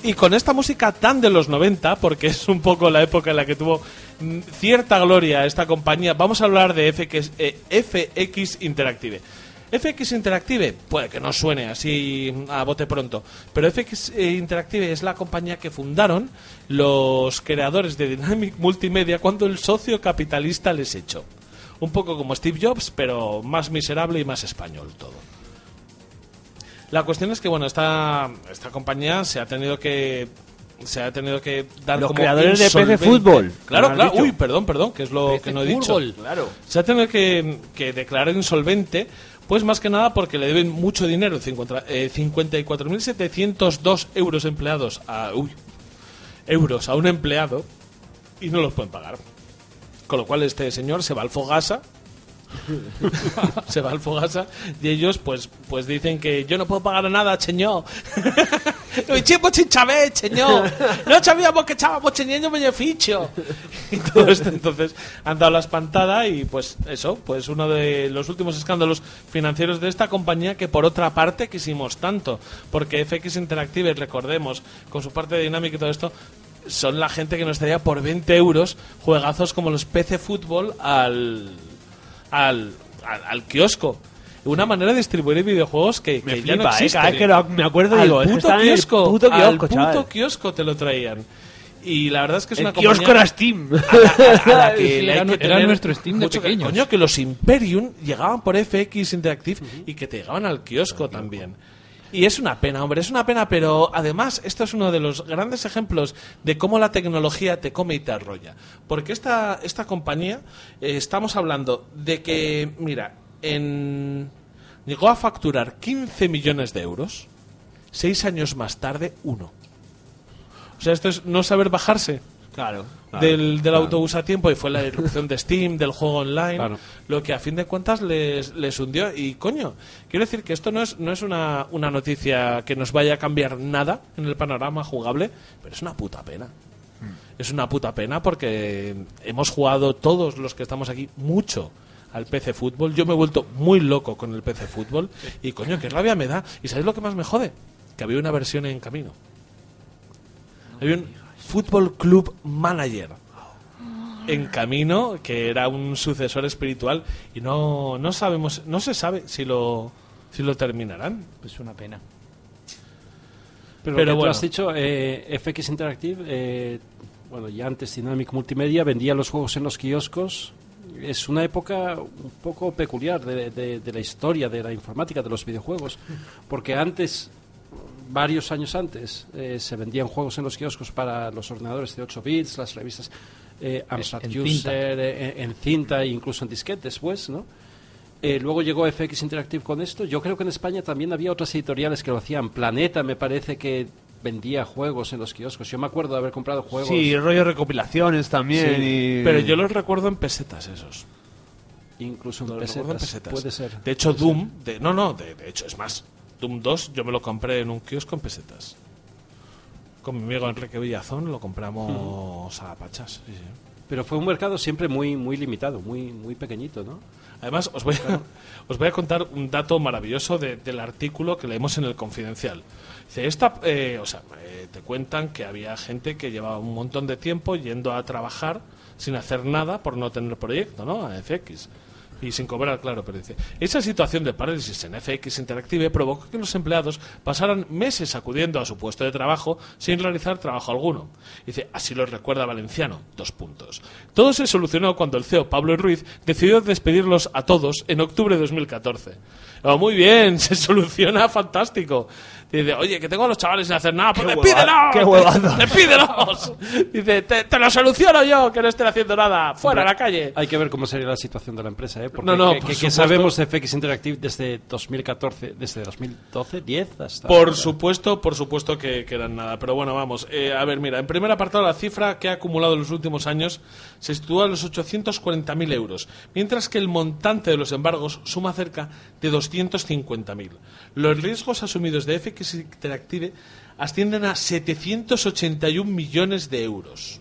Speaker 1: y con esta música tan de los 90, porque es un poco la época en la que tuvo mm, cierta gloria esta compañía, vamos a hablar de FX, eh, FX Interactive. FX Interactive, puede que no suene así a bote pronto, pero FX Interactive es la compañía que fundaron los creadores de Dynamic Multimedia cuando el socio capitalista les echó. Un poco como Steve Jobs, pero más miserable y más español todo. La cuestión es que bueno, esta, esta compañía se ha tenido que se ha tenido que dar
Speaker 5: Los
Speaker 1: como
Speaker 5: creadores de PC
Speaker 1: insolvente.
Speaker 5: Fútbol,
Speaker 1: Claro,
Speaker 5: lo han
Speaker 1: claro.
Speaker 5: dicho.
Speaker 1: Uy, perdón, perdón, que es lo
Speaker 5: PC
Speaker 1: que no he
Speaker 5: Fútbol,
Speaker 1: dicho.
Speaker 5: claro.
Speaker 1: Se ha tenido que, que declarar insolvente, pues más que nada porque le deben mucho dinero, 50, eh, 54.702 euros empleados a, uy, euros a un empleado y no los pueden pagar. Con lo cual este señor se va al Fogasa se va al Fogasa y ellos pues pues dicen que yo no puedo pagar nada, señor. Lo hicimos sin saber, señor. No sabíamos que estábamos teniendo beneficio. Y todo esto entonces han dado la espantada y pues eso, pues uno de los últimos escándalos financieros de esta compañía que por otra parte quisimos tanto, porque FX Interactive, recordemos, con su parte de dinámica y todo esto, son la gente que nos traía por 20 euros juegazos como los PC Fútbol al al, al, al kiosco. Una manera de distribuir videojuegos que,
Speaker 5: Me
Speaker 1: que ya
Speaker 5: flipa,
Speaker 1: no
Speaker 5: ¿eh?
Speaker 1: existe.
Speaker 5: Cada vez que lo- me acuerdo
Speaker 1: Al
Speaker 5: digo, es que
Speaker 1: puto
Speaker 5: está en el
Speaker 1: kiosco,
Speaker 5: puto
Speaker 1: al
Speaker 5: kiosco,
Speaker 1: puto
Speaker 5: chaval.
Speaker 1: kiosco te lo traían. Y la verdad es que es
Speaker 5: El
Speaker 1: una
Speaker 5: kiosco
Speaker 1: compañía
Speaker 5: era Steam.
Speaker 1: a la- a la que
Speaker 4: Sí,
Speaker 1: le hay
Speaker 4: era nu-
Speaker 1: que
Speaker 4: era
Speaker 1: tener
Speaker 4: nuestro Steam de
Speaker 1: mucho que-
Speaker 4: pequeños.
Speaker 1: Coño, que los Imperium llegaban por FX Interactive y que te llegaban al kiosco también. Y es una pena, hombre, es una pena, pero además esto es uno de los grandes ejemplos de cómo la tecnología te come y te arrolla. Porque esta, esta compañía, eh, estamos hablando de que, mira, en, llegó a facturar 15 millones de euros, seis años más tarde, uno. O sea, esto es no saber bajarse
Speaker 5: Claro.
Speaker 1: del, del autobús a tiempo y fue la irrupción de Steam, del juego online,
Speaker 6: Claro.
Speaker 1: lo que a fin de cuentas les, les hundió. Y coño, quiero decir que esto no es, no es una, una noticia que nos vaya a cambiar nada en el panorama jugable, pero es una puta pena.
Speaker 5: Mm.
Speaker 1: Es una puta pena porque hemos jugado todos los que estamos aquí mucho al PC Fútbol. Yo me he vuelto muy loco con el PC Fútbol y coño, qué rabia me da. ¿Y sabéis lo que más me jode? Que había una versión en camino. Había un Fútbol Club Manager en camino que era un sucesor espiritual y no, no sabemos, no se sabe si lo, si lo terminarán.
Speaker 4: Es una pena.
Speaker 1: Pero
Speaker 6: Pero, lo que
Speaker 1: bueno.
Speaker 6: tú has dicho, eh, FX Interactive, eh, bueno, ya antes Dynamic Multimedia vendía los juegos en los kioscos. Es una época un poco peculiar de, de- de la historia de la informática, de los videojuegos, porque antes, varios años antes, eh, se vendían juegos en los kioscos para los ordenadores de 8 bits, las revistas eh, Amstrad
Speaker 4: En
Speaker 6: User,
Speaker 4: cinta.
Speaker 6: eh, en, en cinta e incluso en disquetes, pues, ¿no? Eh, luego llegó FX Interactive con esto. Yo creo que en España también había otras editoriales que lo hacían. Planeta me parece que vendía juegos en los kioscos. Yo me acuerdo de haber comprado juegos.
Speaker 5: Sí, rollo recopilaciones también. y-
Speaker 1: Pero yo los recuerdo en pesetas esos.
Speaker 6: Incluso en
Speaker 1: Los recuerdo en pesetas.
Speaker 6: pesetas. Puede ser.
Speaker 1: De hecho, Doom, de, no, no, de, de hecho, es más, Doom 2 yo me lo compré en un kiosco en pesetas. Con mi amigo Enrique Villazón lo
Speaker 6: Hmm.
Speaker 1: compramos a pachas. sí, sí.
Speaker 6: Pero fue un mercado siempre muy, muy limitado, muy, muy pequeñito, ¿no?
Speaker 1: Además, os voy, a, os voy a contar un dato maravilloso de- del artículo que leemos en el Confidencial. Dice, esta, eh, o sea, eh, te cuentan que había gente que llevaba un montón de tiempo yendo a trabajar sin hacer nada por no tener proyecto, ¿no? A FX. Y sin cobrar, claro, pero dice, esa situación de parálisis en FX Interactive provocó que los empleados pasaran meses acudiendo a su puesto de trabajo sin realizar trabajo alguno. Dice, así lo recuerda Valenciano, dos puntos. Todo se solucionó cuando el CEO Pablo Ruiz decidió despedirlos a todos en octubre de 2014. Oh, muy bien, se soluciona, fantástico. Dice, oye, que tengo a los chavales sin hacer nada, pues
Speaker 5: Qué hueva-
Speaker 1: despídelos.
Speaker 5: qué huevazos.
Speaker 1: Despídelos. Dice, te, te lo soluciono yo, que no estén haciendo nada, fuera a la calle.
Speaker 6: Hay que ver cómo sería la situación de la empresa, ¿eh? Porque
Speaker 1: No, no,
Speaker 6: que,
Speaker 1: por
Speaker 6: que- que
Speaker 1: supuesto.
Speaker 6: sabemos de FX Interactive desde 2014, desde 2012, 10 hasta...
Speaker 1: Por
Speaker 6: ahora.
Speaker 1: supuesto, por supuesto que, que eran nada. Pero bueno, vamos. Eh, a ver, mira, en primer apartado la cifra que ha acumulado en los últimos años se sitúa en los 840.000 euros, mientras que el montante de los embargos suma cerca de 250.000. Los riesgos asumidos de FX Interactive ascienden a 781 millones de euros.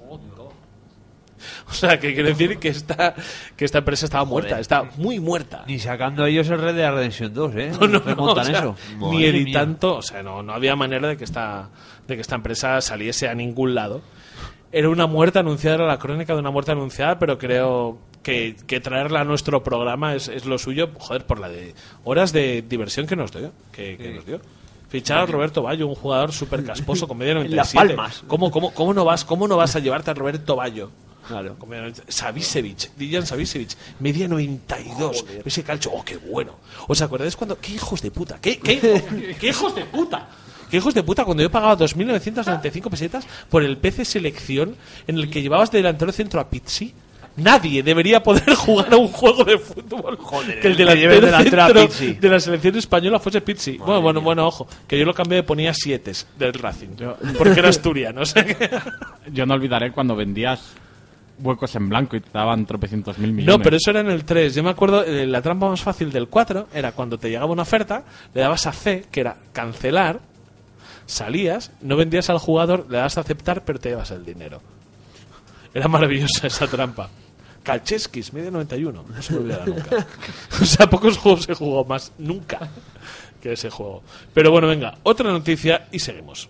Speaker 1: O sea, que quiere decir que esta, que esta empresa estaba muerta, está muy muerta.
Speaker 5: Ni sacando ellos el Red de Redemption 2, ¿eh?
Speaker 1: Pues No, no, no,
Speaker 5: remontan
Speaker 1: o sea,
Speaker 5: eso.
Speaker 1: Ni
Speaker 5: Madre
Speaker 1: editando
Speaker 5: mía.
Speaker 1: tanto, o sea, no, no había manera de que, esta, de que esta empresa saliese a ningún lado. Era una muerte anunciada, era la crónica de una muerte anunciada, pero creo que, que traerla a nuestro programa es, es lo suyo, joder, por la de horas de diversión que nos dio. Que, que nos dio. Fichar a Roberto Bayo, un jugador súper casposo, comedia
Speaker 5: En Las
Speaker 1: 97.
Speaker 5: Palmas.
Speaker 1: ¿Cómo, cómo, cómo, no vas, ¿Cómo no vas a llevarte a Roberto Bayo?
Speaker 5: Claro.
Speaker 1: Como- Savicevic, Dijan Savicevic, media 92. Ese calcho, oh, qué bueno. ¿Os acordáis cuando.? ¡Qué hijos de puta! ¿Qué, qué, qué hijos de puta! ¿Qué hijos de puta? Cuando yo pagaba 2.995 pesetas por el PC Selección en el que llevabas de delantero centro a Pizzi. Nadie debería poder jugar a un juego de fútbol que el
Speaker 5: que
Speaker 1: delantero,
Speaker 5: lleve delantero a
Speaker 1: centro
Speaker 5: Pizzi.
Speaker 1: de la selección española fuese Pizzi. bueno, bueno, bueno, ojo, que yo lo cambié y ponía 7 del Racing. Porque era asturiano. o sea que-
Speaker 2: Yo no olvidaré cuando vendías huecos en blanco y te daban tropecientos mil millones.
Speaker 1: No, pero eso era en el 3. Yo me acuerdo, eh, la trampa más fácil del 4 era cuando te llegaba una oferta, le dabas a C, que era cancelar, salías, no vendías al jugador, le dabas a aceptar, pero te llevas el dinero. Era maravillosa esa trampa. Kalcheskis, media 91. No se me olvidará nunca. o sea, pocos juegos he jugado más nunca que ese juego. Pero bueno, venga, otra noticia y seguimos.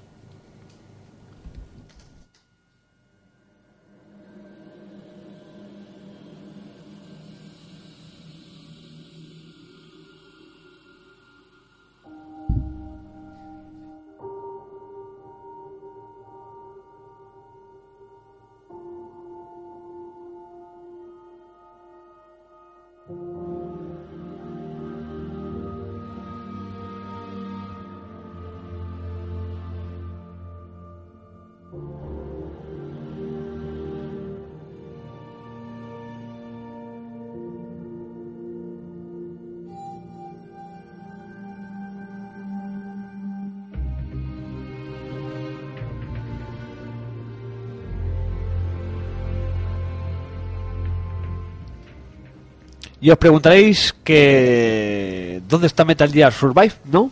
Speaker 5: Y os preguntaréis que dónde está Metal Gear Survive, ¿no?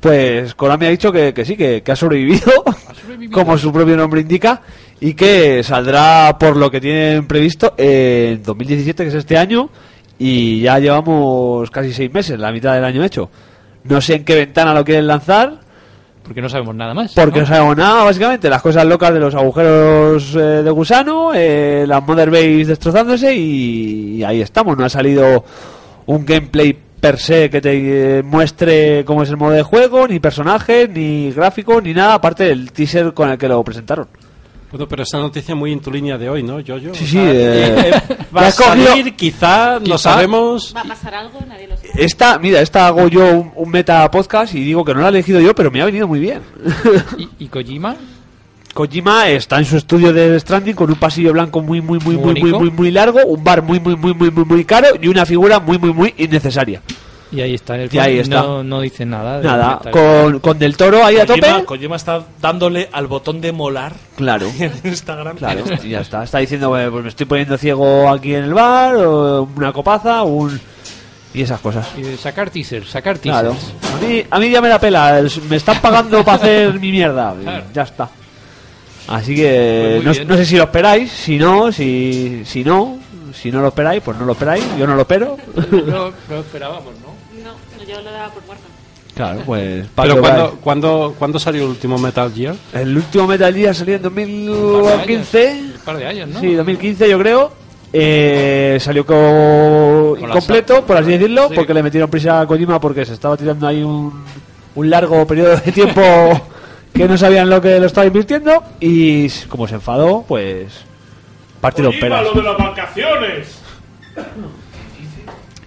Speaker 5: Pues Konami ha dicho que, que sí, que, que ha, sobrevivido, como su propio nombre indica, y que saldrá por lo que tienen previsto en 2017, que es este año, y ya llevamos casi seis meses, la mitad del año hecho. No sé en qué ventana lo quieren lanzar,
Speaker 4: Porque no sabemos nada más.
Speaker 5: porque
Speaker 4: ¿no?
Speaker 5: no sabemos nada, básicamente. Las cosas locas de los agujeros eh, de gusano, eh, las Mother Base destrozándose y, y ahí estamos. No ha salido un gameplay per se que te eh, muestre cómo es el modo de juego, ni personajes, ni gráficos, ni nada, aparte del teaser con el que lo presentaron.
Speaker 6: Bueno, pero esa noticia muy en tu línea de hoy, ¿no, Yo-Yo?
Speaker 5: Sí,
Speaker 6: O
Speaker 5: sí,
Speaker 6: sea,
Speaker 5: eh,
Speaker 6: va
Speaker 5: la
Speaker 6: a
Speaker 5: has cogido-
Speaker 6: salir, quizá, no sabemos.
Speaker 3: ¿Va a pasar algo? Nadie lo sabe.
Speaker 5: Esta, mira, esta hago yo un, un meta podcast y digo que no la he elegido yo, pero me ha venido muy bien.
Speaker 4: ¿Y, y Kojima?
Speaker 5: Kojima está en su estudio de Death Stranding con un pasillo blanco muy muy muy muy muy
Speaker 4: Bonito.
Speaker 5: muy muy largo, un bar muy muy muy muy muy muy caro y una figura muy muy muy innecesaria.
Speaker 4: Y ahí está. en el
Speaker 5: Y ahí
Speaker 4: fondo
Speaker 5: está.
Speaker 4: No, no dice nada. de
Speaker 5: Nada,
Speaker 4: Metal Gear.
Speaker 5: con, con Del Toro ahí a
Speaker 1: Kojima,
Speaker 5: tope.
Speaker 1: Kojima está dándole al botón de molar
Speaker 5: Claro.
Speaker 1: en Instagram.
Speaker 5: Claro, y ya está. Está diciendo, "Bueno, pues me estoy poniendo ciego aquí en el bar, o una copaza, un y esas cosas.
Speaker 4: Y de sacar teaser, sacar teaser.
Speaker 5: Claro. A mí, a mí ya me la pela, el- me están pagando para hacer mi mierda. Ya está. Así que
Speaker 4: Pues muy
Speaker 5: no,
Speaker 4: bien.
Speaker 5: no sé si lo esperáis, si no, si, si no, si no lo esperáis, pues no lo esperáis, yo no lo espero.
Speaker 4: No, no esperábamos, ¿no?
Speaker 3: No, yo lo daba por muerto.
Speaker 5: Claro, pues
Speaker 6: Pero
Speaker 5: Pablo
Speaker 6: ¿cuándo, cuándo, ¿cuándo salió el último Metal Gear?
Speaker 5: Gal- el último Metal Gear salió en
Speaker 4: Un par de años,
Speaker 5: 2015,
Speaker 4: Un par de años, ¿no?
Speaker 5: sí, 2015 yo creo. Eh, salió co-
Speaker 4: la
Speaker 5: incompleto, por así decirlo, porque le metieron prisa a Kojima porque se estaba tirando ahí un, un largo periodo de tiempo que no sabían lo que lo estaba invirtiendo y s- como se enfadó, pues partieron peras.
Speaker 1: las vacaciones!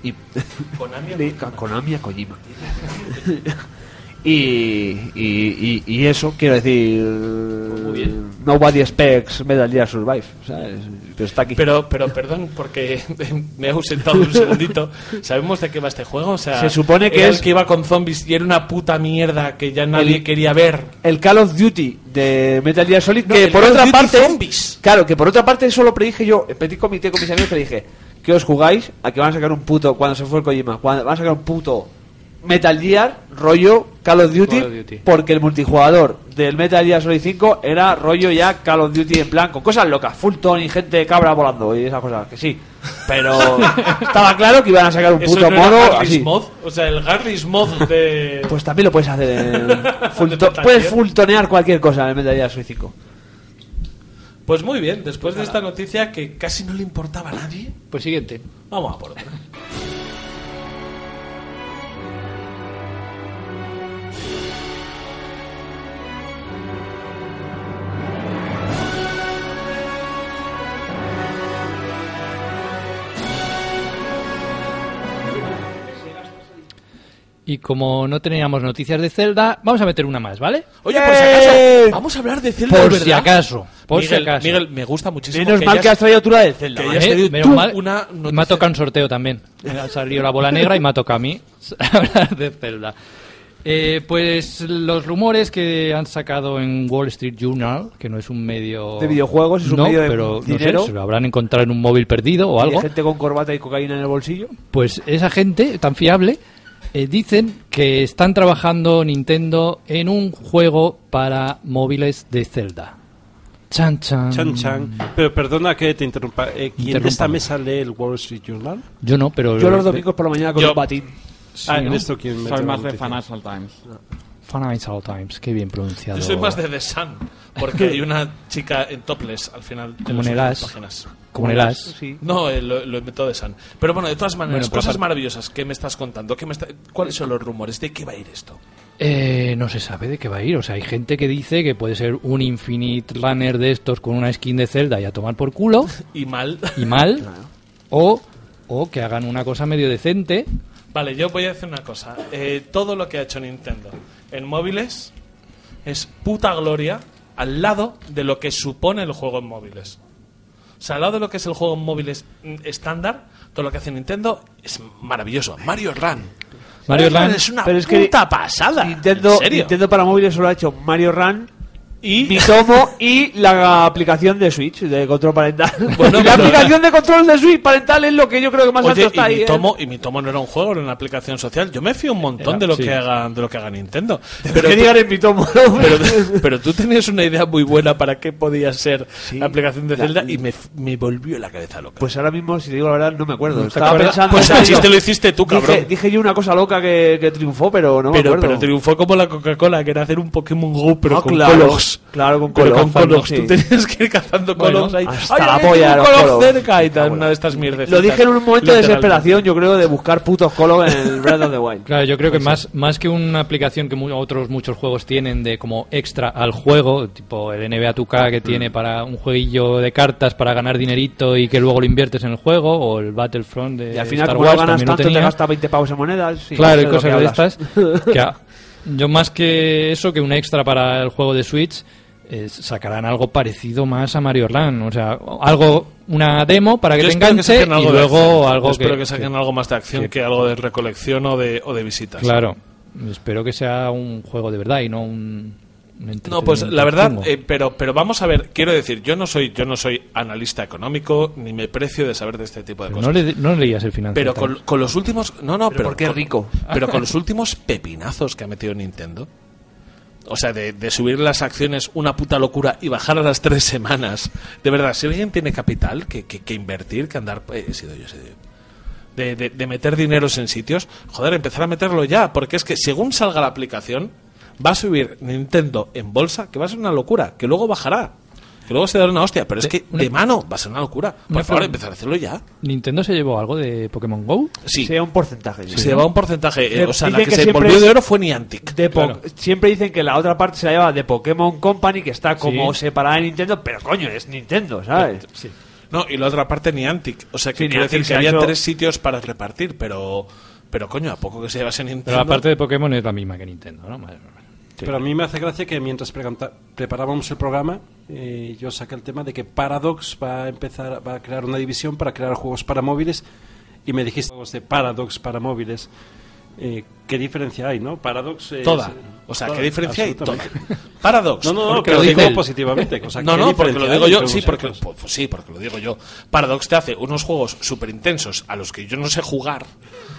Speaker 5: Y... Konami, a Konami a Kojima. y, y, y, y eso, quiero decir.
Speaker 4: Pues
Speaker 5: Nobody expects Metal Gear Survive, ¿sabes? Pero está aquí.
Speaker 1: Pero, pero perdón, porque me he ausentado un segundito. ¿Sabemos de qué va este juego? O sea,
Speaker 5: Se supone que
Speaker 1: era
Speaker 5: es-
Speaker 1: el que iba con zombies y era una puta mierda que ya nadie
Speaker 5: El-
Speaker 1: quería ver.
Speaker 5: el Call of Duty de Metal Gear Solid,
Speaker 1: No,
Speaker 5: que
Speaker 1: el
Speaker 5: por
Speaker 1: Call of
Speaker 5: otra
Speaker 1: Duty
Speaker 5: parte.
Speaker 1: Zombies.
Speaker 5: Claro, que por otra parte, eso lo predije yo. En petit comité con mis amigos que le dije: ¿Qué os jugáis? A que van a sacar un puto. Cuando se fue el Kojima, cuando- van a sacar un puto Metal Gear, rollo Call of Duty,
Speaker 11: Call of Duty.
Speaker 5: porque el multijugador del Metal Gear Solid 5 era rollo ya Call of Duty en plan, con cosas locas, Fulton y gente cabra volando y esas cosas, que sí. Pero estaba claro que iban a sacar un
Speaker 1: ¿Eso
Speaker 5: puto
Speaker 1: no era
Speaker 5: modo
Speaker 1: Garry's
Speaker 5: así.
Speaker 1: Mod? O sea, el Garry's Mod de...
Speaker 5: Pues también lo puedes hacer en Fulton.
Speaker 1: Metal
Speaker 5: Puedes
Speaker 1: Gear.
Speaker 5: fultonear cualquier cosa en el Metal Gear Solid 5.
Speaker 1: Pues muy bien, después de esta noticia que casi no le importaba a nadie,
Speaker 11: Pues siguiente.
Speaker 1: vamos a por otra.
Speaker 4: Y como no teníamos noticias de Zelda, vamos a meter una más, ¿vale?
Speaker 1: Oye, por si acaso, vamos a hablar de Zelda,
Speaker 4: ¡Eh! Por
Speaker 1: ¿verdad?
Speaker 4: si acaso, por si
Speaker 1: Miguel,
Speaker 4: acaso.
Speaker 1: Miguel, me gusta muchísimo
Speaker 5: Menos
Speaker 1: que
Speaker 5: mal que
Speaker 1: hayas-
Speaker 5: has traído tú la de Zelda.
Speaker 1: que
Speaker 5: ¿vale?
Speaker 1: hayas
Speaker 4: Eh,
Speaker 1: tenido
Speaker 4: menos
Speaker 1: tú
Speaker 4: mal,
Speaker 1: una
Speaker 4: me ha
Speaker 1: noticia.
Speaker 4: tocado un sorteo también. Me ha salido la bola negra y me ha tocado a mí hablar de Zelda. Eh, pues los rumores que han sacado en Wall Street Journal, que no es un medio
Speaker 5: De videojuegos, es un
Speaker 4: no,
Speaker 5: medio de
Speaker 4: pero no sé,
Speaker 5: dinero.
Speaker 4: se lo habrán encontrado en un móvil perdido o
Speaker 5: Y hay
Speaker 4: algo.
Speaker 5: gente con corbata y cocaína en el bolsillo.
Speaker 4: Pues esa gente tan fiable eh, dicen que están trabajando Nintendo en un juego para móviles de Zelda. Chan
Speaker 5: Mm.
Speaker 4: chan.
Speaker 6: Chan, chan. Pero perdona que te interrumpa. eh, ¿Quién de esta
Speaker 4: Interrúmpame.
Speaker 6: mesa lee el Wall Street Journal?
Speaker 4: Yo no, pero este,
Speaker 5: Yo los domingos por la mañana con
Speaker 1: Yo-
Speaker 5: un batín.
Speaker 6: ah,
Speaker 4: ¿no?
Speaker 6: en esto quién me
Speaker 2: Soy
Speaker 6: trae
Speaker 2: más de
Speaker 6: noticia?
Speaker 2: Financial Times.
Speaker 4: Financial Times, qué bien pronunciado.
Speaker 1: Yo soy más de The Sun, porque hay una chica en topless al final de
Speaker 4: Como
Speaker 1: las
Speaker 4: en el
Speaker 1: últimas
Speaker 4: As.
Speaker 1: páginas.
Speaker 4: Como en el as.
Speaker 5: Sí.
Speaker 1: No, eh, lo, lo inventó The Sun. Pero bueno, de todas maneras,
Speaker 4: Bueno, pero
Speaker 1: cosas
Speaker 4: aparte-
Speaker 1: maravillosas que me estás contando. ¿Qué me está- ¿Cuáles son los rumores? ¿De qué va a ir esto?
Speaker 4: Eh, no se sabe de qué va a ir. O sea, hay gente que dice que puede ser un Infinite Runner de estos con una skin de Zelda y a tomar por culo
Speaker 1: Y mal.
Speaker 4: y mal. o, o que hagan una cosa medio decente.
Speaker 1: Vale, yo voy a decir una cosa. Eh, todo lo que ha hecho Nintendo en móviles es puta gloria al lado de lo que supone el juego en móviles. O sea, al lado de lo que es el juego en móviles mm, estándar, todo lo que hace Nintendo es maravilloso. Mario Run.
Speaker 4: Mario Run.
Speaker 1: es una
Speaker 5: Pero es que
Speaker 1: puta pasada.
Speaker 5: Nintendo,
Speaker 1: ¿En serio?
Speaker 5: Nintendo para móviles solo ha hecho Mario Run,
Speaker 1: Y
Speaker 5: Mitomo y la aplicación de Switch, de control parental.
Speaker 1: Bueno,
Speaker 5: la
Speaker 1: pero-
Speaker 5: aplicación de control de Switch parental es lo que yo creo que más alto
Speaker 1: Oye,
Speaker 5: está
Speaker 1: y
Speaker 5: ahí.
Speaker 1: mi,
Speaker 5: ¿eh?
Speaker 1: tomo, y mi tomo no era un juego, era una aplicación social. Yo me fío un montón
Speaker 4: Era,
Speaker 1: de lo
Speaker 4: sí.
Speaker 1: que haga, de lo que haga Nintendo.
Speaker 5: Pero
Speaker 1: Pero
Speaker 5: que
Speaker 1: tú-
Speaker 5: digan en Mitomo.
Speaker 1: pero, pero tú tenías una idea muy buena para qué podía ser la aplicación de
Speaker 5: La-
Speaker 1: Zelda y me, me volvió la cabeza loca.
Speaker 5: Pues ahora mismo, si te digo la verdad, no me acuerdo.
Speaker 4: te
Speaker 5: Estaba
Speaker 4: acuerdas?
Speaker 5: pensando.
Speaker 1: Pues
Speaker 5: en
Speaker 1: el
Speaker 5: ello.
Speaker 1: chiste lo hiciste tú,
Speaker 5: Dije-
Speaker 1: cabrón.
Speaker 5: Dije, yo una cosa loca que, que triunfó, pero no me
Speaker 1: pero,
Speaker 5: acuerdo.
Speaker 1: pero triunfó como la Coca-Cola, que era hacer un Pokémon Go, pero
Speaker 5: Ah,
Speaker 1: con
Speaker 5: claro.
Speaker 1: Colox.
Speaker 5: Claro, con
Speaker 1: Pero
Speaker 5: Colox,
Speaker 1: con Colox.
Speaker 5: sí.
Speaker 1: Tú tenías que ir cazando
Speaker 4: Bueno,
Speaker 1: Colox ahí.
Speaker 5: hasta
Speaker 1: ¡Ay,
Speaker 5: la
Speaker 1: ay,
Speaker 5: polla
Speaker 1: hay
Speaker 5: de
Speaker 1: un
Speaker 5: los
Speaker 1: Colox
Speaker 5: Colox!
Speaker 1: cerca! Y tal, una de estas mierdas.
Speaker 5: Ah, Lo dije en un momento de desesperación, yo creo, de buscar putos colos en el Breath of the Wild.
Speaker 4: Claro, yo creo que más, más que una aplicación que mu- otros muchos juegos tienen de como extra al juego, tipo el NBA 2K
Speaker 5: Mm.
Speaker 4: que tiene para un jueguillo de cartas para ganar dinerito y que luego lo inviertes en el juego, o el Battlefront de
Speaker 5: Y al final,
Speaker 4: Star
Speaker 5: como no
Speaker 4: Wars
Speaker 5: ganas
Speaker 4: también lo
Speaker 5: tanto, te
Speaker 4: tenía.
Speaker 5: gastas 20 pavos en monedas. sí,
Speaker 4: claro,
Speaker 5: sé
Speaker 4: y
Speaker 5: lo que
Speaker 4: cosas de
Speaker 5: hablas.
Speaker 4: estas. que a- yo más que eso, que un extra para el juego de Switch, eh, sacarán algo parecido más a Mario Land. O sea, algo, una demo para que
Speaker 1: Yo
Speaker 4: te
Speaker 1: espero que
Speaker 4: enganche
Speaker 1: saquen
Speaker 4: y
Speaker 1: algo de
Speaker 4: luego
Speaker 1: acción.
Speaker 4: algo
Speaker 1: Yo espero
Speaker 4: que-
Speaker 1: que saquen algo más de acción
Speaker 4: que-
Speaker 1: que algo de recolección o de, o de visitas.
Speaker 4: Claro, espero que sea un juego de verdad y no un... un
Speaker 1: No, pues
Speaker 4: entretenimiento
Speaker 1: la verdad,
Speaker 4: chungo.
Speaker 1: eh, pero, pero vamos a ver, quiero decir, yo no soy, yo no soy analista económico, ni me precio de saber de este tipo de
Speaker 4: Pero
Speaker 1: cosas.
Speaker 4: no, le, no leías el final.
Speaker 1: pero con, con los últimos, no, no, pero,
Speaker 5: porque es
Speaker 1: con-
Speaker 5: rico.
Speaker 1: Pero con los últimos pepinazos que ha metido Nintendo. O sea, de, de subir las acciones una puta locura y bajar a las tres semanas. De verdad, si alguien tiene capital que, que- que invertir, que andar... eh, he sido yo, he sido yo. De, de- de meter dineros en sitios, joder, empezar a meterlo ya, porque es que según salga la aplicación, va a subir Nintendo en bolsa, que va a ser una locura, que luego bajará, que luego se dará una hostia, pero es
Speaker 4: De-
Speaker 1: que
Speaker 4: una-
Speaker 1: de mano va a ser una locura. Por
Speaker 4: Una
Speaker 1: favor,
Speaker 4: pregunta.
Speaker 1: empezar a hacerlo ya.
Speaker 4: ¿Nintendo se llevó algo de Pokémon GO?
Speaker 1: Sí,
Speaker 5: Sea un porcentaje. yo
Speaker 1: se
Speaker 5: creo.
Speaker 1: llevaba un porcentaje. eh,
Speaker 5: Eh,
Speaker 1: o sea, la
Speaker 5: dicen
Speaker 1: que,
Speaker 5: que
Speaker 1: se
Speaker 5: siempre
Speaker 1: volvió
Speaker 5: es
Speaker 1: de oro fue Niantic.
Speaker 5: De po-
Speaker 4: Claro.
Speaker 5: Siempre dicen que la otra parte se la lleva de Pokémon Company, que está como
Speaker 4: Sí.
Speaker 5: separada de Nintendo, pero coño, es Nintendo, ¿sabes?
Speaker 1: No, y la otra parte Niantic. O sea, que
Speaker 5: Sí,
Speaker 1: quiero
Speaker 5: Niantic
Speaker 1: decir
Speaker 5: se
Speaker 1: que
Speaker 5: ha
Speaker 1: había
Speaker 5: hecho-
Speaker 1: tres sitios para repartir, pero. Pero coño, ¿a poco que se llevase Nintendo?
Speaker 4: Pero la parte de Pokémon es la misma que Nintendo, ¿no? Madre mía.
Speaker 6: Pero a mí me hace gracia que mientras preganta- preparábamos el programa, eh, yo saqué el tema de que Paradox va a empezar, va a crear una división para crear juegos para móviles y me dijiste juegos de Paradox para móviles. eh, ¿qué diferencia hay, no? Paradox. eh,
Speaker 1: Toda.
Speaker 6: es-
Speaker 1: O sea,
Speaker 6: toda,
Speaker 1: ¿qué diferencia hay? Toda.
Speaker 6: absolutamente.
Speaker 1: Paradox.
Speaker 6: No, no, no,
Speaker 1: Porque
Speaker 6: que Pues lo
Speaker 1: dice
Speaker 6: digo
Speaker 1: él.
Speaker 6: positivamente, o sea,
Speaker 1: no,
Speaker 6: ¿qué
Speaker 1: no, porque lo
Speaker 6: diferencia
Speaker 1: digo
Speaker 6: hay
Speaker 1: yo.
Speaker 6: entre
Speaker 1: Sí
Speaker 6: unos y
Speaker 1: porque,
Speaker 6: otros?
Speaker 1: pues sí, porque lo digo yo. Paradox te hace unos juegos súper intensos a los que yo no sé jugar.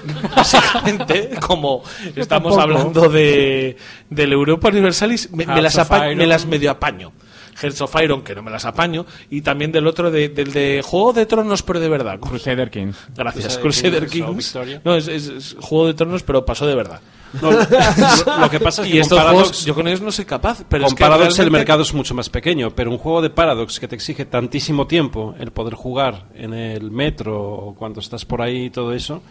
Speaker 1: Básicamente, como estamos
Speaker 6: tampoco.
Speaker 1: hablando de, del Europa Universalis, me, me
Speaker 6: Hearts
Speaker 1: las
Speaker 6: of
Speaker 1: apa- me
Speaker 6: Iron.
Speaker 1: las medio apaño. Hearts of Iron, que no me las apaño, y también del otro, de- del de Juego de Tronos, pero de verdad.
Speaker 2: Crusader Kings.
Speaker 1: Gracias,
Speaker 6: Crusader
Speaker 1: Crusader
Speaker 6: Kings, o
Speaker 1: Kings.
Speaker 6: Victoria.
Speaker 1: No, es, es- es Juego de Tronos, pero pasó de verdad.
Speaker 6: No, lo, lo que pasa es
Speaker 1: Y
Speaker 6: que con
Speaker 1: estos
Speaker 6: Paradox-
Speaker 1: juegos, yo con ellos no soy capaz. Pero
Speaker 6: con
Speaker 1: es que
Speaker 6: Paradox el
Speaker 1: realmente-
Speaker 6: mercado es mucho más pequeño, pero un juego de Paradox que te exige tantísimo tiempo el poder jugar en el metro o cuando estás por ahí y todo eso,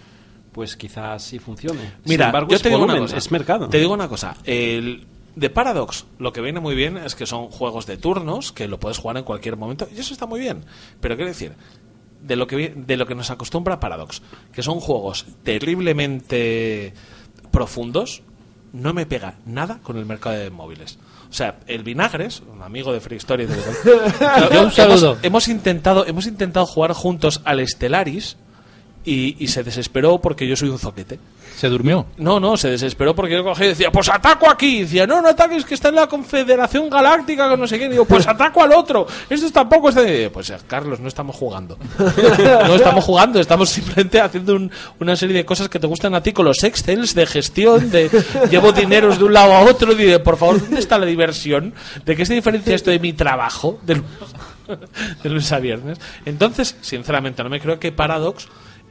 Speaker 6: pues quizás sí funcione.
Speaker 1: Mira,
Speaker 6: Sin embargo,
Speaker 1: yo
Speaker 6: es
Speaker 1: te digo
Speaker 6: volumen,
Speaker 1: una cosa.
Speaker 6: es mercado.
Speaker 1: Te digo una cosa. El, de Paradox, lo que viene muy bien es que son juegos de turnos que lo puedes jugar en cualquier momento y eso está muy bien. Pero quiero decir, de lo que, vi- de lo que nos acostumbra Paradox, que son juegos terriblemente profundos, no me pega nada con el mercado de móviles. O sea, el Vinagres, un amigo de Free Story, de-
Speaker 4: Un saludo.
Speaker 1: Hemos, hemos intentado, hemos intentado jugar juntos al Stellaris y, y se desesperó porque yo soy un zoquete.
Speaker 4: Se durmió.
Speaker 1: No, no, se desesperó porque yo cogí y decía, pues ataco aquí. Y decía, no, no ataques, que está en la Confederación Galáctica, que no sé qué. Y digo, pues ataco al otro. Esto tampoco está. Y yo, pues eh, Carlos, no estamos jugando. No estamos jugando, estamos simplemente haciendo un- una serie de cosas que te gustan a ti con los Excels de gestión, de llevo dineros de un lado a otro. Dile, por favor, ¿dónde está la diversión? ¿De qué se diferencia esto de mi trabajo? De lu- de lunes a viernes. Entonces, sinceramente, no me creo que Paradox.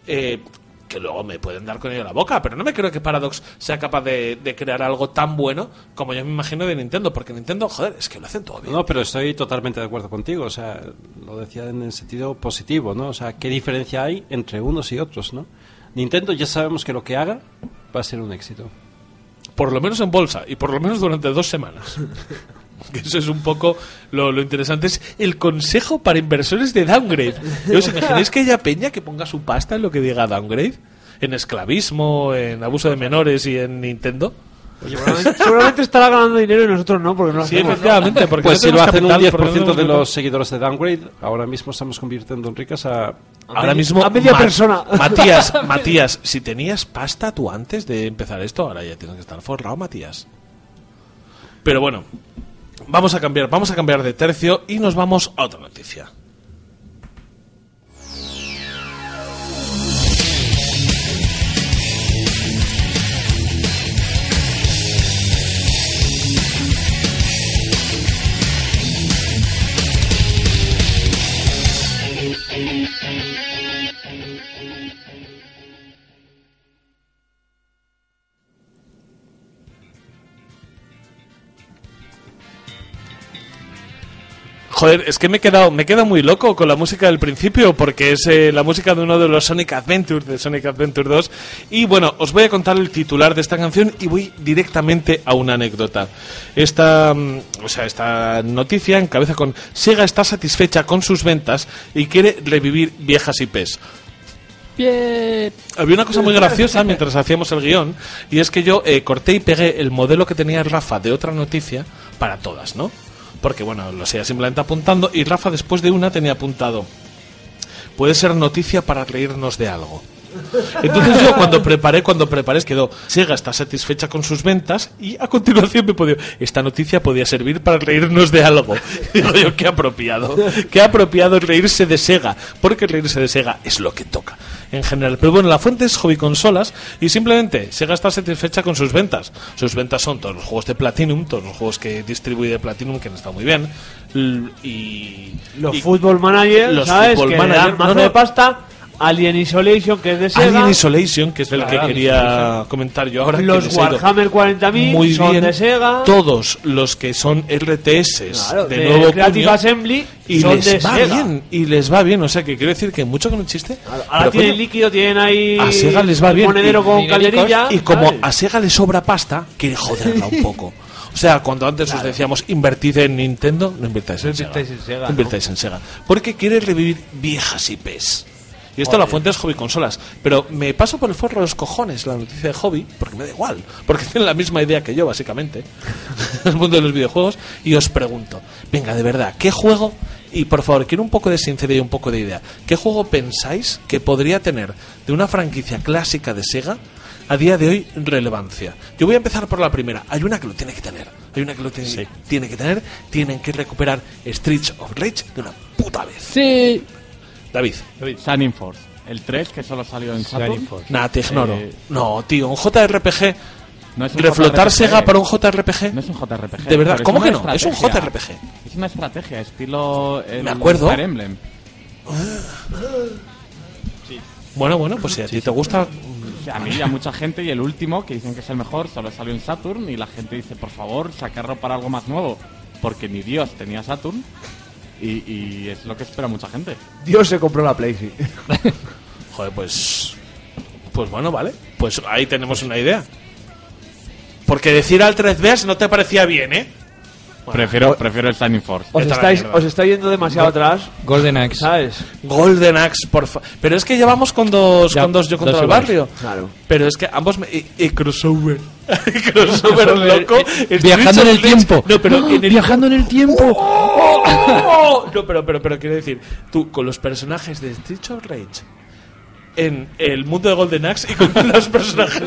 Speaker 1: eh, que luego me pueden dar con ello en la boca, pero no me creo que Paradox sea capaz de, de crear algo tan bueno como yo me imagino de Nintendo, porque Nintendo, joder, es que lo hacen todo bien.
Speaker 6: No, pero estoy totalmente de acuerdo contigo. O sea, lo decía en el sentido positivo, ¿no? O sea, ¿qué diferencia hay entre unos y otros, no? Nintendo ya sabemos que lo que haga va a ser un éxito.
Speaker 1: Por lo menos en bolsa, y por lo menos durante dos semanas. Que Eso es un poco lo, lo interesante. Es el consejo para inversores de downgrade. ¿Y ¿Os imagináis que haya peña que ponga su pasta en lo que diga downgrade? En esclavismo, en abuso de menores y en Nintendo.
Speaker 5: Seguramente estará ganando dinero y nosotros no, porque no lo
Speaker 1: Sí,
Speaker 5: hacemos.
Speaker 1: efectivamente, porque no
Speaker 6: pues si lo
Speaker 1: tenemos
Speaker 6: hacen un
Speaker 1: capital, porque no
Speaker 6: 10% de
Speaker 1: tenemos-
Speaker 6: los seguidores de Downgrade, ahora mismo estamos convirtiendo en ricas a...
Speaker 1: Ahora mismo.
Speaker 5: a media
Speaker 1: Ma-
Speaker 5: persona.
Speaker 1: Matías, Matías, si tenías pasta tú antes de empezar esto, ahora ya tienes que estar forrado, Matías. Pero bueno, vamos a cambiar, vamos a cambiar de tercio y nos vamos a otra noticia. Joder, es que me he quedado, me he quedado muy loco con la música del principio, porque es eh, la música de uno de los Sonic Adventures, de Sonic Adventure 2. Y bueno, os voy a contar el titular de esta canción y voy directamente a una anécdota. Esta, mm, o sea, esta noticia encabeza con Sega está satisfecha con sus ventas y quiere revivir viejas IPs. Eh, Había una cosa muy graciosa mientras hacíamos el guión, y es que yo eh, corté y pegué el modelo que tenía Rafa de otra noticia para todas, ¿no? Porque, bueno, lo hacía simplemente apuntando, y Rafa después de una tenía apuntado. Puede ser noticia para reírnos de algo. Entonces yo cuando preparé, cuando preparé, quedó, Sega está satisfecha con sus ventas y a continuación me podía, esta noticia podía servir para reírnos de algo. Digo yo, qué apropiado, qué apropiado reírse de Sega, porque reírse de Sega es lo que toca en general. Pero bueno, la fuente es Hobby Consolas y simplemente Sega está satisfecha con sus ventas. Sus ventas son todos los juegos de Platinum, todos los juegos que distribuye Platinum, que no está muy bien, l- y...
Speaker 5: Los
Speaker 1: y-
Speaker 5: Football Manager,
Speaker 1: los
Speaker 5: ¿sabes?
Speaker 1: Football
Speaker 5: que
Speaker 1: Manager,
Speaker 5: le dan mazo
Speaker 1: no, no.
Speaker 5: de pasta. Alien Isolation, que es de Sega.
Speaker 1: Alien Isolation, que es el que
Speaker 5: Claro,
Speaker 1: quería comentar yo ahora. que
Speaker 5: los
Speaker 1: les he ido
Speaker 5: Warhammer 40.000
Speaker 1: muy
Speaker 5: son
Speaker 1: bien.
Speaker 5: de Sega.
Speaker 1: Todos los que son RTS
Speaker 5: Claro,
Speaker 1: de, nuevo
Speaker 5: Creative
Speaker 1: puño,
Speaker 5: Assembly
Speaker 1: y
Speaker 5: son de
Speaker 1: les va
Speaker 5: Sega.
Speaker 1: bien y les va bien. O sea que quiero decir que mucho que no chiste.
Speaker 5: Ahora
Speaker 1: pero
Speaker 5: tienen
Speaker 1: coño,
Speaker 5: líquido, tienen ahí
Speaker 1: a Sega les va
Speaker 5: un
Speaker 1: bien.
Speaker 5: monedero
Speaker 1: Y-
Speaker 5: con
Speaker 4: dinericos.
Speaker 5: calderilla.
Speaker 1: y como
Speaker 5: ¿sabes?
Speaker 1: a Sega le sobra pasta, quiere joderla un poco. O sea, cuando antes os decíamos invertid en Nintendo, no invirtáis en
Speaker 4: No
Speaker 1: Sega.
Speaker 4: invirtáis en Sega,
Speaker 1: No invirtáis en Sega. Porque quiere revivir viejas IPs. Y esto la fuente es Hobby Consolas. Pero me paso por el forro de los cojones la noticia de Hobby, porque me da igual. Porque tienen la misma idea que yo, básicamente. el mundo de los videojuegos. Y os pregunto, venga, de verdad, ¿qué juego? Y por favor, quiero un poco de sinceridad y un poco de idea. ¿Qué juego pensáis que podría tener de una franquicia clásica de Sega a día de hoy relevancia. Yo voy a empezar por la primera. Hay una que lo tiene que tener. Hay una que lo tiene, tiene que tener. Tienen que recuperar Streets of Rage de una puta vez.
Speaker 4: Sí.
Speaker 1: David.
Speaker 2: Shining Force. El 3 que solo salió en
Speaker 1: Nada,
Speaker 2: Saturn.
Speaker 1: te ignoro.
Speaker 2: Eh,
Speaker 1: No, tío, un JRPG.
Speaker 2: No es un
Speaker 1: Reflotar
Speaker 2: JRPG.
Speaker 1: Sega para un JRPG.
Speaker 2: No es un JRPG.
Speaker 1: De verdad,
Speaker 2: pero es
Speaker 1: ¿cómo
Speaker 2: una
Speaker 1: que no? Es un
Speaker 2: estrategia.
Speaker 1: JRPG.
Speaker 2: Es una estrategia, estilo. el
Speaker 1: Me acuerdo.
Speaker 2: Fire Emblem.
Speaker 1: Bueno, bueno, pues si a ti te gusta.
Speaker 2: O sea, a mí y a mucha gente, y el último, que dicen que es el mejor, solo salió en Saturn, y la gente dice, por favor, sacarlo para algo más nuevo, porque ni Dios tenía Saturn, y, y es lo que espera mucha gente.
Speaker 5: Dios se compró la Play, sí.
Speaker 1: Joder, pues. Pues bueno, vale. Pues ahí tenemos una idea. Porque decir al 3Bs no te parecía bien, ¿eh?
Speaker 2: Pues,
Speaker 1: Pues,
Speaker 2: Prefiero, prefiero el Shining Force.
Speaker 5: Os
Speaker 1: Vete a la
Speaker 5: estáis,
Speaker 1: mierda.
Speaker 5: os estáis yendo demasiado atrás,
Speaker 4: Golden Axe.
Speaker 1: Ah,
Speaker 5: ¿sabes?
Speaker 1: Golden Axe, por fa- Pero es que ya vamos con dos,
Speaker 4: Ya,
Speaker 1: con dos yo contra
Speaker 4: dos
Speaker 1: el
Speaker 4: iguales.
Speaker 1: barrio.
Speaker 5: Claro.
Speaker 1: Pero es que ambos. Me, y, y crossover. Y crossover loco. El
Speaker 4: eh, Viajando en el
Speaker 1: Streets of Rage-
Speaker 4: tiempo. ¡Ah!
Speaker 1: No, pero en el ¡Oh!
Speaker 4: Viajando en el tiempo.
Speaker 1: No, pero, pero, pero quiero decir, tú con los personajes de Street of Rage en el mundo de Golden Axe y con los personajes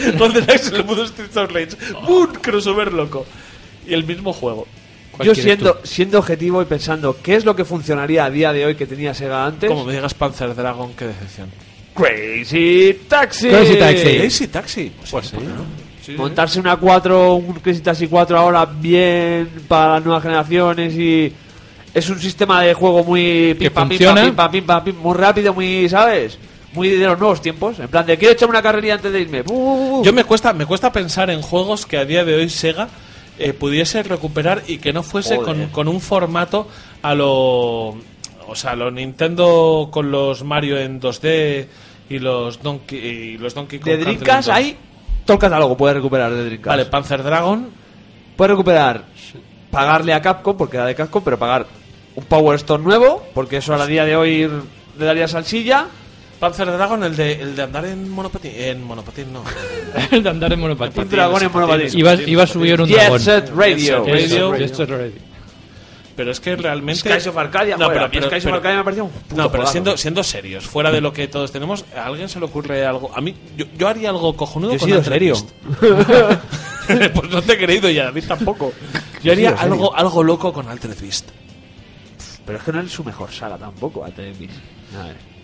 Speaker 1: de Golden Axe en el mundo de Street of Rage. ¡Un crossover loco! Y el mismo juego.
Speaker 5: Yo siendo, siendo objetivo y pensando qué es lo que funcionaría a día de hoy que tenía Sega antes.
Speaker 1: Como me digas Panzer Dragon, qué decepción.
Speaker 5: Crazy Taxi.
Speaker 4: Crazy Taxi.
Speaker 1: Crazy Taxi. Pues sí.
Speaker 5: Montarse una 4, un Crazy Taxi 4 ahora bien para las nuevas generaciones y es un sistema de juego muy pim, pam, pim, pam,
Speaker 4: funciona.
Speaker 5: pim, pam, pim, pam, pim, muy rápido, muy, ¿sabes? Muy de los nuevos tiempos, en plan de quiero echarme una carrerilla antes de irme. Bu, bu, bu, bu.
Speaker 1: Yo me cuesta, me cuesta pensar en juegos que a día de hoy Sega eh, pudiese recuperar y que no fuese con,
Speaker 5: Joder.
Speaker 1: con un formato a lo. O sea, lo Nintendo con los Mario en 2D y los Donkey, y los Donkey Kong.
Speaker 5: de
Speaker 1: Country en
Speaker 5: Dreamcast
Speaker 1: 2D.
Speaker 5: hay todo el catálogo puedes recuperar de Dreamcast.
Speaker 1: Vale, Panzer Dragon.
Speaker 5: Puedes recuperar, pagarle a Capcom, porque era de Capcom, pero pagar un Power Stone nuevo, porque eso a día de hoy le daría salsilla.
Speaker 1: Panzer Dragon, el de, el de andar en monopatín. En monopatín, no.
Speaker 4: de andar en monopatín.
Speaker 5: Un dragón en monopatín.
Speaker 4: Iba, iba a subir un
Speaker 5: Jet
Speaker 4: dragón.
Speaker 5: Set Radio.
Speaker 1: Jet Set Radio.
Speaker 4: Eso, esto es radio.
Speaker 1: Pero es que realmente.
Speaker 5: Skies of Arcadia,
Speaker 1: no,
Speaker 5: joder,
Speaker 1: pero,
Speaker 5: a mí
Speaker 1: pero-
Speaker 5: Skies
Speaker 1: pero-
Speaker 5: of Arcadia me parecía un puto
Speaker 1: No, pero
Speaker 5: juegazo.
Speaker 1: siendo, siendo serios, fuera de lo que todos tenemos, ¿a alguien se le ocurre algo? A mí, yo, yo haría algo cojonudo
Speaker 5: Yo he
Speaker 1: con
Speaker 5: sido
Speaker 1: Altered
Speaker 5: serio.
Speaker 1: Beast. pues no te he creído ya, a mí tampoco. Yo haría
Speaker 5: sido serio.
Speaker 1: algo, algo loco con Altered Beast.
Speaker 5: Pero es que no es su mejor saga tampoco, a ver.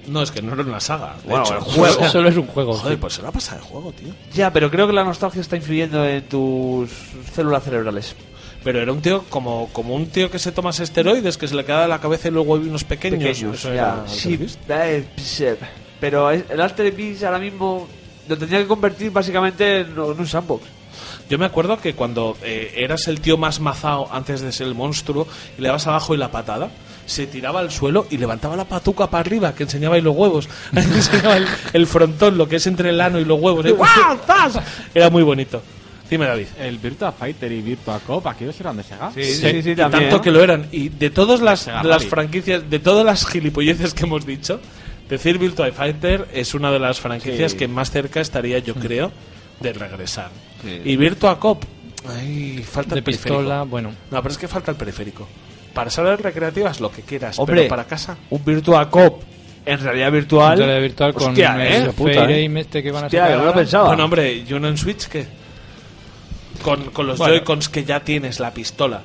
Speaker 1: No, es que no era una saga. De
Speaker 5: Bueno,
Speaker 1: hecho,
Speaker 5: el juego.
Speaker 1: O sea,
Speaker 4: Solo es un juego.
Speaker 1: Joder, pues se lo ha pasado el juego, tío.
Speaker 5: Ya, pero creo que la nostalgia está influyendo en tus células cerebrales.
Speaker 1: Pero era un tío como, como un tío que se toma esteroides, que se le queda la cabeza y luego hay unos pequeños.
Speaker 5: Pequeños,
Speaker 1: Eso era
Speaker 5: ya.
Speaker 1: Altered
Speaker 5: Sí,
Speaker 1: Beast.
Speaker 5: eh, pse. pero es- el Alter Beast ahora mismo lo tendría que convertir básicamente en en un sandbox.
Speaker 1: Yo me acuerdo que cuando eh, eras el tío más mazao antes de ser el monstruo y le dabas abajo y la patada, se tiraba al suelo y levantaba la patuca para arriba, que enseñaba ahí los huevos, enseñaba el, el frontón, lo que es entre el ano y los huevos. ¿eh? ¡Guau! ¡Zas! Era muy bonito. Dime, David.
Speaker 2: El Virtua Fighter y Virtua Cop, aquellos eran de Sega.
Speaker 1: Y
Speaker 5: ¿eh?
Speaker 1: Tanto que lo eran. Y de todas las,
Speaker 2: Sega
Speaker 1: las
Speaker 2: Rally.
Speaker 1: franquicias, de todas las gilipolleces que hemos dicho, decir Virtua Fighter es una de las franquicias que más cerca estaría, yo creo, de regresar. Y Virtua Cop, ay, falta
Speaker 4: De
Speaker 1: el periférico.
Speaker 4: pistola, bueno.
Speaker 1: No, pero es que falta el periférico. Para salas recreativas, lo que quieras,
Speaker 5: Hombre.
Speaker 1: pero para casa.
Speaker 5: Un Virtua Cop en realidad virtual.
Speaker 4: Realidad virtual con
Speaker 5: Hostia,
Speaker 4: el
Speaker 5: eh, puta,
Speaker 4: Feire
Speaker 5: eh.
Speaker 4: y este que van a
Speaker 5: Hostia,
Speaker 4: sacar
Speaker 5: que no lo
Speaker 4: ahora.
Speaker 5: pensaba.
Speaker 1: Bueno, hombre, ¿y uno en Switch qué? Con, con los Joy-Cons que ya tienes la pistola.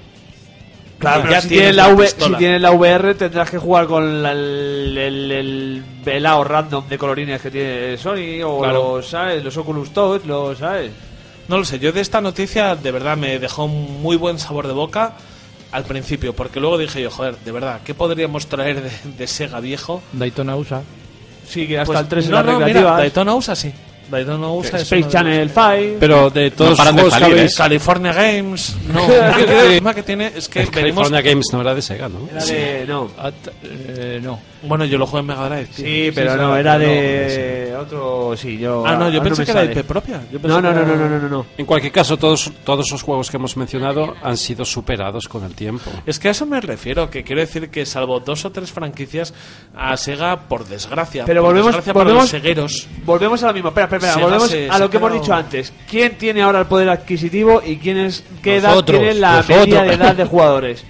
Speaker 5: Claro,
Speaker 1: Que
Speaker 5: pero
Speaker 1: ya
Speaker 5: si tienes,
Speaker 1: tienes
Speaker 5: la
Speaker 1: la
Speaker 5: v,
Speaker 1: pistola.
Speaker 5: si tienes la VR tendrás que jugar con la- el, el, el velado random de colorines que tiene Sony o
Speaker 1: Claro.
Speaker 5: los, ¿sabes? los Oculus Touch, los, ¿sabes?
Speaker 1: No lo sé, yo de esta noticia de verdad me dejó un muy buen sabor de boca al principio, porque luego dije yo, joder, de verdad, ¿qué podríamos traer de, de Sega viejo?
Speaker 4: Daytona USA.
Speaker 5: Sí, que hasta
Speaker 1: Pues,
Speaker 5: el 3 en
Speaker 1: no,
Speaker 5: las
Speaker 1: no, mira,
Speaker 5: recreativas.
Speaker 1: Daytona USA sí. Daytona USA es uno
Speaker 5: Space
Speaker 1: de
Speaker 5: Channel
Speaker 1: los-
Speaker 5: 5.
Speaker 4: Pero de
Speaker 2: todos paran de los juegos que salir,
Speaker 1: Eh,
Speaker 2: habéis-
Speaker 1: California Games. No, el problema que tiene es que venimos.
Speaker 6: California Games no era de Sega, ¿no?
Speaker 5: era de, no.
Speaker 4: eh, no.
Speaker 1: Bueno, yo lo juego en Mega Drive. tío.
Speaker 5: Sí, pero no, era de otro. Sí, yo.
Speaker 1: Ah, no, yo
Speaker 5: ahora
Speaker 1: pensé
Speaker 5: me
Speaker 1: que era
Speaker 5: sale.
Speaker 1: IP propia. Yo pensé
Speaker 5: No, no,
Speaker 1: que
Speaker 5: no,
Speaker 1: era-
Speaker 5: no, no, no, no.
Speaker 6: En cualquier caso, todos, todos los juegos que hemos mencionado han sido superados con el tiempo.
Speaker 1: Es que a eso me refiero, que quiero decir que salvo dos o tres franquicias, a Sega, por desgracia,
Speaker 5: Pero
Speaker 1: por
Speaker 5: volvemos,
Speaker 1: desgracia para los
Speaker 5: volvemos,
Speaker 1: segueros.
Speaker 5: volvemos a lo mismo. Espera, espera, espera.
Speaker 1: Sega
Speaker 5: Volvemos
Speaker 1: se-
Speaker 5: a
Speaker 1: se
Speaker 5: lo que hemos
Speaker 1: queda-
Speaker 5: dicho antes. ¿Quién tiene ahora el poder adquisitivo y quién es, qué edad
Speaker 4: Nosotros,
Speaker 5: tiene la
Speaker 4: nosotros.
Speaker 5: media de edad de jugadores?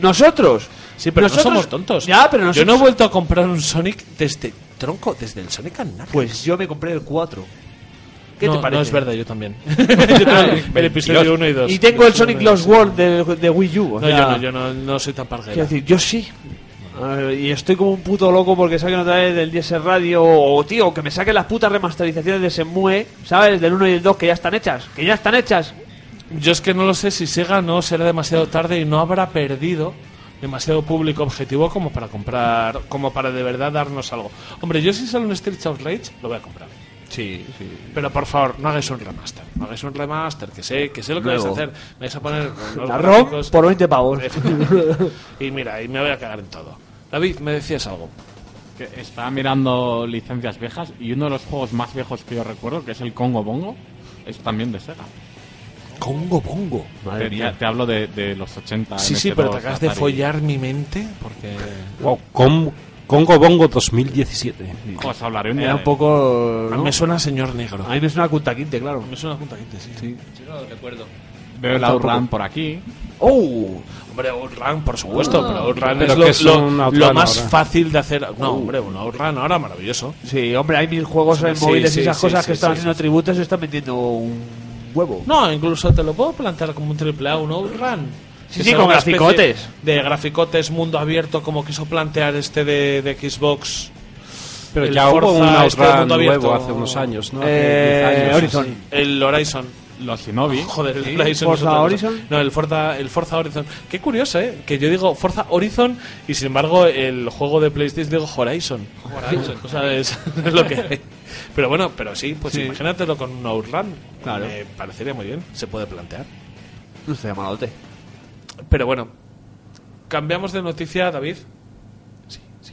Speaker 5: Nosotros.
Speaker 1: Sí, pero
Speaker 5: nosotros,
Speaker 1: no somos tontos.
Speaker 5: Ya, pero
Speaker 1: Yo
Speaker 5: nosotros.
Speaker 1: no he vuelto a comprar un Sonic desde tronco, desde el Sonic and Knuckles.
Speaker 5: Pues yo me compré el 4. ¿Qué
Speaker 1: no,
Speaker 5: te parece?
Speaker 1: no es verdad, yo también. yo tengo el episodio 1 y 2.
Speaker 5: Y tengo el Sonic Lost World de, de Wii U. o
Speaker 1: No,
Speaker 5: sea,
Speaker 1: yo no, yo no, no soy tan
Speaker 5: Quiero
Speaker 1: parguera.
Speaker 5: decir, yo sí. A ver, Y estoy como un puto loco porque saquen otra vez del DS Radio o, tío, que me saquen las putas remasterizaciones de Semue, ¿sabes? Del 1 y el 2 que ya están hechas, que ya están hechas.
Speaker 1: Yo es que no lo sé si Sega no será demasiado tarde y no habrá perdido demasiado público objetivo como para comprar, como para de verdad darnos algo. Hombre, yo si sale un Street of Rage, lo voy a comprar.
Speaker 6: Sí, sí.
Speaker 1: Pero por favor, no hagáis un remaster. No hagáis un remaster, que sé, que sé lo que vais a
Speaker 6: Luego.
Speaker 1: hacer. Me vais a poner unos
Speaker 5: La ROM
Speaker 1: gráficos-
Speaker 5: por 20 pavos.
Speaker 1: Efectivamente. y mira, y me voy a cagar en todo. David, me decías algo.
Speaker 2: Que estaba mirando licencias viejas y uno de los juegos más viejos que yo recuerdo, que es el Congo Bongo, es también de Sega.
Speaker 1: Congo Bongo.
Speaker 2: Te, te- te hablo de, de los 80.
Speaker 1: Sí, sí,
Speaker 2: MS2,
Speaker 1: pero te acabas de
Speaker 2: Atari.
Speaker 1: follar mi mente porque...
Speaker 6: Wow, Com- Congo Bongo 2017.
Speaker 2: Os hablaré un día.
Speaker 5: Era
Speaker 1: Eh,
Speaker 5: un
Speaker 2: de-
Speaker 5: poco. ¿no?
Speaker 1: Me suena señor negro.
Speaker 5: A mí me suena Kunta Kinte, claro.
Speaker 1: Ah, Me suena junta gente, sí.
Speaker 2: Veo el Outrun por aquí.
Speaker 1: ¡Oh! Hombre, Outrun, por supuesto, Ah. pero Outrun Uh.
Speaker 6: Pero que
Speaker 1: es
Speaker 6: es
Speaker 1: lo, lo-
Speaker 6: un
Speaker 1: lo
Speaker 6: Outrun
Speaker 1: más
Speaker 6: ahora.
Speaker 1: fácil de hacer. No, hombre, un Outrun ahora maravilloso.
Speaker 5: Sí, hombre, hay mil juegos en
Speaker 1: Sí,
Speaker 5: móviles
Speaker 1: sí,
Speaker 5: y esas
Speaker 1: sí,
Speaker 5: cosas
Speaker 1: sí,
Speaker 5: que están
Speaker 1: sí,
Speaker 5: haciendo
Speaker 1: sí.
Speaker 5: tributos y están vendiendo un huevo.
Speaker 1: No, incluso te lo puedo plantear como un triple A, un Outrun.
Speaker 5: Sí,
Speaker 1: Que
Speaker 5: sí,
Speaker 1: sea
Speaker 5: con
Speaker 1: una especie
Speaker 5: graficotes.
Speaker 1: De graficotes, mundo abierto, como quiso plantear este de, de Xbox.
Speaker 6: Pero
Speaker 1: El
Speaker 6: ya hubo
Speaker 1: Forza,
Speaker 6: un
Speaker 1: este
Speaker 6: Outrun
Speaker 1: mundo abierto.
Speaker 6: nuevo hace unos años, ¿no?
Speaker 5: Eh,
Speaker 6: Hace 10 años,
Speaker 5: Horizon.
Speaker 6: así.
Speaker 1: El Horizon.
Speaker 2: Los Shinobi.
Speaker 1: Joder, el Horizon
Speaker 5: Forza
Speaker 1: es otra cosa.
Speaker 5: Horizon.
Speaker 1: No, el Forza, el Forza Horizon. Qué curioso, ¿eh? Que yo digo Forza Horizon y sin embargo el juego de PlayStation digo Horizon. Horizon. o sea, es, es lo que hay. Pero bueno, pero sí, pues imagínatelo con un Outrun.
Speaker 5: Claro.
Speaker 1: Me parecería muy bien, se puede plantear.
Speaker 5: No se llama malote.
Speaker 1: Pero bueno, cambiamos de noticia, David. Sí, sí.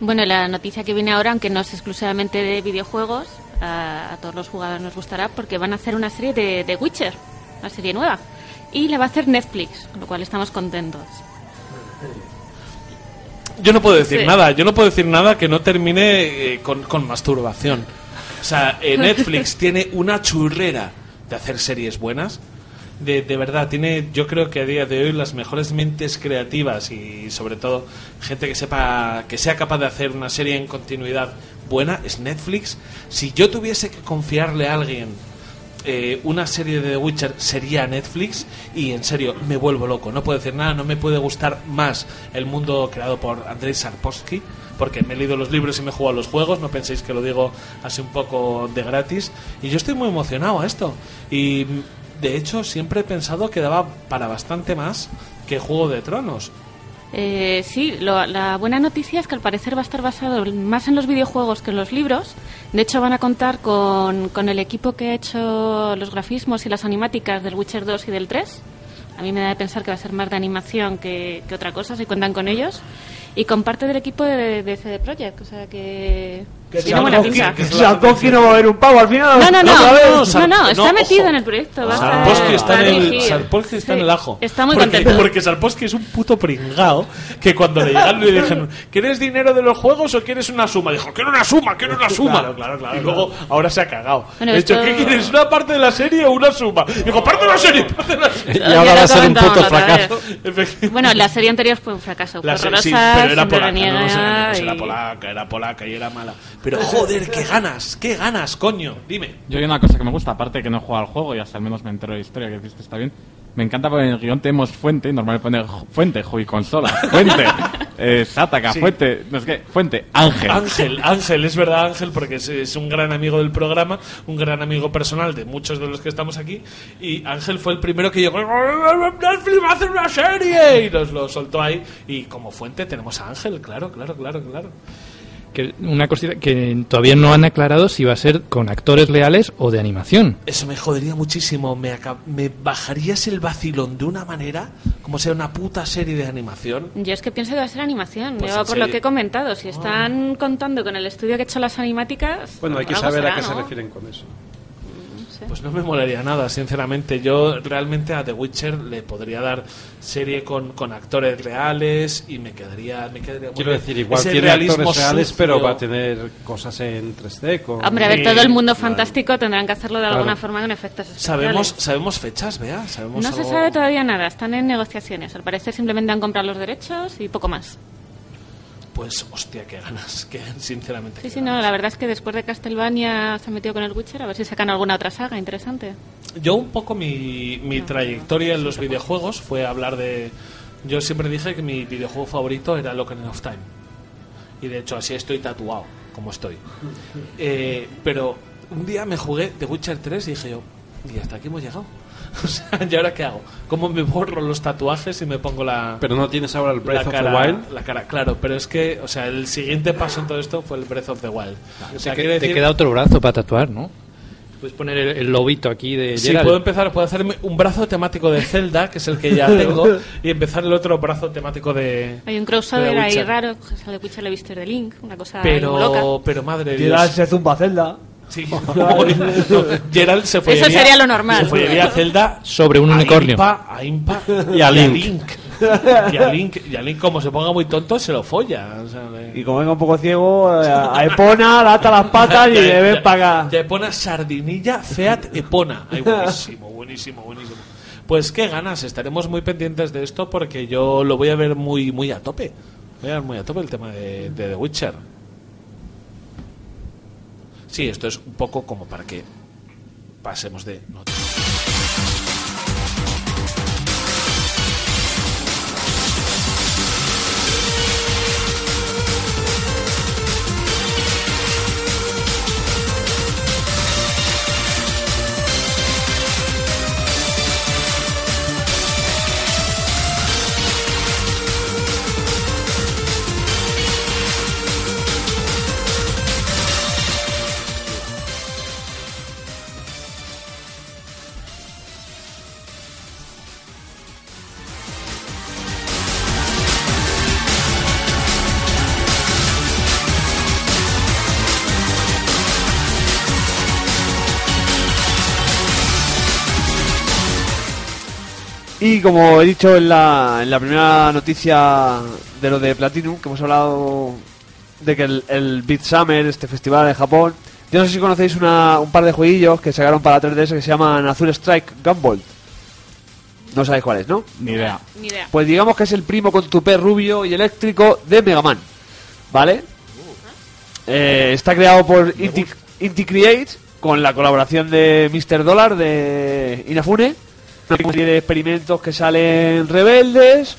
Speaker 3: Bueno, la noticia que viene ahora, aunque no es exclusivamente de videojuegos, a, a todos los jugadores nos gustará porque van a hacer una serie de, de Witcher, una serie nueva. Y la va a hacer Netflix, con lo cual estamos contentos.
Speaker 1: Yo no puedo decir
Speaker 3: Sí.
Speaker 1: nada, yo no puedo decir nada que no termine eh, con, con masturbación. O sea, eh, Netflix tiene una churrera de hacer series buenas. De, de verdad, tiene yo creo que a día de hoy las mejores mentes creativas y sobre todo gente que sepa que sea capaz de hacer una serie en continuidad buena es Netflix. Si yo tuviese que confiarle a alguien eh, una serie de The Witcher sería Netflix y en serio me vuelvo loco. No puedo decir nada, no me puede gustar más el mundo creado por Andrei Sarpovsky, porque me he leído los libros y me he jugado los juegos, no penséis que lo digo así un poco de gratis. Y yo estoy muy emocionado a esto. Y mm, de hecho siempre he pensado que daba para bastante más que Juego de Tronos.
Speaker 3: Eh, sí, lo- la buena noticia es que al parecer va a estar basado más en los videojuegos que en los libros. De hecho, van a contar con, con el equipo que ha hecho los grafismos y las animáticas del Witcher 2 y del 3. A mí me da de pensar que va a ser más de animación que, que otra cosa, si cuentan con ellos. Y con parte del equipo de, de CD Projekt, o sea que... tiene buena
Speaker 5: Sarkovsky-
Speaker 3: pinta.
Speaker 5: Sarkovsky no va a haber un pavo al final.
Speaker 3: No, no, no,
Speaker 5: Otra vez.
Speaker 3: no,
Speaker 1: Sar-
Speaker 3: no, está
Speaker 1: no,
Speaker 3: metido
Speaker 1: ojo.
Speaker 3: en el proyecto. va a
Speaker 1: Sarposky
Speaker 3: estar-
Speaker 1: está,
Speaker 3: va a
Speaker 1: en el,
Speaker 3: dirigir.
Speaker 1: Sarposky está en
Speaker 3: Sí,
Speaker 1: el ajo.
Speaker 3: Está muy
Speaker 1: porque,
Speaker 3: contento.
Speaker 1: Porque Sarposky es un puto pringao que cuando le llegaron le dijeron, ¿quieres dinero de los juegos o quieres una suma? Dijo, quiero una suma, quiero una suma. Claro, claro, claro. Y luego ahora se ha cagado.
Speaker 3: Bueno,
Speaker 1: de hecho,
Speaker 3: esto-
Speaker 1: ¿qué quieres? ¿Una parte de la serie o una suma? Dijo, parte de la serie, parte de la serie.
Speaker 6: Y ahora
Speaker 3: Ya
Speaker 6: va a
Speaker 3: lo
Speaker 6: ser un puto
Speaker 3: comentamos la otra
Speaker 6: fracaso.
Speaker 3: vez.
Speaker 1: Efectivamente.
Speaker 3: Bueno, la serie anterior fue un fracaso. Fue
Speaker 1: La se-
Speaker 3: horrorosa,
Speaker 1: sí, pero era
Speaker 3: siempre
Speaker 1: polaca, no, no sé,
Speaker 3: venía
Speaker 1: pues era
Speaker 3: y-
Speaker 1: polaca, era polaca y era mala. Pero joder, qué ganas, qué ganas, coño, dime.
Speaker 2: Yo hay una cosa que me gusta, aparte de que no he jugado al juego y hasta al menos me entero de la historia, que dices está bien. Me encanta porque en el guión tenemos fuente, y normal pone jo- fuente, hobby consola, fuente, eh, Sataka, fuente, no sé qué, fuente, Ángel.
Speaker 1: Ángel, Ángel, es verdad Ángel, porque es, es un gran amigo del programa, un gran amigo personal de muchos de los que estamos aquí, y Ángel fue el primero que llegó, Netflix va a hacer una serie, y nos lo soltó ahí, y como fuente tenemos a Ángel, claro, claro, claro, claro.
Speaker 4: Que una cosita que todavía no han aclarado si va a ser con actores leales o de animación.
Speaker 1: Eso me jodería muchísimo, me, aca- me bajarías el vacilón de una manera, como sea una puta serie de animación.
Speaker 3: Yo es que pienso que va a ser animación,
Speaker 1: Pues
Speaker 3: yo
Speaker 1: en
Speaker 3: por lo
Speaker 1: serio. Ah.
Speaker 3: que he comentado. Si están contando con el estudio que ha hecho las animáticas.
Speaker 6: Bueno, hay que
Speaker 3: algo
Speaker 6: saber a
Speaker 3: será,
Speaker 6: qué se
Speaker 3: ¿no?
Speaker 6: refieren con eso.
Speaker 3: sé.
Speaker 1: Pues no me molaría nada, sinceramente. Yo realmente a The Witcher le podría dar serie con, con actores reales y me quedaría, me quedaría muy
Speaker 6: Quiero
Speaker 1: bien.
Speaker 6: decir, igual
Speaker 1: Ese
Speaker 6: tiene
Speaker 1: realismo
Speaker 6: actores reales,
Speaker 1: sucio.
Speaker 6: pero va a tener cosas en 3D. Con...
Speaker 3: Hombre, a ver, todo el mundo fantástico tendrán que hacerlo de alguna
Speaker 6: Claro.
Speaker 3: forma con efectos especiales.
Speaker 1: Sabemos, sabemos fechas, vea, sabemos
Speaker 3: No se
Speaker 1: algo?
Speaker 3: sabe todavía nada, están en negociaciones. Al parecer simplemente han comprado los derechos y poco más.
Speaker 1: Pues hostia, qué ganas, que sinceramente.
Speaker 3: Sí,
Speaker 1: qué
Speaker 3: sí, no,
Speaker 1: ganas.
Speaker 3: la verdad es que después de Castlevania se han metido con el Witcher, a ver si sacan alguna otra saga interesante.
Speaker 1: Yo un poco mi, mi trayectoria en los videojuegos fue hablar de... Yo siempre dije que mi videojuego favorito era Locarno of Time. Y de hecho así estoy tatuado, como estoy. Eh, pero un día me jugué The Witcher 3 y dije yo, y hasta aquí hemos llegado. O sea, ¿y ahora qué hago? ¿Cómo me borro los tatuajes y me pongo la...
Speaker 6: Pero no tienes ahora el
Speaker 1: la
Speaker 6: Breath of
Speaker 1: cara,
Speaker 6: the Wild.
Speaker 1: la cara, claro, pero es que, o sea, el siguiente paso en todo esto fue el Breath of the Wild. O sea,
Speaker 4: te,
Speaker 1: quiere decir-
Speaker 4: queda otro brazo para tatuar, ¿no? Puedes poner el, el lobito aquí de
Speaker 1: Sí,
Speaker 4: Geralt.
Speaker 1: puedo empezar, puedo hacerme un brazo temático de Zelda, que es el que ya tengo, y empezar el otro brazo temático de.
Speaker 3: Hay un crossover
Speaker 1: de
Speaker 3: ahí
Speaker 1: Witcher.
Speaker 3: raro, pues, sale Witcher la Vista de Link, una cosa ahí loca.
Speaker 1: Pero, pero madre de
Speaker 5: Geralt
Speaker 1: Dios.
Speaker 5: se zumba Zelda.
Speaker 1: Sí. No, Geralt se fue.
Speaker 3: Eso sería lo normal.
Speaker 1: Se follaría a Zelda
Speaker 4: Sobre un unicornio.
Speaker 1: A Impa, a Impa
Speaker 6: Y a Link.
Speaker 1: Y a Link. Y a Link, como se ponga muy tonto, se lo folla. o sea, le-
Speaker 5: Y como venga un poco ciego, eh, a Epona, le ata las patas y
Speaker 1: Ya-
Speaker 5: le
Speaker 1: ya-
Speaker 5: ven para acá.
Speaker 1: ya Epona Sardinilla Feat Epona. Ay, buenísimo, buenísimo, buenísimo. Pues qué ganas, estaremos muy pendientes de esto porque yo lo voy a ver muy, muy a tope. Voy a ver muy a tope el tema de, de The Witcher. Sí, esto es un poco como para que pasemos de nota.
Speaker 5: Y como he dicho en la, en la primera noticia de lo de Platinum, que hemos hablado de que el, el Beat Summer, este festival en Japón, yo no sé si conocéis una- un par de jueguillos que sacaron para 3DS que se llaman Azul Strike Gunvolt. No sabéis cuáles, ¿no?
Speaker 2: Ni idea.
Speaker 3: Ni idea.
Speaker 5: Pues digamos que es el primo con tupé rubio y eléctrico de Mega Man. ¿Vale? Eh, está creado por Inti, Inti Create con la colaboración de Mr. Dollar de Inafune. Una serie de experimentos que salen rebeldes.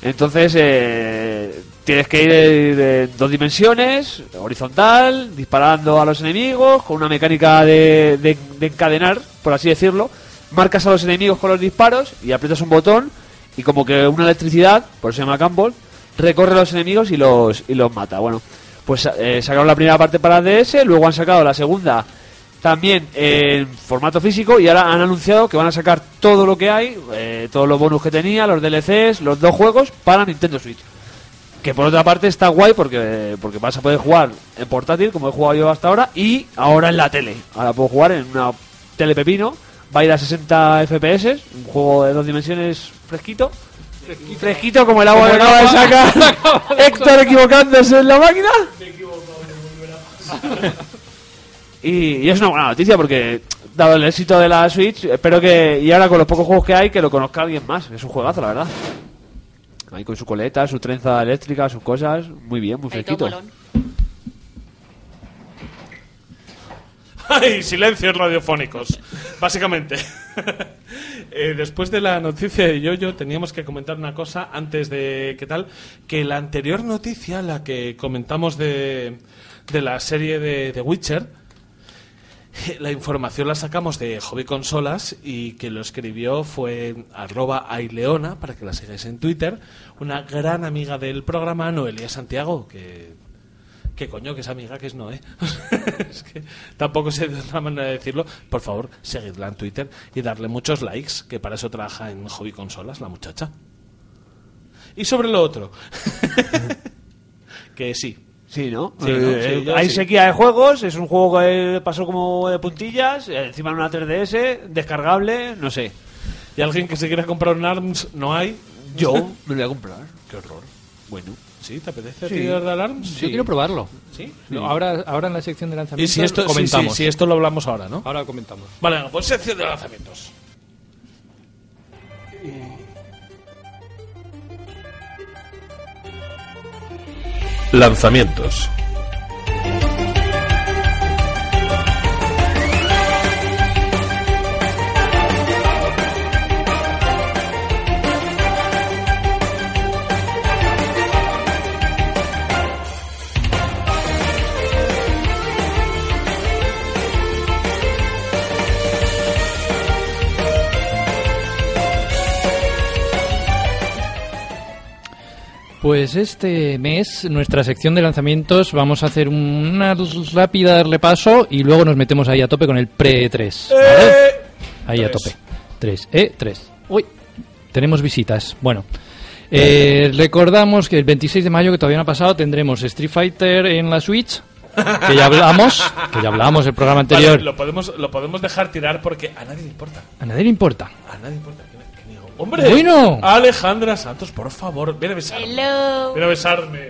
Speaker 5: Entonces eh, tienes que ir eh, en dos dimensiones, horizontal, disparando a los enemigos, con una mecánica de, de- de encadenar, por así decirlo. Marcas a los enemigos con los disparos y aprietas un botón y como que una electricidad, por eso se llama Gumball, recorre a los enemigos y los, y los mata. Bueno, pues eh, sacaron la primera parte para DS, luego han sacado la segunda también en formato físico y ahora han anunciado que van a sacar todo lo que hay, eh, todos los bonus que tenía, los DLCs, los dos juegos para Nintendo Switch. Que por otra parte está guay porque, porque vas a poder jugar en portátil, como he jugado yo hasta ahora, y ahora en la tele. Ahora puedo jugar en una tele pepino, va a ir a 60 FPS, un juego de dos dimensiones fresquito. Fresquito, como el agua que acaba de sacar Héctor equivocándose en la máquina. Y, y es una buena noticia porque, dado el éxito de la Switch, espero que, y ahora con los pocos juegos que hay, que lo conozca alguien más. Es un juegazo, la verdad. Ahí con su coleta, su trenza eléctrica, sus cosas. Muy bien, muy
Speaker 3: Ahí todo
Speaker 5: fresquito.
Speaker 3: molón.
Speaker 1: ¡Ay! Silencios radiofónicos, básicamente. Eh, después de la noticia de Yoyo, teníamos que comentar una cosa antes de qué tal. Que la anterior noticia, la que comentamos de, de la serie de, de Witcher, eh, la información la sacamos de Hobby Consolas y que lo escribió fue arroba aileona, para que la sigáis en Twitter, una gran amiga del programa, Noelia Santiago, que que coño, que es amiga, que es no, ¿eh? es que tampoco sé de otra manera de decirlo. Por favor, seguidla en Twitter y darle muchos likes, que para eso trabaja en Hobby Consolas la muchacha. Y sobre lo otro, que sí,
Speaker 5: Sí, ¿no?
Speaker 6: Sí, ¿no?
Speaker 5: Eh,
Speaker 6: Sí, yo
Speaker 5: hay
Speaker 6: sí.
Speaker 5: sequía de juegos, es un juego que pasó como de puntillas, eh, encima en una 3DS, descargable, no sé.
Speaker 1: ¿Y alguien que se quiera comprar un ARMS no hay?
Speaker 5: Yo me lo voy a comprar.
Speaker 1: Qué horror. Bueno. ¿Sí? ¿Te apetece
Speaker 5: Sí.
Speaker 1: a ti dar de ARMS?
Speaker 4: Yo quiero probarlo.
Speaker 1: ¿Sí?
Speaker 4: No, ahora, ahora en la sección
Speaker 1: Y
Speaker 4: de lanzamientos
Speaker 1: si esto, sí, sí,
Speaker 4: comentamos.
Speaker 1: sí, esto lo hablamos ahora, ¿no?
Speaker 4: Ahora comentamos.
Speaker 1: Vale, pues sección de lanzamientos. Lanzamientos.
Speaker 4: Pues este mes, nuestra sección de lanzamientos, vamos a hacer una rápida darle paso y luego nos metemos ahí a tope con el pre-3. ¿vale?
Speaker 1: Eh,
Speaker 4: ahí
Speaker 1: E
Speaker 4: a tope. 3, eh, 3. Uy, tenemos visitas. Bueno, eh, recordamos que el 26 de mayo, que todavía no ha pasado, tendremos Street Fighter en la Switch, que ya hablamos, que ya hablamos el programa anterior.
Speaker 1: Vale, lo, podemos, lo podemos dejar tirar porque a nadie le importa.
Speaker 4: A nadie le importa.
Speaker 1: A nadie le importa. que- que niego. ¡Hombre!
Speaker 4: Bueno.
Speaker 1: Alejandra Santos, por favor, ven a besarme.
Speaker 3: Hello.
Speaker 1: Ven a besarme.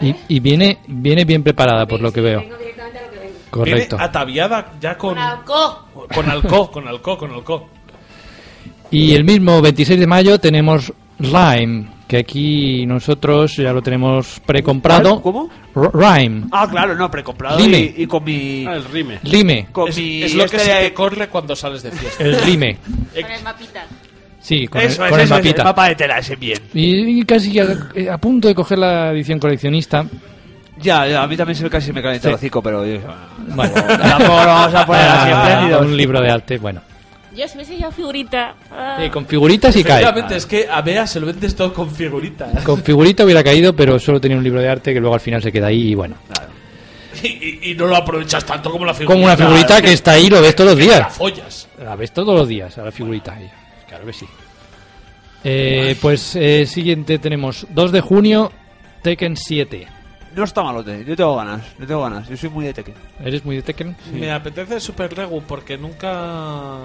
Speaker 4: Y, y viene, viene bien preparada, por lo que veo.
Speaker 3: directamente a lo que vengo.
Speaker 4: Correcto.
Speaker 1: Viene ataviada ya con...
Speaker 3: Naoko.
Speaker 1: Con alcohol, con alcohol, con alcohol.
Speaker 4: Y el mismo 26 de mayo tenemos Rhyme, que aquí nosotros ya lo tenemos precomprado.
Speaker 5: ¿Cómo?
Speaker 4: R- Rhyme.
Speaker 5: Ah, claro, no, precomprado
Speaker 4: Dime.
Speaker 5: y, y con mi...
Speaker 6: Ah, el rime.
Speaker 4: Rime.
Speaker 5: Con
Speaker 1: Es,
Speaker 5: mi
Speaker 1: es lo que
Speaker 5: este
Speaker 1: se
Speaker 5: de-
Speaker 1: te corre cuando sales de fiesta.
Speaker 4: El Rime.
Speaker 3: Con el mapita.
Speaker 4: Sí, con
Speaker 5: Eso
Speaker 4: el,
Speaker 5: es,
Speaker 4: con el
Speaker 5: eso es,
Speaker 4: mapita.
Speaker 5: el mapa de tela ese bien.
Speaker 4: Y, y casi a, eh, a punto de coger la edición coleccionista.
Speaker 5: Ya, ya, a mí también se me casi me
Speaker 4: Sí.
Speaker 5: calienta el hocico, pero... yo-
Speaker 4: Bueno,
Speaker 5: Tampoco lo vamos a poner así
Speaker 4: Ah,
Speaker 5: espléndidos.
Speaker 4: un libro de arte, bueno.
Speaker 3: Yo si hubiese llevado figurita. ah.
Speaker 4: Sí, con figuritas y cae.
Speaker 1: Efectivamente, es que a Bea se lo vendes todo con ¿eh? figuritas.
Speaker 4: Con figurita hubiera caído, pero solo tenía un libro de arte que luego al final se queda ahí y bueno.
Speaker 1: Y, y- y no lo aprovechas tanto como la figurita.
Speaker 4: Como una figurita que está ahí, lo ves todos los
Speaker 1: La
Speaker 4: días.
Speaker 1: follas.
Speaker 4: La ves todos los días, a la figurita. ahí. Claro que sí. Eh, pues eh, siguiente tenemos 2 de junio, Tekken 7.
Speaker 5: No está malote, yo tengo ganas, yo tengo ganas, yo soy muy de Tekken.
Speaker 4: ¿Eres muy de Tekken?
Speaker 1: Me apetece Super Regu porque nunca,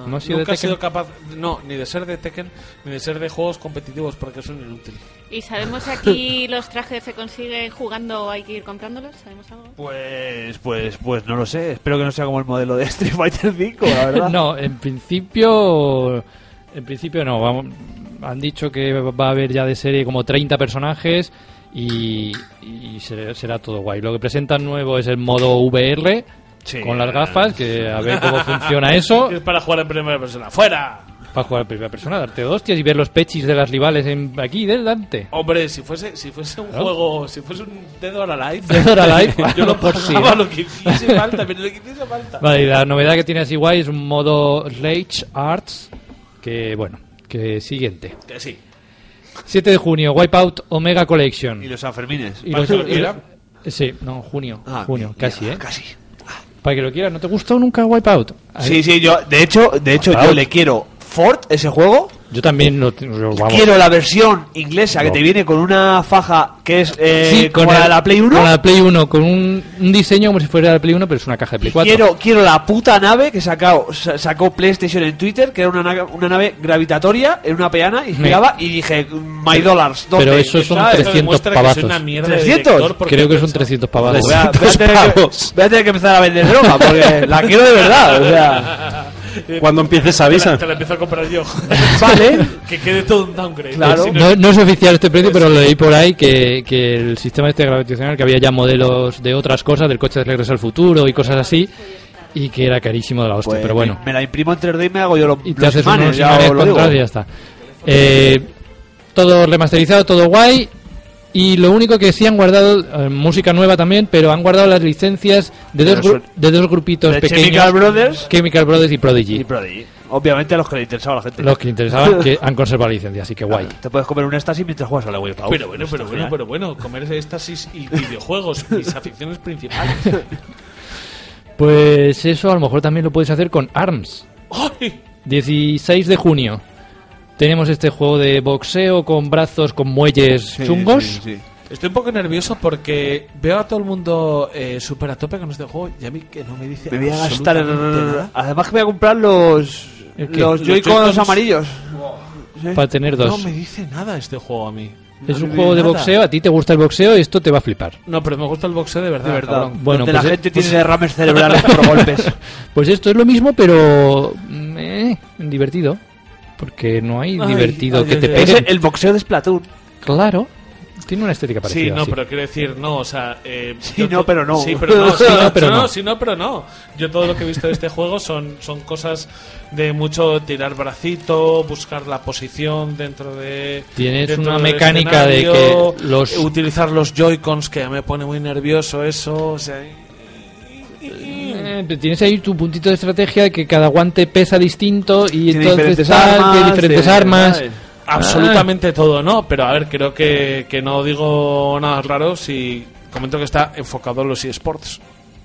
Speaker 4: ¿No has sido
Speaker 1: nunca
Speaker 4: de
Speaker 1: he sido
Speaker 4: Tekken?
Speaker 1: capaz, no, ni de ser de Tekken, ni de ser de juegos competitivos porque son inútiles.
Speaker 3: ¿Y sabemos si aquí los trajes se consiguen jugando o hay que ir comprándolos? ¿Sabemos algo?
Speaker 5: Pues, pues, pues no lo sé, espero que no sea como el modelo de Street Fighter 5, la verdad.
Speaker 4: No, en principio. En principio no. Vamos, han dicho que va a haber ya de serie como 30 personajes y, y será, será todo guay. Lo que presentan nuevo es el modo VR
Speaker 5: Sí.
Speaker 4: con las gafas, que a ver cómo funciona eso.
Speaker 1: Es para jugar en primera persona. ¡Fuera!
Speaker 4: Para jugar en primera persona, darte dos hostias y ver los pechis de las rivales en, aquí delante.
Speaker 1: Hombre, si fuese, si fuese un
Speaker 4: ¿No?
Speaker 1: juego, si fuese un Dead or Alive,
Speaker 4: Dead or Alive,
Speaker 1: yo lo
Speaker 4: por si,
Speaker 1: pagaba
Speaker 4: ¿no?
Speaker 1: lo que hiciese falta, pero lo que hiciese falta.
Speaker 4: Vale, y la novedad que tiene así guay es un modo Rage Arts, que bueno, que siguiente.
Speaker 1: Que sí.
Speaker 4: 7 de junio, Wipeout Omega Collection.
Speaker 5: Y los Sanfermines.
Speaker 4: Y
Speaker 1: Para
Speaker 4: los-
Speaker 1: que lo
Speaker 4: y
Speaker 1: quiera.
Speaker 4: lo- sí, no, junio.
Speaker 5: Ah,
Speaker 4: junio,
Speaker 5: mira,
Speaker 4: casi, ¿eh?
Speaker 5: Casi.
Speaker 4: Para que lo quieras, ¿no te gustó nunca Wipeout? Ahí-
Speaker 5: Sí, sí, yo, de hecho, de hecho, yo le quiero Ford ese juego.
Speaker 4: Yo también lo lo-
Speaker 5: y
Speaker 4: vamos.
Speaker 5: Quiero la versión inglesa que te viene con una faja que es eh,
Speaker 4: Sí,
Speaker 5: como la de
Speaker 4: el-
Speaker 5: la Play 1.
Speaker 4: Con la Play 1, con un, un diseño como si fuera la Play 1, pero es una caja de
Speaker 5: Y
Speaker 4: Play 4.
Speaker 5: quiero, quiero la puta nave que sacao- sa- sacó PlayStation en Twitter, que era una, na- una nave gravitatoria, en una peana, y giraba, y dije, my dollars, ¿dónde?
Speaker 4: Pero eso son
Speaker 5: ¿Sabes?
Speaker 4: 300
Speaker 1: Ah, Demuestra que soy
Speaker 4: pavazos.
Speaker 1: una mierda de
Speaker 5: 300.
Speaker 1: director porque
Speaker 4: Creo que son
Speaker 1: pensaba-
Speaker 4: 300 pavazos.
Speaker 5: Voy a, voy a tener que, voy a tener que empezar a vender droga, porque la quiero de verdad, o sea...
Speaker 6: Cuando empieces
Speaker 1: Te
Speaker 6: avisa.
Speaker 1: la, te la empiezo a comprar yo.
Speaker 5: Vale.
Speaker 1: que quede todo un downgrade.
Speaker 5: Claro.
Speaker 1: Eh, Si no-
Speaker 4: No, no es oficial este precio, pero lo leí por ahí que, que el sistema este gravitacional, que había ya modelos de otras cosas, del coche de regreso al futuro y cosas así, y que era carísimo de la hostia,
Speaker 5: Pues,
Speaker 4: pero bueno.
Speaker 5: Me la imprimo en 3D y me hago yo lo-
Speaker 4: y te
Speaker 5: los
Speaker 4: haces
Speaker 5: imanes,
Speaker 4: unos
Speaker 5: ya
Speaker 4: imanes
Speaker 5: os lo digo.
Speaker 4: contra y ya está. Eh, todo remasterizado, todo guay. Y lo único que sí han guardado, eh, música nueva también, pero han guardado las licencias de dos,
Speaker 5: Pero
Speaker 4: gru-
Speaker 5: son-
Speaker 4: de dos grupitos
Speaker 5: de
Speaker 4: pequeños.
Speaker 5: Chemical Brothers.
Speaker 4: Chemical Brothers y Prodigy.
Speaker 5: Y Prodigy. Obviamente a los que le interesaba a la gente.
Speaker 4: los que interesaban, que han conservado la licencia, así que guay.
Speaker 5: Te puedes comer un éxtasis mientras juegas a la Wii Pau.
Speaker 1: Pero bueno,
Speaker 5: Esto
Speaker 1: pero
Speaker 5: es
Speaker 1: bueno,
Speaker 5: genial.
Speaker 1: pero bueno, comer éxtasis y videojuegos, mis aficiones principales.
Speaker 4: Pues eso a lo mejor también lo puedes hacer con ARMS.
Speaker 1: ¡Ay!
Speaker 4: 16 de junio. Tenemos este juego de boxeo con brazos con muelles
Speaker 5: Sí,
Speaker 4: chungos.
Speaker 5: sí, sí.
Speaker 1: Estoy un poco nervioso porque veo a todo el mundo eh, súper a tope con este juego y a mí que no me dice
Speaker 5: Me voy a gastar.
Speaker 1: absolutamente nada.
Speaker 5: Además, que voy a comprar los.
Speaker 4: ¿El qué?
Speaker 5: Los
Speaker 1: Los
Speaker 5: Joy-Cons
Speaker 1: Joy-Cons.
Speaker 5: amarillos. Sí.
Speaker 4: Para tener
Speaker 1: No
Speaker 4: dos.
Speaker 1: me dice nada este juego a mí.
Speaker 4: es
Speaker 1: No
Speaker 4: un
Speaker 1: me
Speaker 4: juego de
Speaker 1: dice nada.
Speaker 4: boxeo, a ti te gusta el boxeo y esto te va a flipar.
Speaker 1: No, pero me gusta el boxeo de verdad.
Speaker 5: De verdad.
Speaker 1: cabrón.
Speaker 4: Bueno,
Speaker 5: donde
Speaker 4: pues
Speaker 5: la
Speaker 4: eh,
Speaker 5: gente
Speaker 4: pues-
Speaker 5: tiene derrames cerebrales por golpes.
Speaker 4: Pues esto es lo mismo, pero mm, eh, divertido. Porque no hay
Speaker 1: Ay,
Speaker 4: divertido
Speaker 1: ay,
Speaker 4: que
Speaker 1: ay,
Speaker 4: te
Speaker 1: ay.
Speaker 4: pegue.
Speaker 5: Es el boxeo de Splatoon.
Speaker 4: Claro, tiene una estética parecida.
Speaker 1: Sí, no,
Speaker 4: sí.
Speaker 1: pero quiero decir, no, o sea... eh,
Speaker 5: Sí,
Speaker 1: yo
Speaker 5: no,
Speaker 1: to-
Speaker 5: pero no.
Speaker 1: Sí, pero no, sí,
Speaker 5: Sí,
Speaker 1: no,
Speaker 4: no, pero
Speaker 1: no,
Speaker 4: no.
Speaker 1: sí, no, pero no. Yo todo lo que he visto de este juego son, son cosas de mucho tirar bracito, buscar la posición dentro de...
Speaker 4: Tienes
Speaker 1: dentro
Speaker 4: una
Speaker 1: del
Speaker 4: mecánica de
Speaker 1: escenario,
Speaker 4: que los-
Speaker 1: eh, Utilizar los Joy-Cons, que me pone muy nervioso eso, o sea...
Speaker 4: Eh, pero tienes ahí tu puntito de estrategia de que cada guante pesa distinto y
Speaker 5: Tiene
Speaker 4: entonces
Speaker 5: diferentes
Speaker 4: tal,
Speaker 5: armas,
Speaker 4: que diferentes
Speaker 5: de-
Speaker 4: armas.
Speaker 5: ¿sabes?
Speaker 1: Absolutamente todo, ¿no? Pero a ver, creo que, que no digo nada raro si comento que está enfocado en los eSports.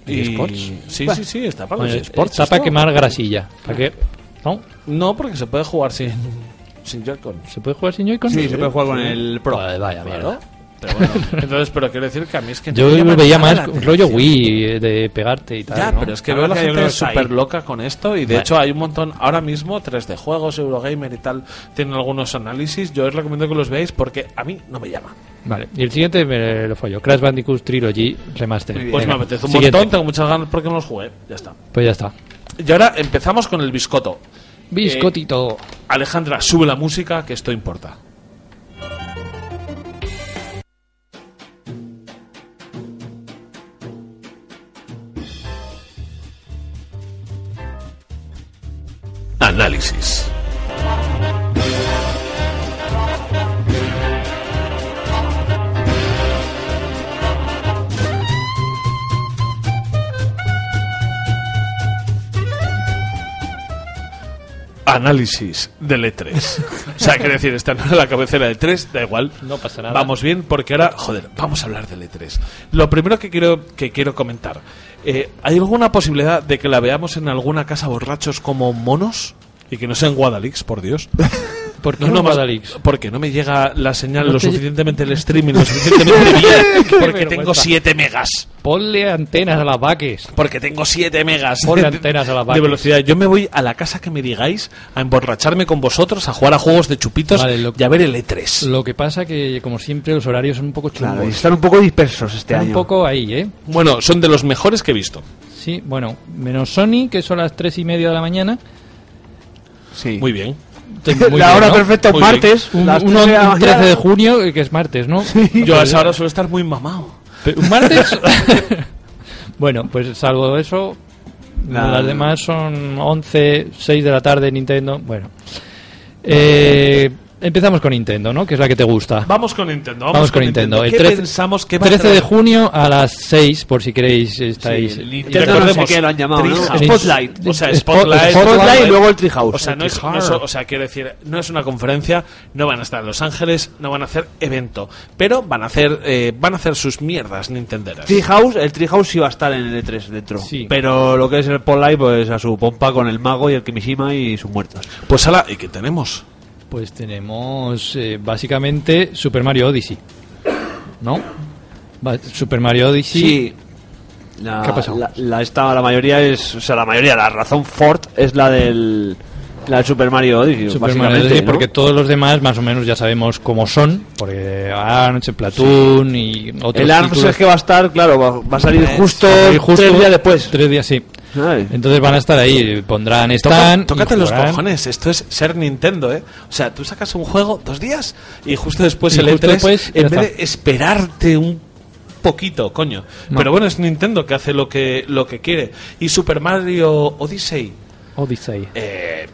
Speaker 4: ¿eSports?
Speaker 1: Sí, sí, sí, está para
Speaker 4: Bueno,
Speaker 1: los eSports.
Speaker 4: está para
Speaker 1: eh, esto.
Speaker 4: quemar grasilla. ¿Para qué? ¿No?
Speaker 1: No, porque se puede jugar sin, sin Joy-Con.
Speaker 4: ¿Se puede jugar sin Joy-Con?
Speaker 5: Sí, se puede jugar con el Pro.
Speaker 4: Vale, vaya, mierda.
Speaker 1: Pero bueno, entonces, pero quiero decir que a mí es que no
Speaker 4: Yo
Speaker 1: me llama
Speaker 4: lo veía
Speaker 1: nada
Speaker 4: más
Speaker 1: la
Speaker 4: un rollo
Speaker 1: atención.
Speaker 4: Wii eh, de pegarte y tal.
Speaker 1: Ya,
Speaker 4: ¿no?
Speaker 1: pero es que
Speaker 5: La
Speaker 1: veo a la
Speaker 5: verdad que yo
Speaker 1: gente
Speaker 5: creo que está
Speaker 1: súper
Speaker 5: ahí.
Speaker 1: loca con esto y de
Speaker 4: Vale.
Speaker 1: hecho hay un montón, ahora mismo 3D Juegos, Eurogamer y tal, tienen algunos análisis, yo os recomiendo que los veáis porque a mí no me llama.
Speaker 4: Vale, y el siguiente me lo fallo. Crash Bandicoot Trilogy Remaster.
Speaker 5: Muy bien.
Speaker 1: Pues me
Speaker 4: Venga,
Speaker 1: apetece un
Speaker 4: siguiente.
Speaker 1: montón, tengo muchas ganas porque no los jugué, ya está.
Speaker 4: Pues ya está.
Speaker 1: Y ahora empezamos con el biscoto.
Speaker 4: Biscotito.
Speaker 1: Eh, Alejandra, sube la música, que esto importa.
Speaker 6: Análisis.
Speaker 1: Análisis del E3. o sea, quiero decir, esta no era la cabecera del 3, da igual.
Speaker 4: No pasa nada.
Speaker 1: Vamos bien, porque ahora, joder, vamos a hablar del E3. Lo primero que quiero, que quiero comentar, eh, ¿hay alguna posibilidad de que la veamos en alguna casa borrachos como monos? Y que no sea en Guadalix, por Dios.
Speaker 4: ¿Por qué
Speaker 1: No, no,
Speaker 4: no,
Speaker 1: más-
Speaker 4: Guadalix?
Speaker 1: Porque no me llega la señal
Speaker 4: No
Speaker 1: lo
Speaker 4: te lle-
Speaker 1: suficientemente, el streaming lo suficientemente bien, porque tengo 7 megas.
Speaker 4: Ponle antenas a las vaques.
Speaker 1: Porque tengo 7 megas
Speaker 4: Ponle
Speaker 1: de-
Speaker 4: antenas a la
Speaker 1: de
Speaker 4: vaca.
Speaker 1: velocidad. Yo me voy a la casa que me digáis a emborracharme con vosotros, a jugar a juegos de chupitos
Speaker 4: Vale, lo-
Speaker 1: y a ver el E E3.
Speaker 4: Lo que pasa que, como siempre, los horarios son un poco chungos.
Speaker 5: Claro, y Pues están un poco dispersos este
Speaker 4: Están
Speaker 5: año.
Speaker 4: un poco ahí, ¿eh?
Speaker 1: Bueno, son de los mejores que he visto.
Speaker 4: Sí, bueno, menos Sony, que son las tres y media de la mañana.
Speaker 5: Sí.
Speaker 1: Muy bien.
Speaker 4: Tengo muy
Speaker 5: la
Speaker 4: bien,
Speaker 5: hora
Speaker 4: ¿no?
Speaker 5: perfecta es
Speaker 1: Muy bien.
Speaker 5: martes.
Speaker 4: Un,
Speaker 5: las
Speaker 4: un-
Speaker 5: tres de la
Speaker 4: un 13 de
Speaker 5: mañana.
Speaker 4: junio, eh, que es martes, ¿no?
Speaker 1: Yo a esa hora suelo estar muy mamado.
Speaker 4: ¿Un martes? bueno, pues salvo eso,
Speaker 5: Nah.
Speaker 4: las demás son 11, 6 de la tarde Nintendo. Bueno, Eh, empezamos con Nintendo, ¿no? Que es la que te gusta.
Speaker 1: Vamos con Nintendo. Vamos,
Speaker 4: Vamos con Nintendo. El
Speaker 1: ¿Qué
Speaker 4: 13
Speaker 1: pensamos que va a
Speaker 4: 13 de
Speaker 1: traer?
Speaker 4: junio a las 6, por si queréis, estáis.
Speaker 5: Sí, el
Speaker 1: Y
Speaker 5: Nintendo no sé
Speaker 1: recordemos,
Speaker 5: qué lo han llamado, ¿no?
Speaker 1: Treehouse.
Speaker 5: Spotlight.
Speaker 1: O sea,
Speaker 4: Spot-
Speaker 1: Spotlight.
Speaker 5: Spotlight y luego el Treehouse.
Speaker 1: O sea, no es, no es- o sea, quiero decir, no es una conferencia, no van a estar en Los Ángeles, no van a hacer evento, pero van a hacer, eh, van a hacer sus mierdas nintenderas.
Speaker 5: Treehouse, el Treehouse sí va a estar en el E3 dentro.
Speaker 4: Sí.
Speaker 5: Pero lo que es el Polite, pues a su pompa con el mago y el Kimishima y sus muertos.
Speaker 1: Pues ala, ¿y qué tenemos?
Speaker 4: Pues tenemos eh, básicamente Super Mario Odyssey. ¿No? Va- Super Mario Odyssey.
Speaker 5: La,
Speaker 4: ¿Qué ha pasado?
Speaker 5: La, la- esta, la mayoría es. O sea, la mayoría, la razón Ford es la del. La del Super Mario Odyssey.
Speaker 4: Super
Speaker 5: básicamente,
Speaker 4: Mario Odyssey,
Speaker 5: ¿no?
Speaker 4: porque todos los demás más o menos ya sabemos cómo son, porque Arms, Platoon y otros
Speaker 5: El ARMS
Speaker 4: títulos.
Speaker 5: es que va a estar, claro, va, va a salir justo,
Speaker 4: Y justo
Speaker 5: tres días después.
Speaker 4: Tres días, sí.
Speaker 5: Ay.
Speaker 4: Entonces van a estar ahí, pondrán
Speaker 1: Toca-
Speaker 4: stand. y
Speaker 1: tócate los
Speaker 4: jugarán.
Speaker 1: cojones, esto es ser Nintendo, ¿eh? O sea, tú sacas un juego dos días y justo después
Speaker 4: Y
Speaker 1: el
Speaker 4: justo
Speaker 1: E3,
Speaker 4: después, ya
Speaker 1: en vez
Speaker 4: está.
Speaker 1: de esperarte un poquito, coño.
Speaker 4: No.
Speaker 1: Pero bueno, es Nintendo que hace lo que, lo que quiere. Y Super Mario Odyssey,
Speaker 4: Odyssey.
Speaker 1: eh,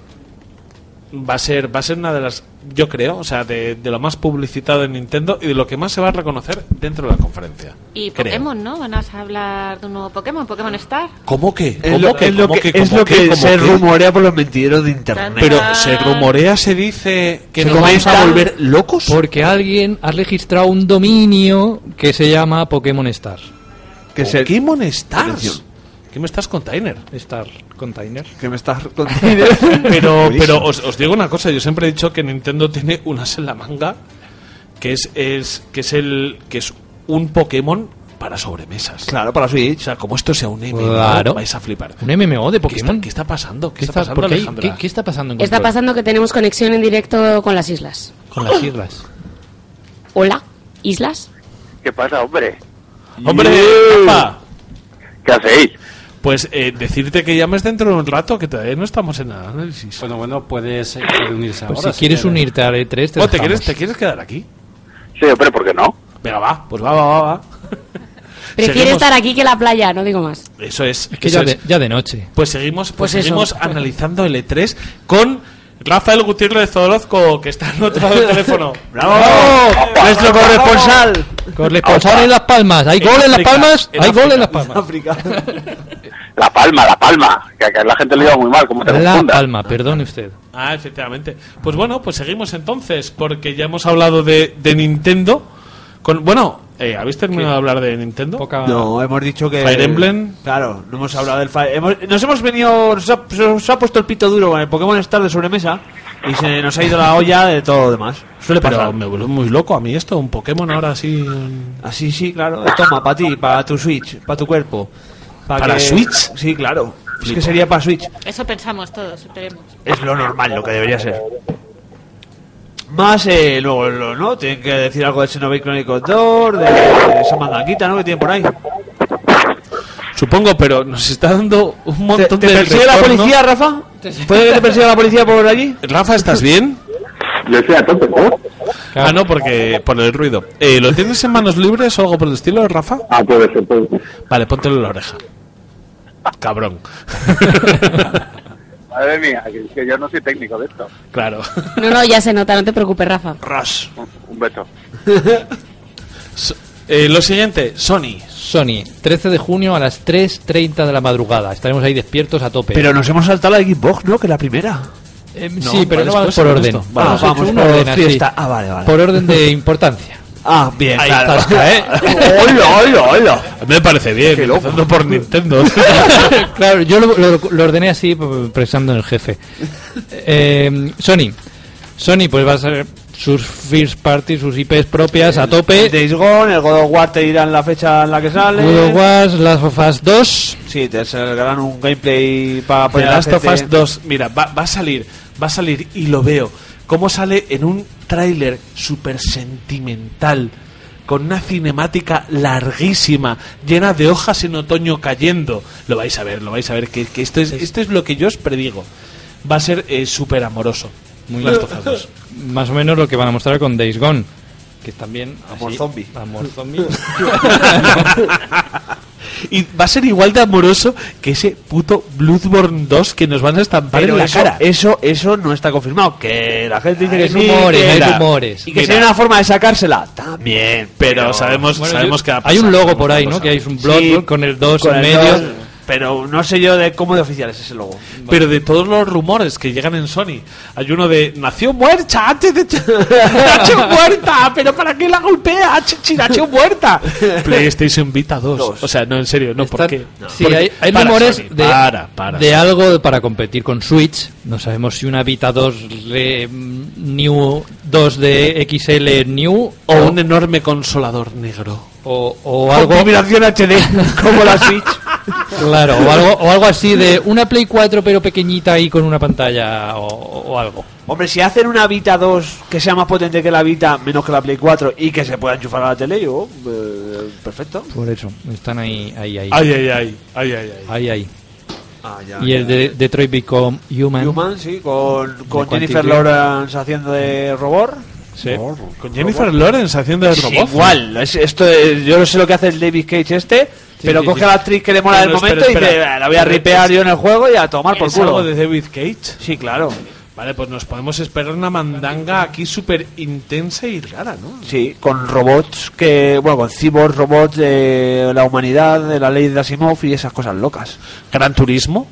Speaker 1: va a ser va a ser una de las yo creo o sea de, de lo más publicitado en Nintendo y de lo que más se va a reconocer dentro de la conferencia
Speaker 3: Y
Speaker 1: creo.
Speaker 3: Pokémon, ¿no? Van a hablar de un nuevo Pokémon, Pokémon Star.
Speaker 1: cómo que
Speaker 5: Es
Speaker 1: ¿Cómo
Speaker 5: lo
Speaker 1: que
Speaker 5: es lo
Speaker 1: ¿Cómo
Speaker 5: que-
Speaker 1: que?
Speaker 5: es
Speaker 1: ¿Cómo
Speaker 5: lo
Speaker 1: que?
Speaker 5: que
Speaker 1: ¿Cómo
Speaker 5: se
Speaker 1: que?
Speaker 5: rumoderea por los mentideros de internet.
Speaker 1: pero
Speaker 3: Ah.
Speaker 1: se rumorea se dice que
Speaker 5: Se
Speaker 1: nos vamos a
Speaker 5: comenta-
Speaker 1: volver locos
Speaker 4: Porque alguien ha registrado un dominio que se llama Pokémon Star.
Speaker 5: que, se-
Speaker 1: Pokémon Stars
Speaker 5: Atención.
Speaker 1: ¿Qué me estás container?
Speaker 4: Star Container.
Speaker 5: que me estás
Speaker 1: Pero, pero os, os digo una cosa, yo siempre he dicho que Nintendo tiene unas en la manga, que es, es, que es el que es un Pokémon para sobremesas.
Speaker 5: Claro, para Switch.
Speaker 1: O sea, como esto sea un MMO,
Speaker 4: Claro.
Speaker 1: vais a flipar.
Speaker 4: ¿Un MMO de
Speaker 1: ¿Qué está,
Speaker 4: Pokémon?
Speaker 1: qué está pasando? ¿Qué,
Speaker 4: ¿Qué
Speaker 1: está,
Speaker 4: está-
Speaker 1: pasando,
Speaker 4: por qué-
Speaker 1: Alejandra?
Speaker 4: qué- qué está pasando en
Speaker 11: Está
Speaker 4: control?
Speaker 11: pasando que tenemos conexión en directo con las islas.
Speaker 4: Con las islas.
Speaker 11: Hola, islas.
Speaker 7: ¿Qué pasa, hombre?
Speaker 1: ¡Hombre, Rafa!
Speaker 7: ¿Qué hacéis?
Speaker 1: Pues eh, decirte que llames dentro de un rato, que todavía no estamos en análisis.
Speaker 6: Bueno, bueno, puedes eh, puede unirse
Speaker 4: Pues
Speaker 6: ahora.
Speaker 4: si quieres unirte
Speaker 6: unirse
Speaker 4: a E3, te
Speaker 1: ¿O Oh, te
Speaker 4: dejamos.
Speaker 1: quieres, te quieres quedar aquí?
Speaker 7: Sí, hombre, ¿por qué no?
Speaker 1: Venga, va, pues va, va, va. va.
Speaker 11: Prefiere
Speaker 1: Seguimos.
Speaker 11: estar aquí que en la playa, no digo más.
Speaker 1: Eso es.
Speaker 4: Es que
Speaker 1: eso
Speaker 4: ya
Speaker 1: es.
Speaker 4: de, ya de noche.
Speaker 1: Pues seguimos, pues
Speaker 11: Pues eso.
Speaker 1: seguimos analizando el E3 con Rafael Gutiérrez Orozco, que está en otro lado del teléfono.
Speaker 5: ¡Bravo! Nuestro corresponsal.
Speaker 4: Corresponsal en Las Palmas. ¿Hay gol en Las
Speaker 1: África,
Speaker 4: Palmas?
Speaker 1: en
Speaker 4: ¿Hay gol
Speaker 1: África.
Speaker 4: en Las Palmas?
Speaker 5: África.
Speaker 7: La palma, la palma. Que, que la gente le iba muy mal, como te
Speaker 4: La
Speaker 7: confundas.
Speaker 4: Palma, perdone usted.
Speaker 1: Ah, efectivamente. Pues bueno, pues seguimos entonces, porque ya hemos hablado de, de Nintendo. Con, bueno, eh, ¿habéis terminado de hablar de Nintendo?
Speaker 4: Poca-
Speaker 5: No, hemos dicho que.
Speaker 1: Fire Emblem.
Speaker 5: Claro, no hemos hablado del Fire hemos- Nos hemos venido. Nos ha, se nos ha puesto el pito duro con el Pokémon Star de sobremesa. Y se nos ha ido la olla de todo lo demás. Suele pasar.
Speaker 1: Pero me vuelve muy loco a mí esto, un Pokémon ahora así. en-
Speaker 5: Así, Ah, sí, claro. Eh, Toma, para ti, para tu Switch, para tu cuerpo. Pa'
Speaker 1: ¿Para
Speaker 5: que-
Speaker 1: Switch?
Speaker 5: Sí, claro. Es que sería para Switch.
Speaker 3: Eso pensamos todos, esperemos.
Speaker 5: Es lo normal, lo que debería ser. Más, eh, luego, lo- ¿no? Tienen que decir algo de Xenoblade Chronicles 2, de, de esa mandanguita, ¿no? Que tienen por ahí.
Speaker 1: Supongo, pero nos está dando un
Speaker 5: ¿Te,
Speaker 1: montón
Speaker 5: te
Speaker 1: de.
Speaker 5: persigue la
Speaker 1: retorno.
Speaker 5: policía, Rafa? ¿Puede que te persiga la policía por allí?
Speaker 1: Rafa, ¿estás bien?
Speaker 7: Yo estoy atento, ¿no?
Speaker 1: Ah, no, porque por el ruido. Eh, ¿Lo tienes en manos libres o algo por el estilo, Rafa?
Speaker 7: Ah, puede ser, puede ser.
Speaker 1: Vale, póntelo en la oreja. Cabrón.
Speaker 7: Madre mía, que, que yo no soy técnico de esto.
Speaker 1: claro.
Speaker 11: No, no, ya se nota, no te preocupes, Rafa.
Speaker 1: Ras.
Speaker 7: Un, un beso.
Speaker 1: So- eh, lo siguiente, Sony.
Speaker 4: Sony, 13 de junio a las 3.30 de la madrugada. Estaremos ahí despiertos a tope.
Speaker 5: Pero nos hemos saltado la Xbox, ¿no? Que la primera.
Speaker 4: Eh,
Speaker 1: no,
Speaker 4: sí, pero
Speaker 1: va
Speaker 4: no vamos
Speaker 1: después,
Speaker 4: por
Speaker 1: ¿no?
Speaker 4: orden.
Speaker 1: Esto.
Speaker 5: Vamos,
Speaker 4: Hemos
Speaker 5: vamos,
Speaker 4: hecho un
Speaker 5: por
Speaker 4: orden así.
Speaker 5: fiesta. Ah, vale, vale.
Speaker 4: Por orden de importancia.
Speaker 5: Ah, bien,
Speaker 1: Ahí
Speaker 5: claro.
Speaker 1: estás, ¿eh?
Speaker 5: ¡Hola, hola, hola!
Speaker 1: Me parece bien,
Speaker 5: Qué loco.
Speaker 1: empezando por Nintendo.
Speaker 4: Pues claro, yo lo, lo- lo ordené así p- pensando en el jefe. Eh, Sony. Sony, pues va a ser sus first party, sus IPs propias a
Speaker 5: El
Speaker 4: tope.
Speaker 5: Days Gone, el God of War te dirán la fecha en la que sale.
Speaker 4: God of War, Last of Us 2.
Speaker 5: Sí, te sacarán un gameplay para
Speaker 1: The
Speaker 5: poner a la
Speaker 1: Pues Last of
Speaker 5: gente-
Speaker 1: Us 2, mira, va, va a salir, va a salir y lo veo. Cómo sale en un tráiler súper sentimental, con una cinemática larguísima, llena de hojas en otoño cayendo. Lo vais a ver, lo vais a ver, que, que esto, es, esto es lo que yo os predigo. Va a ser eh, súper amoroso. Muy Last of Us 2.
Speaker 4: Más o menos lo que van a mostrar con Days Gone. Que también.
Speaker 5: Amor
Speaker 4: así-
Speaker 5: zombie.
Speaker 4: Amor zombie.
Speaker 1: Y va a ser igual de amoroso que ese puto Bloodborne 2 que nos van a estampar
Speaker 5: Pero
Speaker 1: en la
Speaker 5: eso,
Speaker 1: cara.
Speaker 5: eso, eso no está confirmado. Que la gente dice
Speaker 4: Hay
Speaker 5: que sí,
Speaker 4: rumores,
Speaker 5: que
Speaker 4: hay
Speaker 5: era.
Speaker 4: rumores.
Speaker 5: Y que
Speaker 1: Mira.
Speaker 5: sería una forma de sacársela. También.
Speaker 1: Pero sabemos,
Speaker 4: Bueno,
Speaker 1: sabemos
Speaker 4: yo-
Speaker 1: que va a
Speaker 4: Hay un
Speaker 1: pasar,
Speaker 4: logo
Speaker 1: sabemos
Speaker 4: por
Speaker 1: que
Speaker 4: ahí,
Speaker 1: va a
Speaker 4: ¿no? Que
Speaker 1: pasar.
Speaker 4: hay un Bloodborne
Speaker 5: Sí,
Speaker 4: con el 2
Speaker 5: con
Speaker 4: en
Speaker 5: el
Speaker 4: medio.
Speaker 5: dos, pero no sé yo de cómo de oficial es ese logo.
Speaker 1: Pero de todos los rumores que llegan en Sony, hay uno de nació muerta antes de nació muerta, pero para qué la golpea, Chichi, nació muerta. PlayStation Vita 2.
Speaker 5: Dos.
Speaker 1: O sea, no en serio, no
Speaker 4: Están-
Speaker 1: por qué.
Speaker 4: Sí,
Speaker 1: Porque-
Speaker 4: hay, hay
Speaker 1: para,
Speaker 4: rumores
Speaker 1: Sony,
Speaker 4: de,
Speaker 1: para, para.
Speaker 4: de algo para competir con Switch. No sabemos si una Vita 2 re- mm, New 2 de XL New
Speaker 1: o un enorme consolador negro.
Speaker 4: o- o algo
Speaker 5: Combinación HD, como la Switch.
Speaker 4: claro o algo o algo así de una Play 4 pero pequeñita y con una pantalla o, o algo.
Speaker 5: Hombre, si hacen una Vita 2 que sea más potente que la Vita, menos que la Play 4 y que se pueda enchufar a la tele, yo. eh, perfecto.
Speaker 4: Por eso están ahí ahí ahí
Speaker 1: Ay, ay, ay, ay, ay, ay.
Speaker 4: ahí ahí.
Speaker 5: Ah, ya,
Speaker 4: Y el
Speaker 5: ya.
Speaker 4: de Detroit Become Human.
Speaker 5: Human, sí, con, con
Speaker 4: Quantic
Speaker 5: Jennifer
Speaker 4: Dream.
Speaker 5: Lawrence haciendo de robot.
Speaker 4: Sí.
Speaker 1: Con Jennifer Lawrence haciendo de
Speaker 5: Es
Speaker 1: robot.
Speaker 5: igual, es- esto es- yo no sé lo que hace el David Cage este, pero
Speaker 1: sí,
Speaker 5: coge
Speaker 1: sí.
Speaker 5: a la actriz que le mola
Speaker 1: No,
Speaker 5: del
Speaker 1: no, espera,
Speaker 5: momento y dice,
Speaker 1: espera.
Speaker 5: "Ah, la voy a ripear yo en el juego y a tomar por
Speaker 1: ¿Es algo
Speaker 5: culo.
Speaker 1: de David Cage?
Speaker 5: Sí, claro.
Speaker 1: Vale, pues nos podemos esperar una mandanga aquí súper intensa y rara, ¿no?
Speaker 5: Sí, con robots que, bueno, con cyborgs, robots de la humanidad, de la ley de Asimov y esas cosas locas.
Speaker 1: Gran Turismo.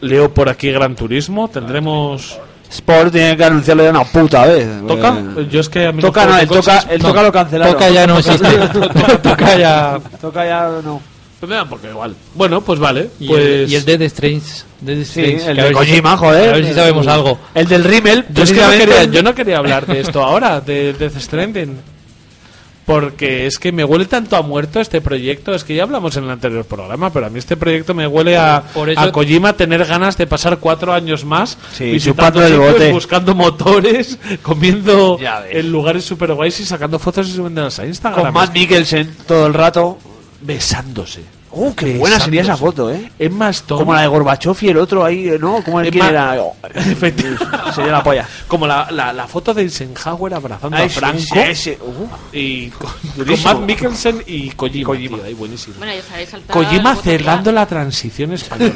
Speaker 1: Leo por aquí Gran Turismo. Tendremos.
Speaker 5: Sport tiene que anunciarlo de una puta vez.
Speaker 1: ¿Toca?
Speaker 5: Eh,
Speaker 1: Yo es que a mí
Speaker 5: toca,
Speaker 1: los
Speaker 5: no,
Speaker 1: juegos de
Speaker 5: el toca,
Speaker 1: coches
Speaker 5: el
Speaker 4: No,
Speaker 5: toca lo cancelaron.
Speaker 4: Toca ya no existe. toca ya
Speaker 5: Toca ya no.
Speaker 1: Pues me da porque igual. Bueno, pues vale.
Speaker 4: Y,
Speaker 1: Pues.
Speaker 4: el, y el Dead Strange. Dead
Speaker 5: Sí,
Speaker 4: Strange,
Speaker 5: el
Speaker 4: que a
Speaker 5: de
Speaker 4: ver si-
Speaker 5: Kojima, joder.
Speaker 4: A ver si sabemos algo.
Speaker 5: ¿eh? El del Rimmel,
Speaker 1: Yo es que no
Speaker 5: precisamente.
Speaker 1: quería, yo no quería hablar de esto ahora, de Death Stranding. Porque es que me huele tanto a muerto este proyecto. Es que ya hablamos en el anterior programa, pero a mí este proyecto me huele a,
Speaker 5: Por eso-
Speaker 1: a Kojima tener ganas de pasar cuatro años más
Speaker 5: Sí,
Speaker 1: visitando
Speaker 5: chupando el
Speaker 1: sitios,
Speaker 5: bote.
Speaker 1: buscando motores, comiendo en lugares super guays y sacando fotos y subiéndolas a Instagram.
Speaker 5: Con Matt Mikkelsen todo el rato.
Speaker 1: Besándose.
Speaker 5: Uh, qué buena
Speaker 1: Besándose.
Speaker 5: sería esa foto, ¿eh?
Speaker 1: Es más
Speaker 5: Como la de Gorbachev y el otro ahí, ¿no? Como el
Speaker 1: Es
Speaker 5: que
Speaker 1: más-
Speaker 5: era. Oh, sería la polla.
Speaker 1: Como la, la, la foto de Eisenhower abrazando
Speaker 5: Ay,
Speaker 1: a
Speaker 5: sí,
Speaker 1: Franco.
Speaker 5: sí, ese, uh.
Speaker 1: y con, con
Speaker 5: Durísimo.
Speaker 1: Matt Mikkelsen y Kojima. tío, ahí buenísimo.
Speaker 3: Bueno, ya os habéis
Speaker 4: Ah,
Speaker 3: saltado
Speaker 1: Kojima
Speaker 3: al botón
Speaker 1: cerrando la transición española.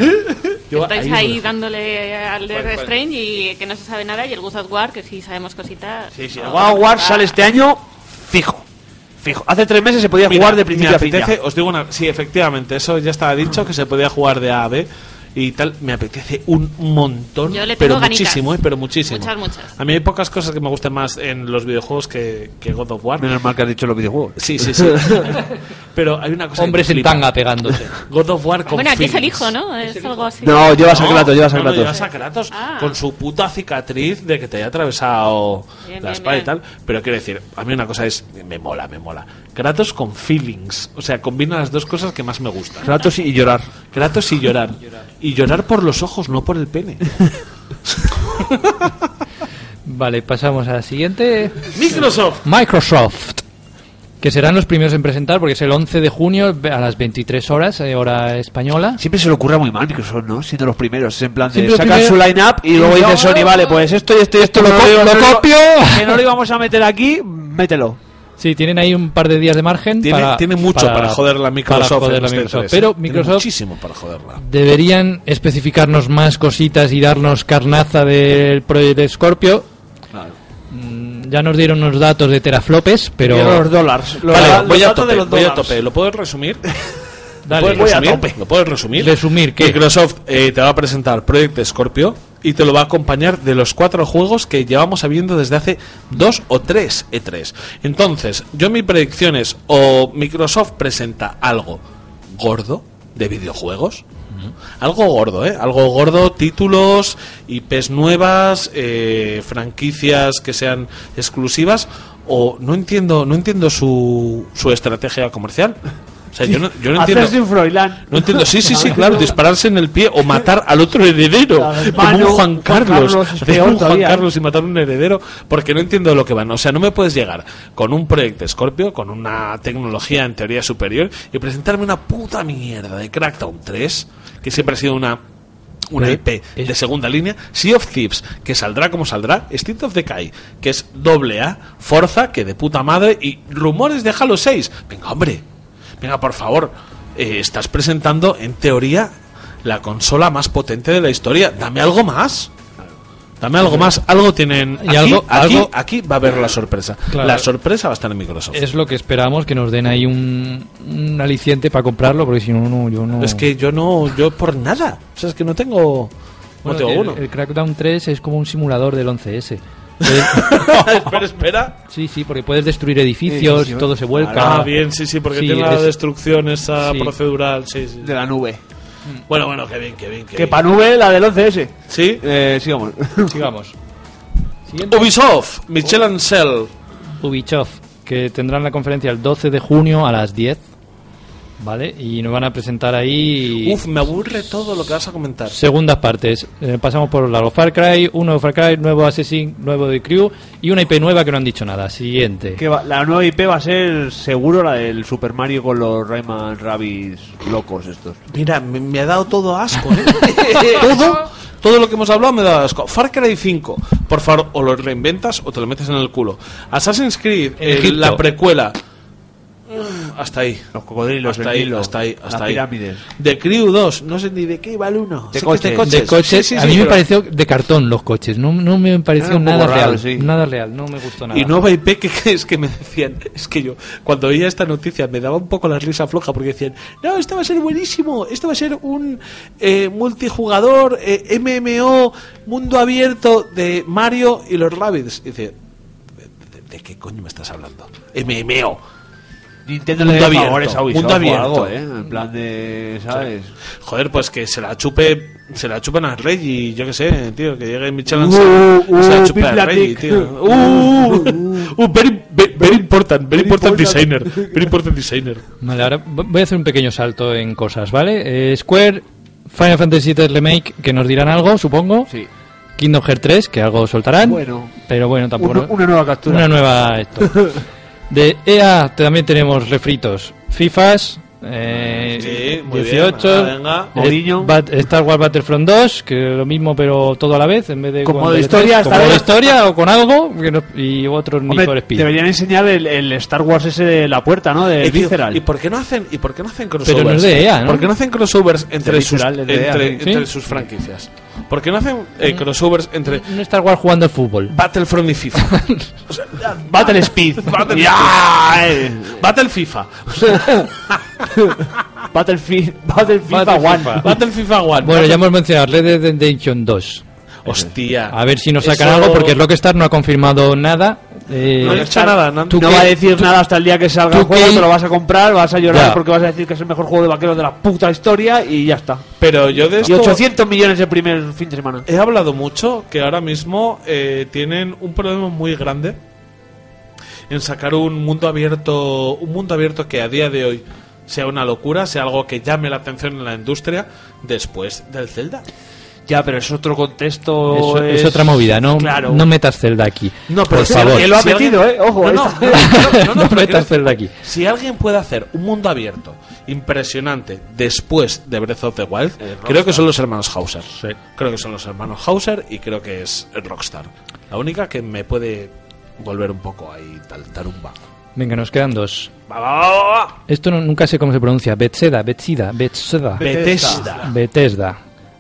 Speaker 1: Yo
Speaker 3: Estáis
Speaker 1: Pues ahí
Speaker 3: ahí,
Speaker 1: lo dejo.
Speaker 3: dándole al de
Speaker 1: Vale, vale.
Speaker 3: Restrain y que no se sabe nada y el Ghost of War que sí sabemos cositas. Ah.
Speaker 5: Sí, sí, el God of War sale este año fijo. Fijo. Hace tres meses se podía
Speaker 1: Mira,
Speaker 5: jugar de principio
Speaker 1: me
Speaker 5: a fin.
Speaker 1: apetece-
Speaker 5: ya.
Speaker 1: Os digo una, sí, efectivamente, eso ya estaba dicho que se podía jugar de A a B y tal. Me apetece un montón,
Speaker 3: Yo le tengo
Speaker 1: pero
Speaker 3: ganitas.
Speaker 1: muchísimo, eh, pero muchísimo.
Speaker 3: Muchas, muchas.
Speaker 1: A mí hay pocas cosas que me gusten más en los videojuegos que, que God of War.
Speaker 5: Menos mal que has dicho los videojuegos.
Speaker 1: Sí, sí, sí. pero hay una cosa. que
Speaker 4: Hombres
Speaker 1: me
Speaker 4: en
Speaker 1: flipa.
Speaker 4: tanga pegándose.
Speaker 1: God of War con
Speaker 3: Bueno, aquí es el
Speaker 1: feelings.
Speaker 3: hijo, ¿no? Es algo así.
Speaker 5: No, llevas a
Speaker 1: No,
Speaker 5: Kratos, llevas a
Speaker 1: no, no,
Speaker 5: Kratos.
Speaker 1: llevas a Kratos
Speaker 3: Ah.
Speaker 1: con su puta cicatriz de que te haya atravesado
Speaker 3: Bien,
Speaker 1: la
Speaker 3: bien,
Speaker 1: espalda y
Speaker 3: bien.
Speaker 1: tal. Pero quiero decir, a mí una cosa es, me mola, me mola. Kratos con feelings. O sea, combina las dos cosas que más me gustan.
Speaker 5: Kratos y llorar.
Speaker 1: Kratos y llorar. Y llorar por los ojos, no por el pene.
Speaker 4: Vale, pasamos a la siguiente.
Speaker 1: Microsoft.
Speaker 4: Microsoft. Que serán los primeros en presentar porque es el 11 de junio a las 23 horas, eh, hora española.
Speaker 5: Siempre se le ocurra muy mal Microsoft, ¿no? Siendo los primeros. En plan, de
Speaker 4: Siempre los
Speaker 5: sacar Eh, su
Speaker 4: primeros.
Speaker 5: line-up y luego dice
Speaker 4: No.
Speaker 5: Sony, vale, pues esto y esto y esto
Speaker 4: Lo
Speaker 5: que
Speaker 4: co-
Speaker 5: no
Speaker 4: lo
Speaker 5: iba-
Speaker 4: copio.
Speaker 5: Que no lo íbamos a meter aquí, mételo.
Speaker 4: Sí, tienen ahí un par de días de margen.
Speaker 1: Tiene,
Speaker 4: para,
Speaker 1: tiene mucho para, joder la
Speaker 4: para
Speaker 1: Microsoft.
Speaker 4: joder
Speaker 1: en
Speaker 4: la
Speaker 1: este
Speaker 4: Microsoft.
Speaker 1: 3, ¿eh?
Speaker 4: Pero
Speaker 1: Tiene
Speaker 4: Microsoft
Speaker 1: muchísimo para joderla.
Speaker 4: deberían especificarnos más cositas y darnos carnaza del Project Scorpio. Mm, Ya nos dieron unos datos de teraflopes, pero...
Speaker 5: Y los dólares. Los,
Speaker 1: Vale,
Speaker 5: los
Speaker 1: voy a
Speaker 5: datos
Speaker 1: tope,
Speaker 5: de los
Speaker 1: voy a
Speaker 5: dólares.
Speaker 1: tope. ¿Lo puedo resumir?
Speaker 4: Dale.
Speaker 1: ¿Lo puedes
Speaker 4: Voy a
Speaker 1: resumir?
Speaker 4: tope.
Speaker 1: ¿Lo puedes resumir?
Speaker 4: ¿Resumir qué?
Speaker 1: Microsoft eh, te va a presentar Project Scorpio y te lo va a acompañar de los cuatro juegos que llevamos habiendo desde hace dos o tres E3. Entonces, yo mi predicción es o Microsoft presenta algo gordo de videojuegos, algo gordo, ¿eh? Algo gordo, títulos, IPs nuevas, eh, franquicias que sean exclusivas. O no entiendo, no entiendo su, su estrategia comercial. O sea, yo no, yo no entiendo.
Speaker 5: Hacerse un Froilán.
Speaker 1: No entiendo, sí, sí, sí, claro, dispararse en el pie o matar al otro heredero.
Speaker 5: Claro,
Speaker 1: Como
Speaker 5: mano,
Speaker 1: un Juan
Speaker 5: Juan Carlos,
Speaker 1: Carlos.
Speaker 5: es
Speaker 1: hacer
Speaker 5: peor
Speaker 1: un Juan
Speaker 5: todavía. ¿eh?
Speaker 1: Carlos y matar a un heredero porque no entiendo lo que van. O sea, no me puedes llegar con un proyecto Scorpio, con una tecnología en teoría superior y presentarme una puta mierda de Crackdown 3, que siempre ha sido una. Una
Speaker 4: Pero
Speaker 1: IP E de segunda línea, Sea of Thieves, que saldrá como saldrá, Street of Decay, que es doble A, Forza, que de puta madre, y rumores de Halo 6. Venga, hombre, Venga, por favor, eh, estás presentando en teoría la consola más potente de la historia. Dame algo más. Dame algo más. Algo tienen.
Speaker 4: Y
Speaker 1: aquí,
Speaker 4: algo-
Speaker 1: aquí,
Speaker 4: algo-
Speaker 1: aquí va a haber la sorpresa.
Speaker 4: Claro.
Speaker 1: La sorpresa va a estar en Microsoft. Es,
Speaker 4: Es lo que esperamos, que nos den ahí un, un aliciente para comprarlo, porque si no, no yo no...
Speaker 1: que yo no. Yo por nada. O sea, es que no tengo.
Speaker 4: Bueno,
Speaker 1: motivo
Speaker 4: el-
Speaker 1: uno.
Speaker 4: El, Crackdown 3 es como un simulador del 11S.
Speaker 1: espera, espera.
Speaker 4: sí, sí, porque puedes destruir edificios,
Speaker 5: Sí, sí,
Speaker 4: todo se vuelca.
Speaker 1: Ah, bien, sí, sí, porque
Speaker 4: Sí,
Speaker 1: tiene la
Speaker 4: es-
Speaker 1: destrucción esa
Speaker 4: sí.
Speaker 1: procedural. Sí, sí.
Speaker 5: De la nube.
Speaker 1: Bueno, bueno, qué bien, qué bien. Qué
Speaker 5: Que
Speaker 1: bien.
Speaker 5: pa' nube la del 11S.
Speaker 1: Sí.
Speaker 5: Eh, sigamos.
Speaker 4: Sigamos. Siguiente.
Speaker 1: Ubisoft, Michel Ancel.
Speaker 4: Ubisoft, que tendrán la conferencia el 12 de junio a las 10. ¿Vale? Y nos van a presentar ahí...
Speaker 1: Uf, me aburre todo lo que vas a comentar.
Speaker 4: Segundas partes. Eh, pasamos por largo Far Cry, un nuevo Far Cry, nuevo Assassin, nuevo de Crew y una IP nueva que no han dicho nada. Siguiente.
Speaker 5: Que va- la nueva IP va a ser seguro la del Super Mario con los Rayman Rabbids locos estos.
Speaker 1: Mira, me, me ha dado todo asco, ¿eh? todo, todo lo que hemos hablado me ha dado asco. Far Cry 5, por favor, o lo reinventas o te lo metes en el culo. Assassin's Creed,
Speaker 4: En
Speaker 1: eh,
Speaker 4: Egipto.
Speaker 1: la precuela. Mm, Hasta ahí.
Speaker 5: Los cocodrilos,
Speaker 1: hasta
Speaker 5: el
Speaker 1: ahí,
Speaker 5: Nilo,
Speaker 1: hasta ahí, hasta
Speaker 5: las
Speaker 1: ahí.
Speaker 5: pirámides.
Speaker 1: De Crew 2, no sé ni de qué iba el 1.
Speaker 5: De coches.
Speaker 4: de coches, a mí me
Speaker 1: pareció
Speaker 4: pareció de cartón los coches, no, no me pareció
Speaker 5: Era un poco
Speaker 4: nada
Speaker 5: raro,
Speaker 4: real,
Speaker 5: sí.
Speaker 4: nada real, no me gustó nada.
Speaker 1: Y nueva IP que, que es que me decían, es que yo cuando oía esta noticia me daba un poco la risa floja porque decían, no, esto va a ser buenísimo, esto va a ser un eh, multijugador eh, MMO, mundo abierto de Mario y los Rabbids. Y dice, "¿De- de- ¿de qué coño me estás hablando? MMO.
Speaker 5: Nintendo
Speaker 1: Mundo
Speaker 5: le da
Speaker 1: abierto,
Speaker 5: favores a Ubisoft
Speaker 1: mundo
Speaker 5: o
Speaker 1: abierto.
Speaker 5: algo, ¿eh? En plan de, ¿sabes?
Speaker 1: Joder, pues que se la chupe, se la chupan a Reggie, yo qué sé, tío, que llegue Michel
Speaker 5: Uh,
Speaker 1: Ancel y se la
Speaker 5: uh,
Speaker 1: chupe a
Speaker 5: Piplatic.
Speaker 1: Reggie, tío. Uh, uh, uh, very, very, very important, very important designer. Very important designer.
Speaker 4: Vale, ahora vo- voy a hacer un pequeño salto en cosas, ¿vale? Eh, Square, Final Fantasy VII Remake, que nos dirán algo, supongo. Sí. Kingdom Hearts 3, que algo soltarán.
Speaker 5: Bueno.
Speaker 4: Pero bueno, tampoco.
Speaker 5: Una- una nueva captura.
Speaker 4: Una nueva esto. De EA también tenemos refritos. FIFAs. Eh,
Speaker 5: Sí, muy bien.
Speaker 4: 18.
Speaker 5: Venga, venga.
Speaker 4: Eh,
Speaker 5: Mourinho.
Speaker 4: Bat- Star Wars Battlefront 2, que lo mismo pero todo a la vez, en vez de...
Speaker 5: Como
Speaker 4: cuando
Speaker 5: de
Speaker 4: le traes-
Speaker 5: historia,
Speaker 4: como
Speaker 5: esta
Speaker 4: de
Speaker 5: vez.
Speaker 4: historia o con algo, que no- y otros ni por
Speaker 5: Hombre,
Speaker 4: Speed.
Speaker 5: deberían enseñar el, el Star Wars ese de la puerta, ¿no? De
Speaker 1: Eh, tío,
Speaker 5: Visceral.
Speaker 1: ¿Y por qué no hacen, y por qué no hacen
Speaker 5: Pero
Speaker 1: crossovers?
Speaker 5: no es de EA, ¿no?
Speaker 1: ¿Por qué no hacen crossovers entre,
Speaker 5: De
Speaker 1: sus,
Speaker 5: Visceral, es de EA,
Speaker 1: entre,
Speaker 5: sí.
Speaker 1: entre
Speaker 5: Sí.
Speaker 1: sus franquicias? ¿Por qué no hacen eh, crossovers entre
Speaker 4: No Star Wars jugando al fútbol.
Speaker 1: Battlefront y FIFA?
Speaker 5: Battle Speed.
Speaker 1: Battle,
Speaker 5: Ya, eh.
Speaker 1: Battle FIFA.
Speaker 5: Battle, fi- Battle FIFA One.
Speaker 1: Battle FIFA One.
Speaker 4: Bueno, ya hemos mencionado Red Dead Redemption 2.
Speaker 1: Hostia.
Speaker 4: A ver si nos sacan
Speaker 1: Eso-
Speaker 4: algo, porque Rockstar no ha confirmado nada. Eh,
Speaker 1: No han hecho nada, no han-
Speaker 4: ¿tú
Speaker 5: no
Speaker 4: qué-
Speaker 5: va a decir nada hasta el día que salga el
Speaker 4: tú
Speaker 5: juego,
Speaker 4: qué-
Speaker 5: te lo vas a comprar, vas a llorar
Speaker 4: Ya.
Speaker 5: porque vas a decir que es el mejor juego de vaqueros de la puta historia y ya está.
Speaker 1: Pero yo de
Speaker 5: Y
Speaker 1: esto Eh,
Speaker 5: 800 millones el primer fin de semana.
Speaker 1: he hablado mucho que ahora mismo eh, tienen un problema muy grande en sacar un mundo abierto, un mundo abierto que a día de hoy sea una locura, sea algo que llame la atención en la industria después del Zelda.
Speaker 5: Ya, pero es otro contexto.
Speaker 4: Eso- es... otra movida, ¿no?
Speaker 5: Claro.
Speaker 4: No metas Zelda aquí.
Speaker 1: No, pero
Speaker 4: por
Speaker 1: si
Speaker 4: favor.
Speaker 5: Que lo ha
Speaker 1: Si alguien-
Speaker 5: metido, ¿eh? Ojo.
Speaker 1: No, no,
Speaker 5: esta-
Speaker 1: no, no, no,
Speaker 4: No
Speaker 1: pero quiero
Speaker 4: metas
Speaker 1: decir,
Speaker 4: Zelda aquí.
Speaker 1: Si alguien puede hacer un mundo abierto impresionante después de Breath of the Wild, creo que son los hermanos Hauser. Creo que son los hermanos Hauser y creo que es Rockstar. La única que me puede volver un poco ahí tal tarumba.
Speaker 4: Venga, nos quedan dos.
Speaker 5: Va, va, va, va, va.
Speaker 4: Esto no- nunca sé cómo se pronuncia. Bethesda, Bethesda, Bethesda.
Speaker 1: Bethesda.
Speaker 4: Bethesda.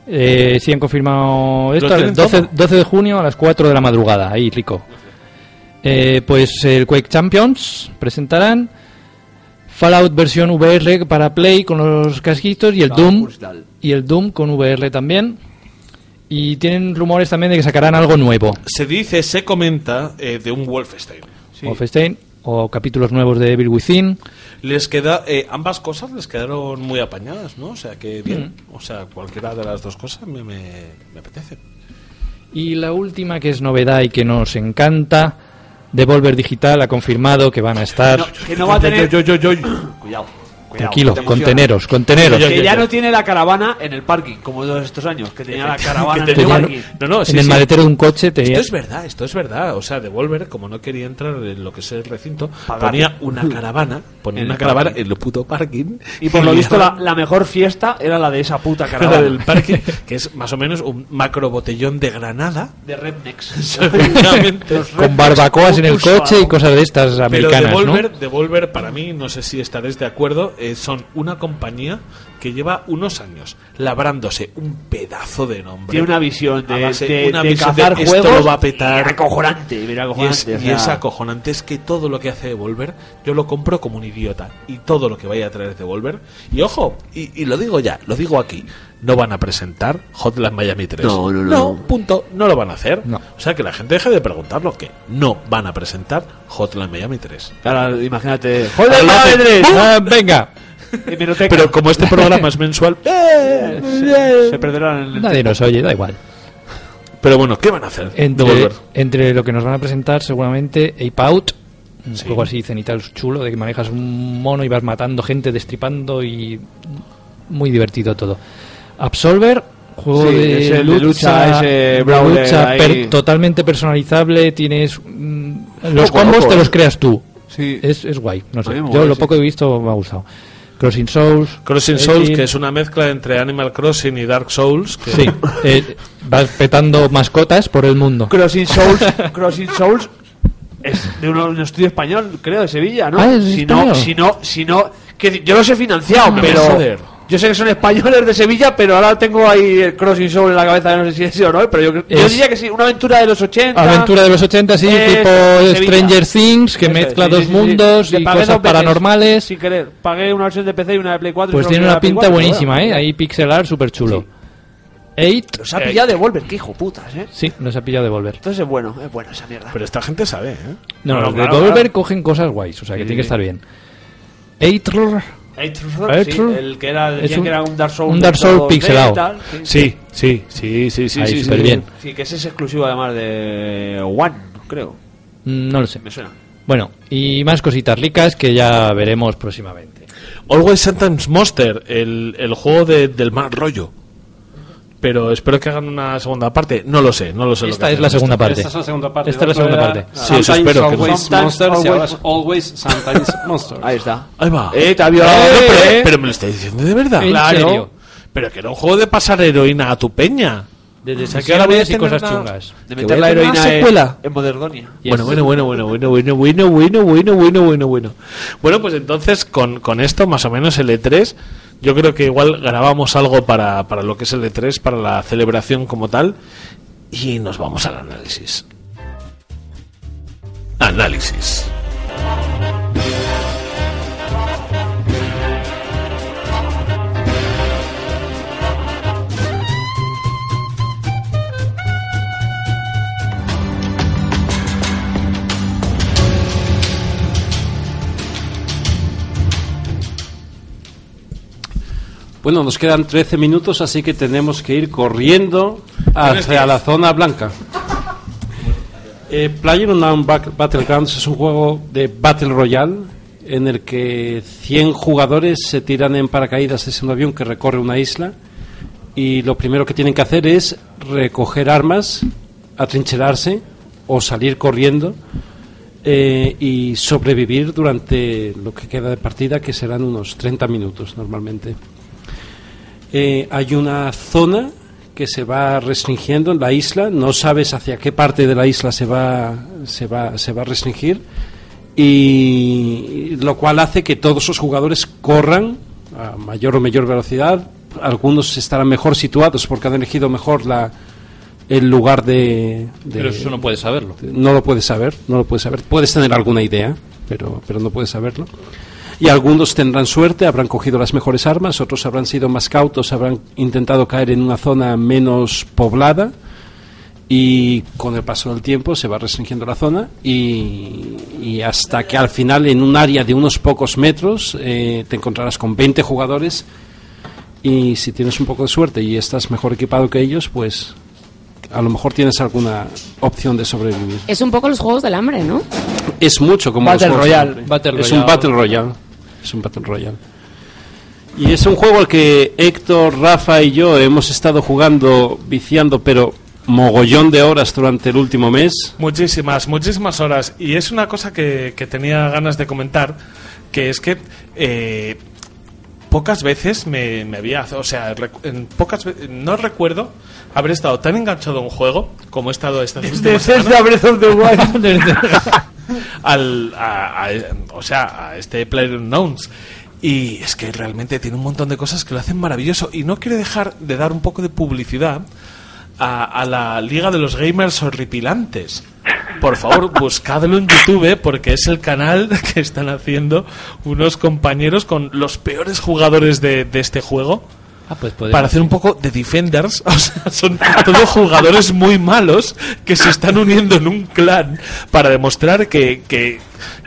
Speaker 4: Eh, sí han confirmado esto,
Speaker 1: ¿Lo tienen
Speaker 4: el 12,
Speaker 1: todo?
Speaker 4: 12 de junio a las 4 de la madrugada, ahí rico. Eh, pues el Quake Champions presentarán Fallout versión VR para Play con los casquitos y el Doom y el Doom con VR también. Y tienen rumores también de que sacarán algo nuevo,
Speaker 1: Se dice, se comenta eh, de un Wolfenstein.
Speaker 4: Wolfenstein o capítulos nuevos de Evil Within.
Speaker 1: Les queda eh, ambas cosas les quedaron muy apañadas, ¿no? O sea que bien, o sea cualquiera de las dos cosas me, me, me apetece.
Speaker 4: Y la última que es novedad y que nos encanta, Devolver Digital ha confirmado que van a estar
Speaker 5: No, que no va a tener. Cuidado.
Speaker 4: Tranquilo,
Speaker 5: te emociona.
Speaker 4: conteneros, conteneros.
Speaker 5: Que ya no tiene la caravana en el parking, como todos estos años, que tenía la caravana en
Speaker 1: Que
Speaker 5: el
Speaker 1: tenía-
Speaker 5: parking.
Speaker 1: no, no, sí,
Speaker 4: en el
Speaker 1: sí.
Speaker 4: maletero de un coche tenía.
Speaker 1: Esto es verdad, esto es verdad. O sea, Devolver, como no quería entrar en lo que es el recinto,
Speaker 5: Pagar.
Speaker 1: ponía una caravana, ponía
Speaker 5: En
Speaker 1: una
Speaker 5: el
Speaker 1: caravana
Speaker 5: parking.
Speaker 1: en el puto parking.
Speaker 5: Y por lo
Speaker 1: le
Speaker 5: visto, la,
Speaker 1: llaman
Speaker 5: la mejor fiesta era la de esa puta
Speaker 1: caravana del
Speaker 5: caravana.
Speaker 1: parking, que es más o menos un macro botellón de granada.
Speaker 5: de Rednecks.
Speaker 1: Seguramente.
Speaker 5: Los
Speaker 4: Con
Speaker 5: Rednecks
Speaker 4: barbacoas en el
Speaker 5: Utusawa.
Speaker 4: coche y cosas de estas
Speaker 1: Pero
Speaker 4: americanas,
Speaker 1: Devolver,
Speaker 4: ¿no?
Speaker 1: Devolver, para mí, no sé si estaréis de acuerdo, eh, son una compañía que lleva unos años labrándose un pedazo de nombre.
Speaker 5: Tiene una visión
Speaker 1: A
Speaker 5: de,
Speaker 1: base-
Speaker 5: de-
Speaker 1: una
Speaker 5: de
Speaker 1: visión de
Speaker 5: cazar
Speaker 1: esto
Speaker 5: juegos.
Speaker 1: lo va a petar.
Speaker 5: Acojonante, mira,
Speaker 1: Y es,
Speaker 5: acojonante. o
Speaker 1: y
Speaker 5: sea,
Speaker 1: es acojonante, es que todo lo que hace Devolver, yo lo compro como un idiota. Y todo lo que vaya a traer Devolver. Y ojo, y, y lo digo ya, lo digo aquí. No van a presentar Hotline Miami 3.
Speaker 5: No, no, no.
Speaker 1: punto, no lo van a hacer.
Speaker 4: No.
Speaker 1: O sea, que la gente deje de preguntarlo, que no van a presentar Hotline Miami 3.
Speaker 5: Claro, imagínate.
Speaker 4: Ah,
Speaker 5: ¡Joder, madre!
Speaker 4: ah, venga,
Speaker 5: Hemeroteca.
Speaker 1: Pero como este programa es mensual... ¡eh!
Speaker 5: se perderán en el
Speaker 4: nadie nos oye, da igual.
Speaker 1: Pero bueno, ¿qué van a hacer?
Speaker 4: Entre,
Speaker 1: Devolver.
Speaker 4: entre lo que nos van a presentar, seguramente Ape Out, un
Speaker 1: Sí.
Speaker 4: juego así cenital chulo, de que manejas un mono y vas matando gente, destripando y. Muy divertido todo. Absolver, juego
Speaker 5: Sí,
Speaker 4: de,
Speaker 5: es el de
Speaker 4: lucha,
Speaker 5: lucha, ese
Speaker 4: de
Speaker 5: brawler
Speaker 4: lucha
Speaker 5: ahí.
Speaker 4: per- totalmente personalizable, tienes. mm, los
Speaker 5: poco
Speaker 4: combos
Speaker 5: loco,
Speaker 4: te
Speaker 5: ¿eh?
Speaker 4: los creas tú.
Speaker 5: Sí.
Speaker 4: Es, es guay, no sé.
Speaker 5: mí me
Speaker 4: Yo
Speaker 5: guay,
Speaker 4: lo
Speaker 5: sí.
Speaker 4: poco que he visto me ha gustado. Crossing Souls.
Speaker 1: Crossing Souls,
Speaker 4: Exit.
Speaker 1: que es una mezcla entre Animal Crossing y Dark Souls. Que
Speaker 4: Sí, eh, vas petando mascotas por el mundo.
Speaker 5: Crossing Souls, Crossing Souls es de un, un estudio español, creo, de Sevilla, ¿no?
Speaker 4: Ah, es
Speaker 5: si
Speaker 4: español.
Speaker 5: no, si no, si no, que di- yo los he financiado, pero
Speaker 1: joder.
Speaker 5: yo sé que son españoles de Sevilla, pero ahora tengo ahí el Crossing Souls en la cabeza, que no sé si es sí o no, pero yo, creo- yo
Speaker 4: Es-
Speaker 5: diría que sí, una aventura de los 80.
Speaker 4: Aventura de los 80, sí,
Speaker 5: Eso,
Speaker 4: tipo
Speaker 5: Sevilla.
Speaker 4: Stranger Things, que
Speaker 5: Eso es,
Speaker 4: mezcla
Speaker 5: sí,
Speaker 4: dos
Speaker 5: sí, sí, sí.
Speaker 4: mundos
Speaker 5: Le
Speaker 4: y
Speaker 5: pagué
Speaker 4: cosas
Speaker 5: dos veces,
Speaker 4: paranormales.
Speaker 5: Sin querer, pagué una versión de PC y una de Play 4.
Speaker 4: pues
Speaker 5: y
Speaker 4: tiene
Speaker 5: solo
Speaker 4: una
Speaker 5: me quedé
Speaker 4: pinta
Speaker 5: la Play 4,
Speaker 4: buenísima,
Speaker 5: pero
Speaker 4: ¿eh?
Speaker 5: bueno.
Speaker 4: Ahí pixelar súper chulo. Eight,
Speaker 5: Los ha pillado de Volver, qué hijo putas, ¿eh?
Speaker 4: sí, nos ha pillado de volver.
Speaker 5: Entonces es bueno, es bueno esa mierda.
Speaker 1: Pero esta gente sabe, ¿eh?
Speaker 4: No,
Speaker 5: Bueno,
Speaker 4: los de
Speaker 5: claro,
Speaker 4: volver
Speaker 5: claro.
Speaker 4: cogen cosas guays, o sea que
Speaker 5: Sí,
Speaker 4: tiene que
Speaker 5: sí.
Speaker 4: estar bien. Eight,
Speaker 5: Eighth sí,
Speaker 4: Eighth-
Speaker 5: el que era,
Speaker 4: es
Speaker 5: decían
Speaker 4: un-
Speaker 5: que era un Dark Souls.
Speaker 4: un Dark Souls pixelado.
Speaker 1: Sí, sí, sí, sí, sí. sí,
Speaker 4: Ahí,
Speaker 1: sí,
Speaker 4: súper
Speaker 1: sí.
Speaker 4: bien.
Speaker 5: Sí, que ese es exclusivo además de One, creo.
Speaker 4: mm, no lo sé.
Speaker 5: Me suena.
Speaker 4: Bueno, y más cositas ricas que ya veremos próximamente.
Speaker 1: Always Sentence Monster, el, el juego de- del mal rollo. Pero espero que hagan una segunda parte. No lo sé, no lo sé. lo
Speaker 4: Esta
Speaker 1: que
Speaker 4: es la
Speaker 1: hacen.
Speaker 4: segunda parte.
Speaker 6: Esta es la segunda parte.
Speaker 4: Esta es la
Speaker 6: otra
Speaker 4: segunda
Speaker 6: era,
Speaker 4: parte.
Speaker 6: ah,
Speaker 1: Sí, eso
Speaker 6: sometimes
Speaker 1: espero que-
Speaker 6: Always
Speaker 5: Sometimes,
Speaker 6: monsters y ahora es
Speaker 5: always-
Speaker 6: always, sometimes monsters.
Speaker 5: Ahí está.
Speaker 1: Ahí va.
Speaker 5: Eh, te había-
Speaker 1: No, pero,
Speaker 5: eh.
Speaker 1: pero me lo está diciendo de verdad.
Speaker 4: ¿En
Speaker 1: claro.
Speaker 4: serio?
Speaker 1: Pero que era un juego de pasar heroína a tu peña.
Speaker 5: Ah,
Speaker 4: Desde
Speaker 1: sea, que ahora voy a
Speaker 4: y
Speaker 1: tener
Speaker 4: cosas
Speaker 1: una-
Speaker 4: chungas.
Speaker 5: De
Speaker 1: Que
Speaker 5: meter
Speaker 1: voy
Speaker 5: la
Speaker 1: a tener una
Speaker 5: heroína en,
Speaker 1: secuela.
Speaker 5: en Moderdonia.
Speaker 1: Bueno, bueno, bueno, bueno, bueno, bueno, bueno, bueno, bueno, bueno, bueno, bueno. Bueno, pues entonces con, con esto, más o menos el E3, yo creo que igual grabamos algo para, para lo que es el E3, para la celebración como tal, y nos vamos al análisis. Análisis.
Speaker 6: Bueno, nos quedan 13 minutos, así que tenemos que ir corriendo
Speaker 1: Tienes
Speaker 6: hacia
Speaker 1: diez.
Speaker 6: la zona blanca. Eh, PlayerUnknown's Bac- Battlegrounds es un juego de Battle Royale en el que 100 jugadores se tiran en paracaídas desde un avión que recorre una isla y lo primero que tienen que hacer es recoger armas, atrincherarse o salir corriendo eh, y sobrevivir durante lo que queda de partida, que serán unos 30 minutos normalmente. Eh, hay una zona que se va restringiendo en la isla, no sabes hacia qué parte de la isla se va, se va, se va a restringir, y lo cual hace que todos los jugadores corran a mayor o menor velocidad. Algunos estarán mejor situados porque han elegido mejor la, el lugar de, de-
Speaker 4: Pero eso no puedes saberlo.
Speaker 6: Este, no lo puedes saber, no lo puedes saber. Puedes tener alguna idea, pero, pero no puedes saberlo. Y algunos tendrán suerte, habrán cogido las mejores armas, otros habrán sido más cautos, habrán intentado caer en una zona menos poblada y con el paso del tiempo se va restringiendo la zona y, y hasta que al final en un área de unos pocos metros eh, te encontrarás con 20 jugadores y si tienes un poco de suerte y estás mejor equipado que ellos, pues a lo mejor tienes alguna opción de sobrevivir.
Speaker 11: Es un poco los juegos del hambre, ¿no?
Speaker 6: Es mucho como
Speaker 5: Battle
Speaker 6: los juegos
Speaker 5: Royale,
Speaker 6: siempre.
Speaker 4: Battle
Speaker 6: es
Speaker 4: Royale.
Speaker 6: un Battle Royale. Es un Battle Royale. Y es un juego al que Héctor, Rafa y yo hemos estado jugando, viciando, pero mogollón de horas durante el último mes.
Speaker 1: Muchísimas, muchísimas horas. Y es una cosa que, que tenía ganas de comentar, que es que eh, pocas veces me, me había... O sea, recu- en pocas ve- no recuerdo haber estado tan enganchado a un juego como he estado esta
Speaker 5: De
Speaker 1: última
Speaker 5: ser
Speaker 1: semana
Speaker 5: de Breath de Wild.
Speaker 1: al, a, a- o sea, a este PlayerUnknown's. Y es que realmente tiene un montón de cosas que lo hacen maravilloso. Y no quiero dejar de dar un poco de publicidad a, a la Liga de los Gamers Horripilantes. Por favor, buscadlo en YouTube eh, porque es el canal que están haciendo unos compañeros con los peores jugadores de, de este juego
Speaker 4: Ah, pues podemos.
Speaker 1: para hacer un poco de defenders. O sea, son todos jugadores muy malos que se están uniendo en un clan para demostrar que, que,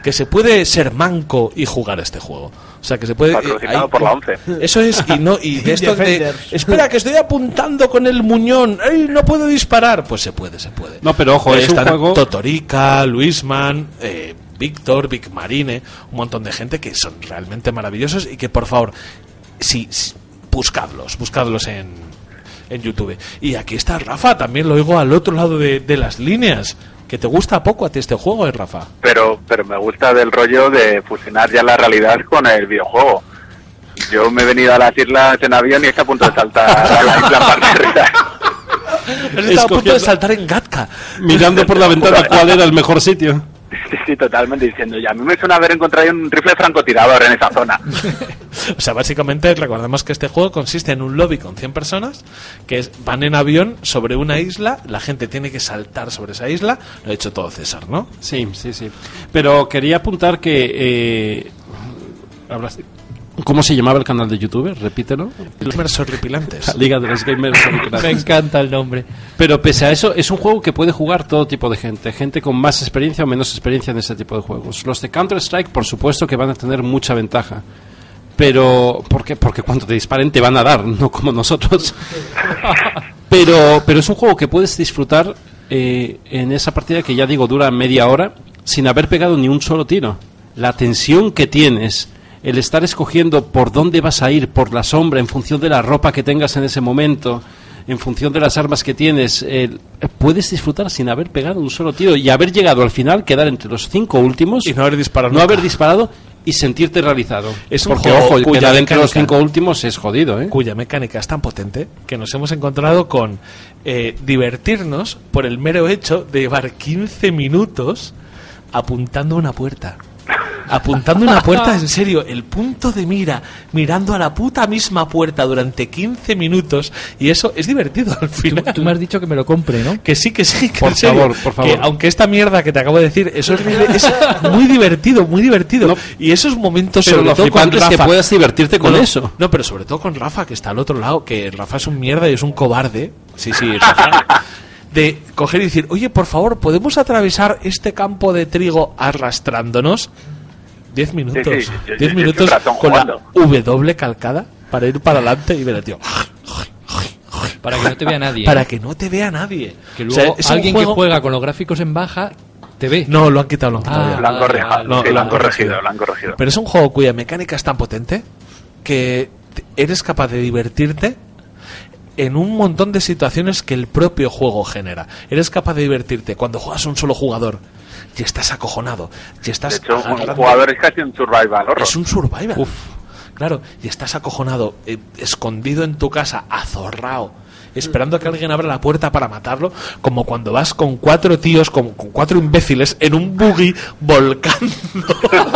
Speaker 1: que se puede ser manco y jugar a este juego. O sea, que se puede...
Speaker 7: Patrocinado
Speaker 1: eh,
Speaker 7: por la ONCE.
Speaker 1: Eso es, y no, y de esto de...
Speaker 5: Defenders.
Speaker 1: Espera, que estoy apuntando con el muñón. ¡Ay, no puedo disparar! Pues se puede, se puede.
Speaker 6: No, pero ojo,
Speaker 1: Eh,
Speaker 6: es un
Speaker 1: están
Speaker 6: juego-
Speaker 1: Totorica, Luisman, eh, Víctor, Vic Marine, un montón de gente que son realmente maravillosos y que por favor, si, si- buscadlos, buscadlos en, en YouTube. Y aquí está Rafa, también lo oigo al otro lado de, de las líneas. Que te gusta poco a ti este juego, ¿eh, Rafa?
Speaker 7: Pero, pero me gusta del rollo de fusionar ya la realidad con el videojuego. Yo me he venido a las islas en avión y está a punto de saltar a la isla partida.
Speaker 1: Has estado a punto de
Speaker 6: Escogiendo-
Speaker 1: saltar en Gatka.
Speaker 6: Mirando por la ventana cuál era el mejor sitio.
Speaker 7: Sí, sí, totalmente diciendo. Y a mí me suena haber encontrado un rifle francotirador en esa zona.
Speaker 1: O sea, básicamente recordemos que este juego consiste en un lobby con 100 personas que es- van en avión sobre una isla, la gente tiene que saltar sobre esa isla, lo ha hecho todo César, ¿no?
Speaker 6: Sí, sí, sí. Pero quería apuntar que... eh, habrás- ¿Cómo se llamaba el canal de YouTube? Repítelo.
Speaker 1: Gamers horripilantes.
Speaker 6: La Liga de los Gamers. Originales.
Speaker 4: Me encanta el nombre.
Speaker 6: Pero pese a eso, es un juego que puede jugar todo tipo de gente, gente con más experiencia o menos experiencia en este tipo de juegos. Los de Counter-Strike, por supuesto que van a tener mucha ventaja. Pero, ¿por qué? Porque cuando te disparen te van a dar, no como nosotros. pero, pero es un juego que puedes disfrutar eh, en esa partida que ya digo dura media hora sin haber pegado ni un solo tiro. La tensión que tienes, el estar escogiendo por dónde vas a ir, por la sombra, en función de la ropa que tengas en ese momento, en función de las armas que tienes, el- puedes disfrutar sin haber pegado un solo tiro y haber llegado al final, quedar entre los cinco últimos y no haber disparado, no haber disparado y sentirte realizado.
Speaker 1: Es un
Speaker 6: porque
Speaker 1: juego
Speaker 6: ojo, el
Speaker 1: cuya
Speaker 6: quedar entre los
Speaker 1: mecánica-
Speaker 6: cinco últimos es jodido, ¿eh?
Speaker 1: cuya mecánica es tan potente que nos hemos encontrado con eh, divertirnos por el mero hecho de llevar 15 minutos apuntando a una puerta. Apuntando a una puerta, en serio, el punto de mira, mirando a la puta misma puerta durante 15 minutos, y eso es divertido al final.
Speaker 12: Tú me has dicho que me lo compre, ¿no?
Speaker 1: Que sí, que sí, que
Speaker 12: Por
Speaker 1: en serio,
Speaker 12: favor, por favor.
Speaker 1: que aunque esta mierda que te acabo de decir, eso es, es muy divertido, muy divertido. y esos momentos
Speaker 6: Pero
Speaker 1: sobre
Speaker 6: lo
Speaker 1: todo
Speaker 6: flipante
Speaker 1: con
Speaker 6: es que
Speaker 1: Rafa-
Speaker 6: puedas divertirte con
Speaker 1: No, no,
Speaker 6: eso.
Speaker 1: No, pero sobre todo con Rafa, que está al otro lado, que Rafa es un mierda y es un cobarde. Sí, sí, Rafa. De coger y decir, oye, por favor, ¿podemos atravesar este campo de trigo arrastrándonos? Diez minutos.
Speaker 7: Sí, sí, yo- yo-
Speaker 1: diez
Speaker 7: yo
Speaker 1: minutos
Speaker 7: estoy un ratón
Speaker 1: con la W calcada para ir para adelante y ver al tío.
Speaker 12: Para que no te vea nadie.
Speaker 1: Para que no te vea nadie.
Speaker 12: Que
Speaker 1: O
Speaker 12: luego
Speaker 1: sea, es un
Speaker 12: alguien
Speaker 1: juego-
Speaker 12: que juega con los gráficos en baja te ve.
Speaker 1: No, lo han quitado, lo han quitado
Speaker 12: Ah,
Speaker 1: ya.
Speaker 7: Lo han correja-
Speaker 12: vale,
Speaker 7: sí,
Speaker 1: No,
Speaker 12: vale.
Speaker 7: lo han corregido, lo han corregido.
Speaker 1: Pero es un juego cuya mecánica es tan potente que te- eres capaz de divertirte en un montón de situaciones que el propio juego genera. Eres capaz de divertirte cuando juegas a un solo jugador y estás acojonado, y
Speaker 7: De
Speaker 1: estás
Speaker 7: hecho, un
Speaker 1: agarrando-
Speaker 7: jugador es casi un survival horror.
Speaker 1: es un survival. Claro, y estás acojonado, eh, escondido en tu casa, azorrao, esperando a que alguien abra la puerta para matarlo, como cuando vas con cuatro tíos, con, con cuatro imbéciles, en un buggy volcando,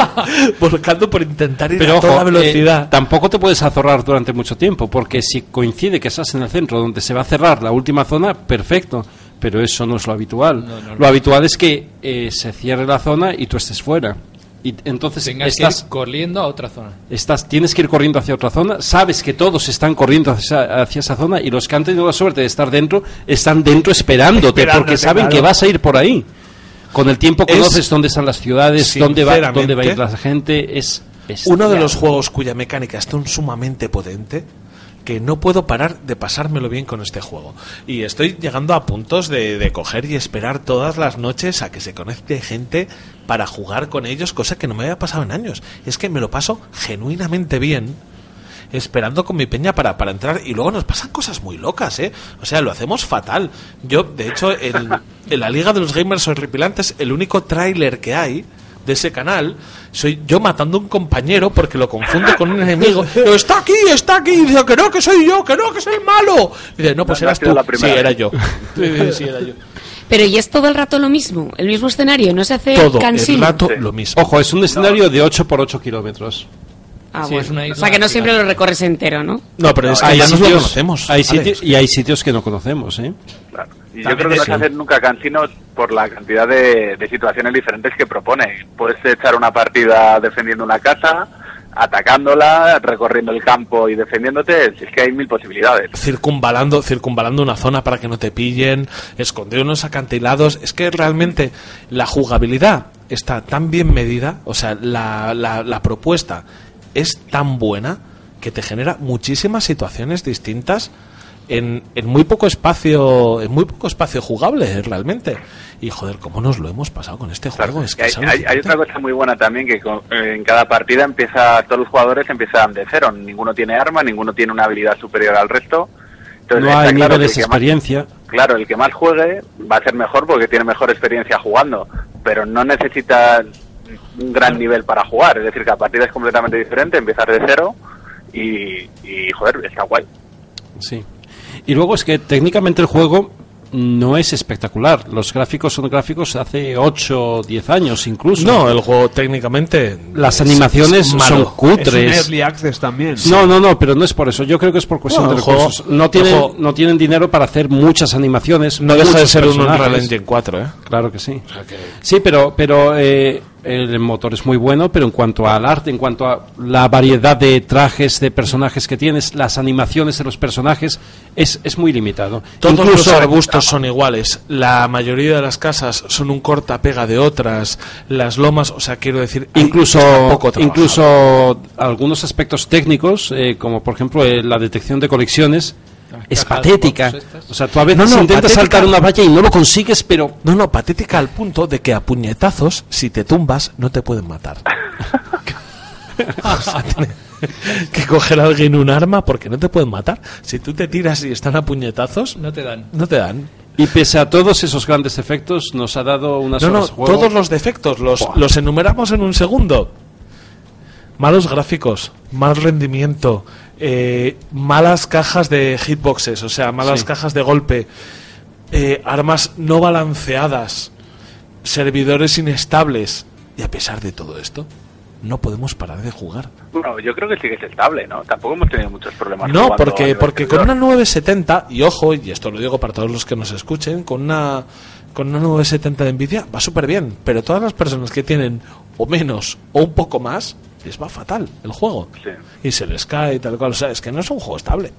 Speaker 1: volcando por intentar ir
Speaker 6: Pero
Speaker 1: a toda
Speaker 6: ojo, eh,
Speaker 1: velocidad.
Speaker 6: tampoco te puedes azorrar durante mucho tiempo, porque si coincide que estás en el centro donde se va a cerrar la última zona, perfecto. Pero eso no es lo habitual. lo habitual es que eh, se cierre la zona y tú estés fuera. Y entonces
Speaker 12: Tengas
Speaker 6: estás
Speaker 12: que ir corriendo a otra zona.
Speaker 6: Estás, tienes que ir corriendo hacia otra zona, sabes que todos están corriendo hacia, hacia esa zona y los que han tenido la suerte de estar dentro están dentro esperándote,
Speaker 1: Esperándote,
Speaker 6: porque saben
Speaker 1: claro.
Speaker 6: que vas a ir por ahí. Con el tiempo
Speaker 1: Es-
Speaker 6: conoces dónde están las ciudades, dónde va,
Speaker 1: Sinceramente,
Speaker 6: dónde va a ir la gente. Es
Speaker 1: Uno de
Speaker 6: bestial.
Speaker 1: los juegos cuya mecánica es tan sumamente potente que no puedo parar de pasármelo bien con este juego. Y estoy llegando a puntos de, de coger y esperar todas las noches a que se conecte gente para jugar con ellos, cosa que no me había pasado en años. Es que me lo paso genuinamente bien esperando con mi peña para, para entrar y luego nos pasan cosas muy locas, ¿eh? O sea, lo hacemos fatal. Yo, de hecho, en, en la Liga de los Gamers Horripilantes, el único tráiler que hay de ese canal, soy yo matando a un compañero porque lo confundo con un enemigo. Yo, está aquí, está aquí. Y dice, que no, que soy yo, que no, que soy el malo. Y dice, no, pues
Speaker 7: No, no
Speaker 1: eras
Speaker 7: ha sido
Speaker 1: tú.
Speaker 7: la
Speaker 1: Sí,
Speaker 7: primera
Speaker 1: era
Speaker 7: vez.
Speaker 1: yo. Sí, sí, era yo.
Speaker 11: Pero y es todo el rato lo mismo, el mismo escenario, no se hace
Speaker 1: Todo el
Speaker 11: cansino.
Speaker 1: rato
Speaker 7: Sí.
Speaker 1: lo mismo.
Speaker 6: Ojo, es un escenario de 8 por 8 kilómetros.
Speaker 11: Ah,
Speaker 12: Sí, es
Speaker 11: bueno.
Speaker 12: una
Speaker 11: o sea que
Speaker 12: isla
Speaker 11: no siempre lo recorres entero, ¿no?
Speaker 1: No, pero es que
Speaker 6: Hay
Speaker 1: ya nos lo
Speaker 6: sitios-
Speaker 1: conocemos.
Speaker 6: hay
Speaker 1: Alex.
Speaker 6: sitios- y hay sitios que no conocemos, ¿eh?
Speaker 7: Claro. Y
Speaker 1: También
Speaker 7: yo creo que no
Speaker 1: es-
Speaker 7: se hacen nunca cansinos por la cantidad de, de situaciones diferentes que propone. Puedes echar una partida defendiendo una casa, atacándola, recorriendo el campo y defendiéndote. Si Es que hay mil posibilidades.
Speaker 1: circunvalando, circunvalando una zona para que no te pillen, esconder unos acantilados. Es que realmente la jugabilidad está tan bien medida, o sea, la, la- la propuesta es tan buena que te genera muchísimas situaciones distintas en, en muy poco espacio, en muy poco espacio jugable eh, realmente. Y joder, cómo nos lo hemos pasado con este
Speaker 7: Claro.
Speaker 1: juego. Es que
Speaker 7: hay,
Speaker 1: es
Speaker 7: hay-
Speaker 1: alucinante.
Speaker 7: hay otra cosa muy buena también que con- en cada partida empieza todos los jugadores empiezan de cero. Ninguno tiene arma, ninguno tiene una habilidad superior al resto. Entonces,
Speaker 6: no
Speaker 7: está
Speaker 6: hay
Speaker 7: claro que
Speaker 6: niveles
Speaker 7: el
Speaker 6: de
Speaker 7: que más-
Speaker 6: experiencia.
Speaker 7: Claro, el que más juegue va a ser mejor porque tiene mejor experiencia jugando, pero no necesita un gran nivel para jugar. Es decir, que la partida es completamente diferente, empiezas de cero y, y joder, está guay.
Speaker 6: Sí. Y luego es que técnicamente el juego no es espectacular. Los gráficos son gráficos hace 8 o 10 años incluso.
Speaker 1: No, el juego técnicamente.
Speaker 6: Las
Speaker 1: es-
Speaker 6: animaciones
Speaker 1: es
Speaker 6: son
Speaker 1: malo.
Speaker 5: Es un
Speaker 6: cutres.
Speaker 5: early access también.
Speaker 6: No, no, no, pero no es por eso. Yo creo que es por cuestión
Speaker 1: Bueno,
Speaker 6: de
Speaker 1: el juego-
Speaker 6: recursos. no,
Speaker 1: el
Speaker 6: tienen,
Speaker 1: juego-
Speaker 6: no tienen dinero para hacer muchas animaciones.
Speaker 1: No deja de
Speaker 6: muchos
Speaker 1: ser un
Speaker 6: personajes.
Speaker 1: Unreal Engine 4, ¿eh?
Speaker 6: Claro que sí. Sí, pero, pero eh, el motor es muy bueno, pero en cuanto al arte, en cuanto a la variedad de trajes, de personajes que tienes, las animaciones de los personajes, es, es muy limitado.
Speaker 1: Todos los
Speaker 6: Incluso-
Speaker 1: arbustos son iguales. La mayoría de las casas son un corta pega de otras. Las lomas, o sea, quiero decir, hay- está
Speaker 6: incluso
Speaker 1: poco trabajado.
Speaker 6: incluso algunos aspectos técnicos eh, como por ejemplo eh, la detección de colecciones
Speaker 1: Es
Speaker 6: Cajas de
Speaker 1: patética.
Speaker 6: bombas estas. O sea, tú a veces intentas saltar una
Speaker 1: valla y no lo consigues, pero. No, no, patética al punto de que a puñetazos, si te tumbas, no te pueden matar. O sea, tiene que coger a alguien un arma porque no te pueden matar. Si tú te tiras y están a puñetazos.
Speaker 5: No te dan.
Speaker 1: No te dan.
Speaker 6: Y pese a todos esos grandes efectos, nos ha dado unas
Speaker 1: No, no,
Speaker 6: horas de juego.
Speaker 1: todos los defectos los, los enumeramos en un segundo. Malos gráficos, mal rendimiento, eh, malas cajas de hitboxes, o sea, malas
Speaker 6: Sí.
Speaker 1: cajas de golpe, eh, armas no balanceadas, servidores inestables. Y a pesar de todo esto, no podemos parar de jugar.
Speaker 7: Bueno, yo creo que sí que es estable, ¿no? Tampoco hemos tenido muchos problemas.
Speaker 1: No,
Speaker 7: jugando a
Speaker 1: porque,
Speaker 7: nivel
Speaker 1: porque con
Speaker 7: servidor.
Speaker 1: una 970, y ojo, y esto lo digo para todos los que nos escuchen, con una, con una 970 de Nvidia va súper bien, pero todas las personas que tienen o menos o un poco más, les va fatal el juego. Y se les cae y tal cual, o sea, es que no es un juego estable.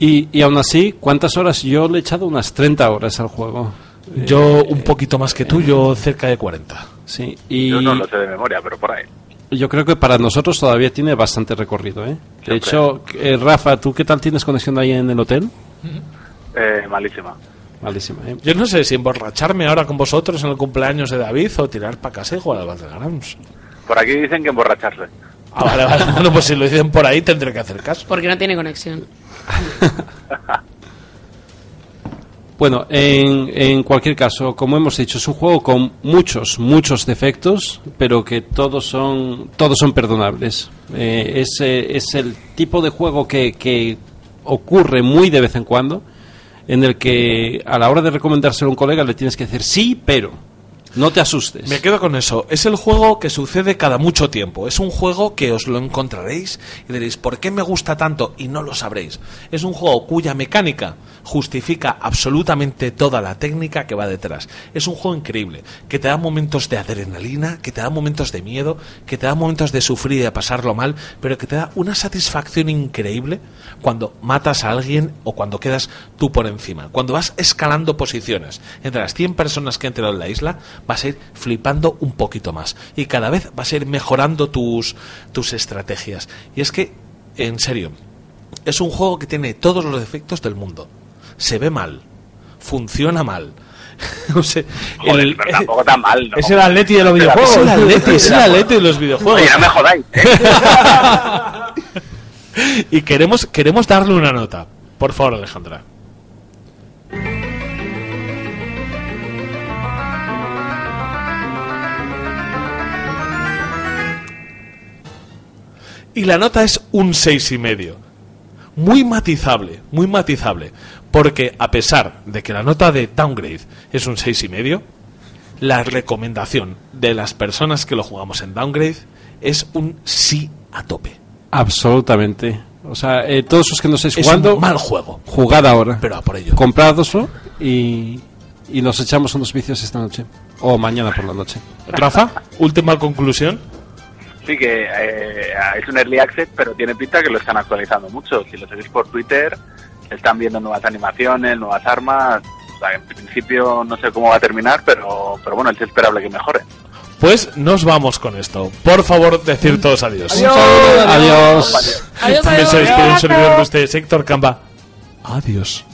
Speaker 6: Y, y aún así, ¿cuántas horas? Yo le he echado unas 30 horas al juego.
Speaker 1: Yo un poquito más que tú, yo cerca de 40.
Speaker 6: Sí, y
Speaker 7: Yo no lo sé de memoria, pero por ahí.
Speaker 6: yo creo que para nosotros todavía tiene bastante recorrido. ¿eh? De hecho, eh, Rafa, ¿tú qué tal tienes conexión ahí en el hotel?
Speaker 7: Eh, malísima.
Speaker 6: Malísima, ¿eh?
Speaker 1: Yo no sé si emborracharme ahora con vosotros en el cumpleaños de David o tirar para casa y jugar al Battlegrounds.
Speaker 7: Por aquí dicen que emborracharse.
Speaker 1: Ah, vale, vale. Bueno, pues si lo dicen por ahí tendré que hacer caso.
Speaker 3: Porque no tiene conexión.
Speaker 6: Bueno, en, en cualquier caso, como hemos dicho, es un juego con muchos, muchos defectos, pero que todos son, todos son perdonables. Eh, es, eh, es el tipo de juego que, que ocurre muy de vez en cuando, en el que a la hora de recomendárselo a un colega le tienes que decir sí, pero no te asustes.
Speaker 1: Me quedo con eso. Es el juego que sucede cada mucho tiempo. Es un juego que os lo encontraréis y diréis, ¿por qué me gusta tanto? Y no lo sabréis. Es un juego cuya mecánica justifica absolutamente toda la técnica que va detrás. Es un juego increíble, que te da momentos de adrenalina, que te da momentos de miedo, que te da momentos de sufrir y de pasarlo mal, pero que te da una satisfacción increíble cuando matas a alguien o cuando quedas tú por encima. Cuando vas escalando posiciones entre las 100 personas que han entrado en la isla, vas a ir flipando un poquito más. Y cada vez vas a ir mejorando tus, tus estrategias. Y es que, en serio, es un juego que tiene todos los defectos del mundo. Se ve mal, funciona mal. no sé.
Speaker 7: Joder,
Speaker 1: el-
Speaker 7: pero tampoco tan mal, ¿no?
Speaker 1: es el Atleti de los videojuegos.
Speaker 7: Es el Atleti,
Speaker 1: Es el Atleti de los videojuegos.
Speaker 7: Oye, no me jodáis.
Speaker 1: y queremos, queremos darle una nota. Por favor, Alejandra. Y la nota es un seis y medio. Muy matizable, muy matizable. Porque a pesar de que la nota de Downgrade es un seis y medio, la recomendación de las personas que lo jugamos en Downgrade es un sí a tope.
Speaker 6: Absolutamente. O sea, eh, todos los que nos estáis
Speaker 1: Es
Speaker 6: jugando.
Speaker 1: un mal juego.
Speaker 6: Jugad ahora.
Speaker 1: Pero a por ello.
Speaker 6: Comprádoslo y, y nos echamos unos vicios esta noche. O mañana por la noche.
Speaker 1: Rafa, última conclusión.
Speaker 7: Sí, que eh, es un early access, pero tiene pinta que lo están actualizando mucho. Si lo seguís por Twitter, están viendo nuevas animaciones, nuevas armas. O sea, en principio no sé cómo va a terminar, pero, pero bueno, es esperable que mejore.
Speaker 1: Pues nos vamos con esto. Por favor, decir todos adiós.
Speaker 7: Adiós. Adiós.
Speaker 1: También se despide un
Speaker 7: Adiós.
Speaker 1: servidor de ustedes, Héctor Camba. Adiós.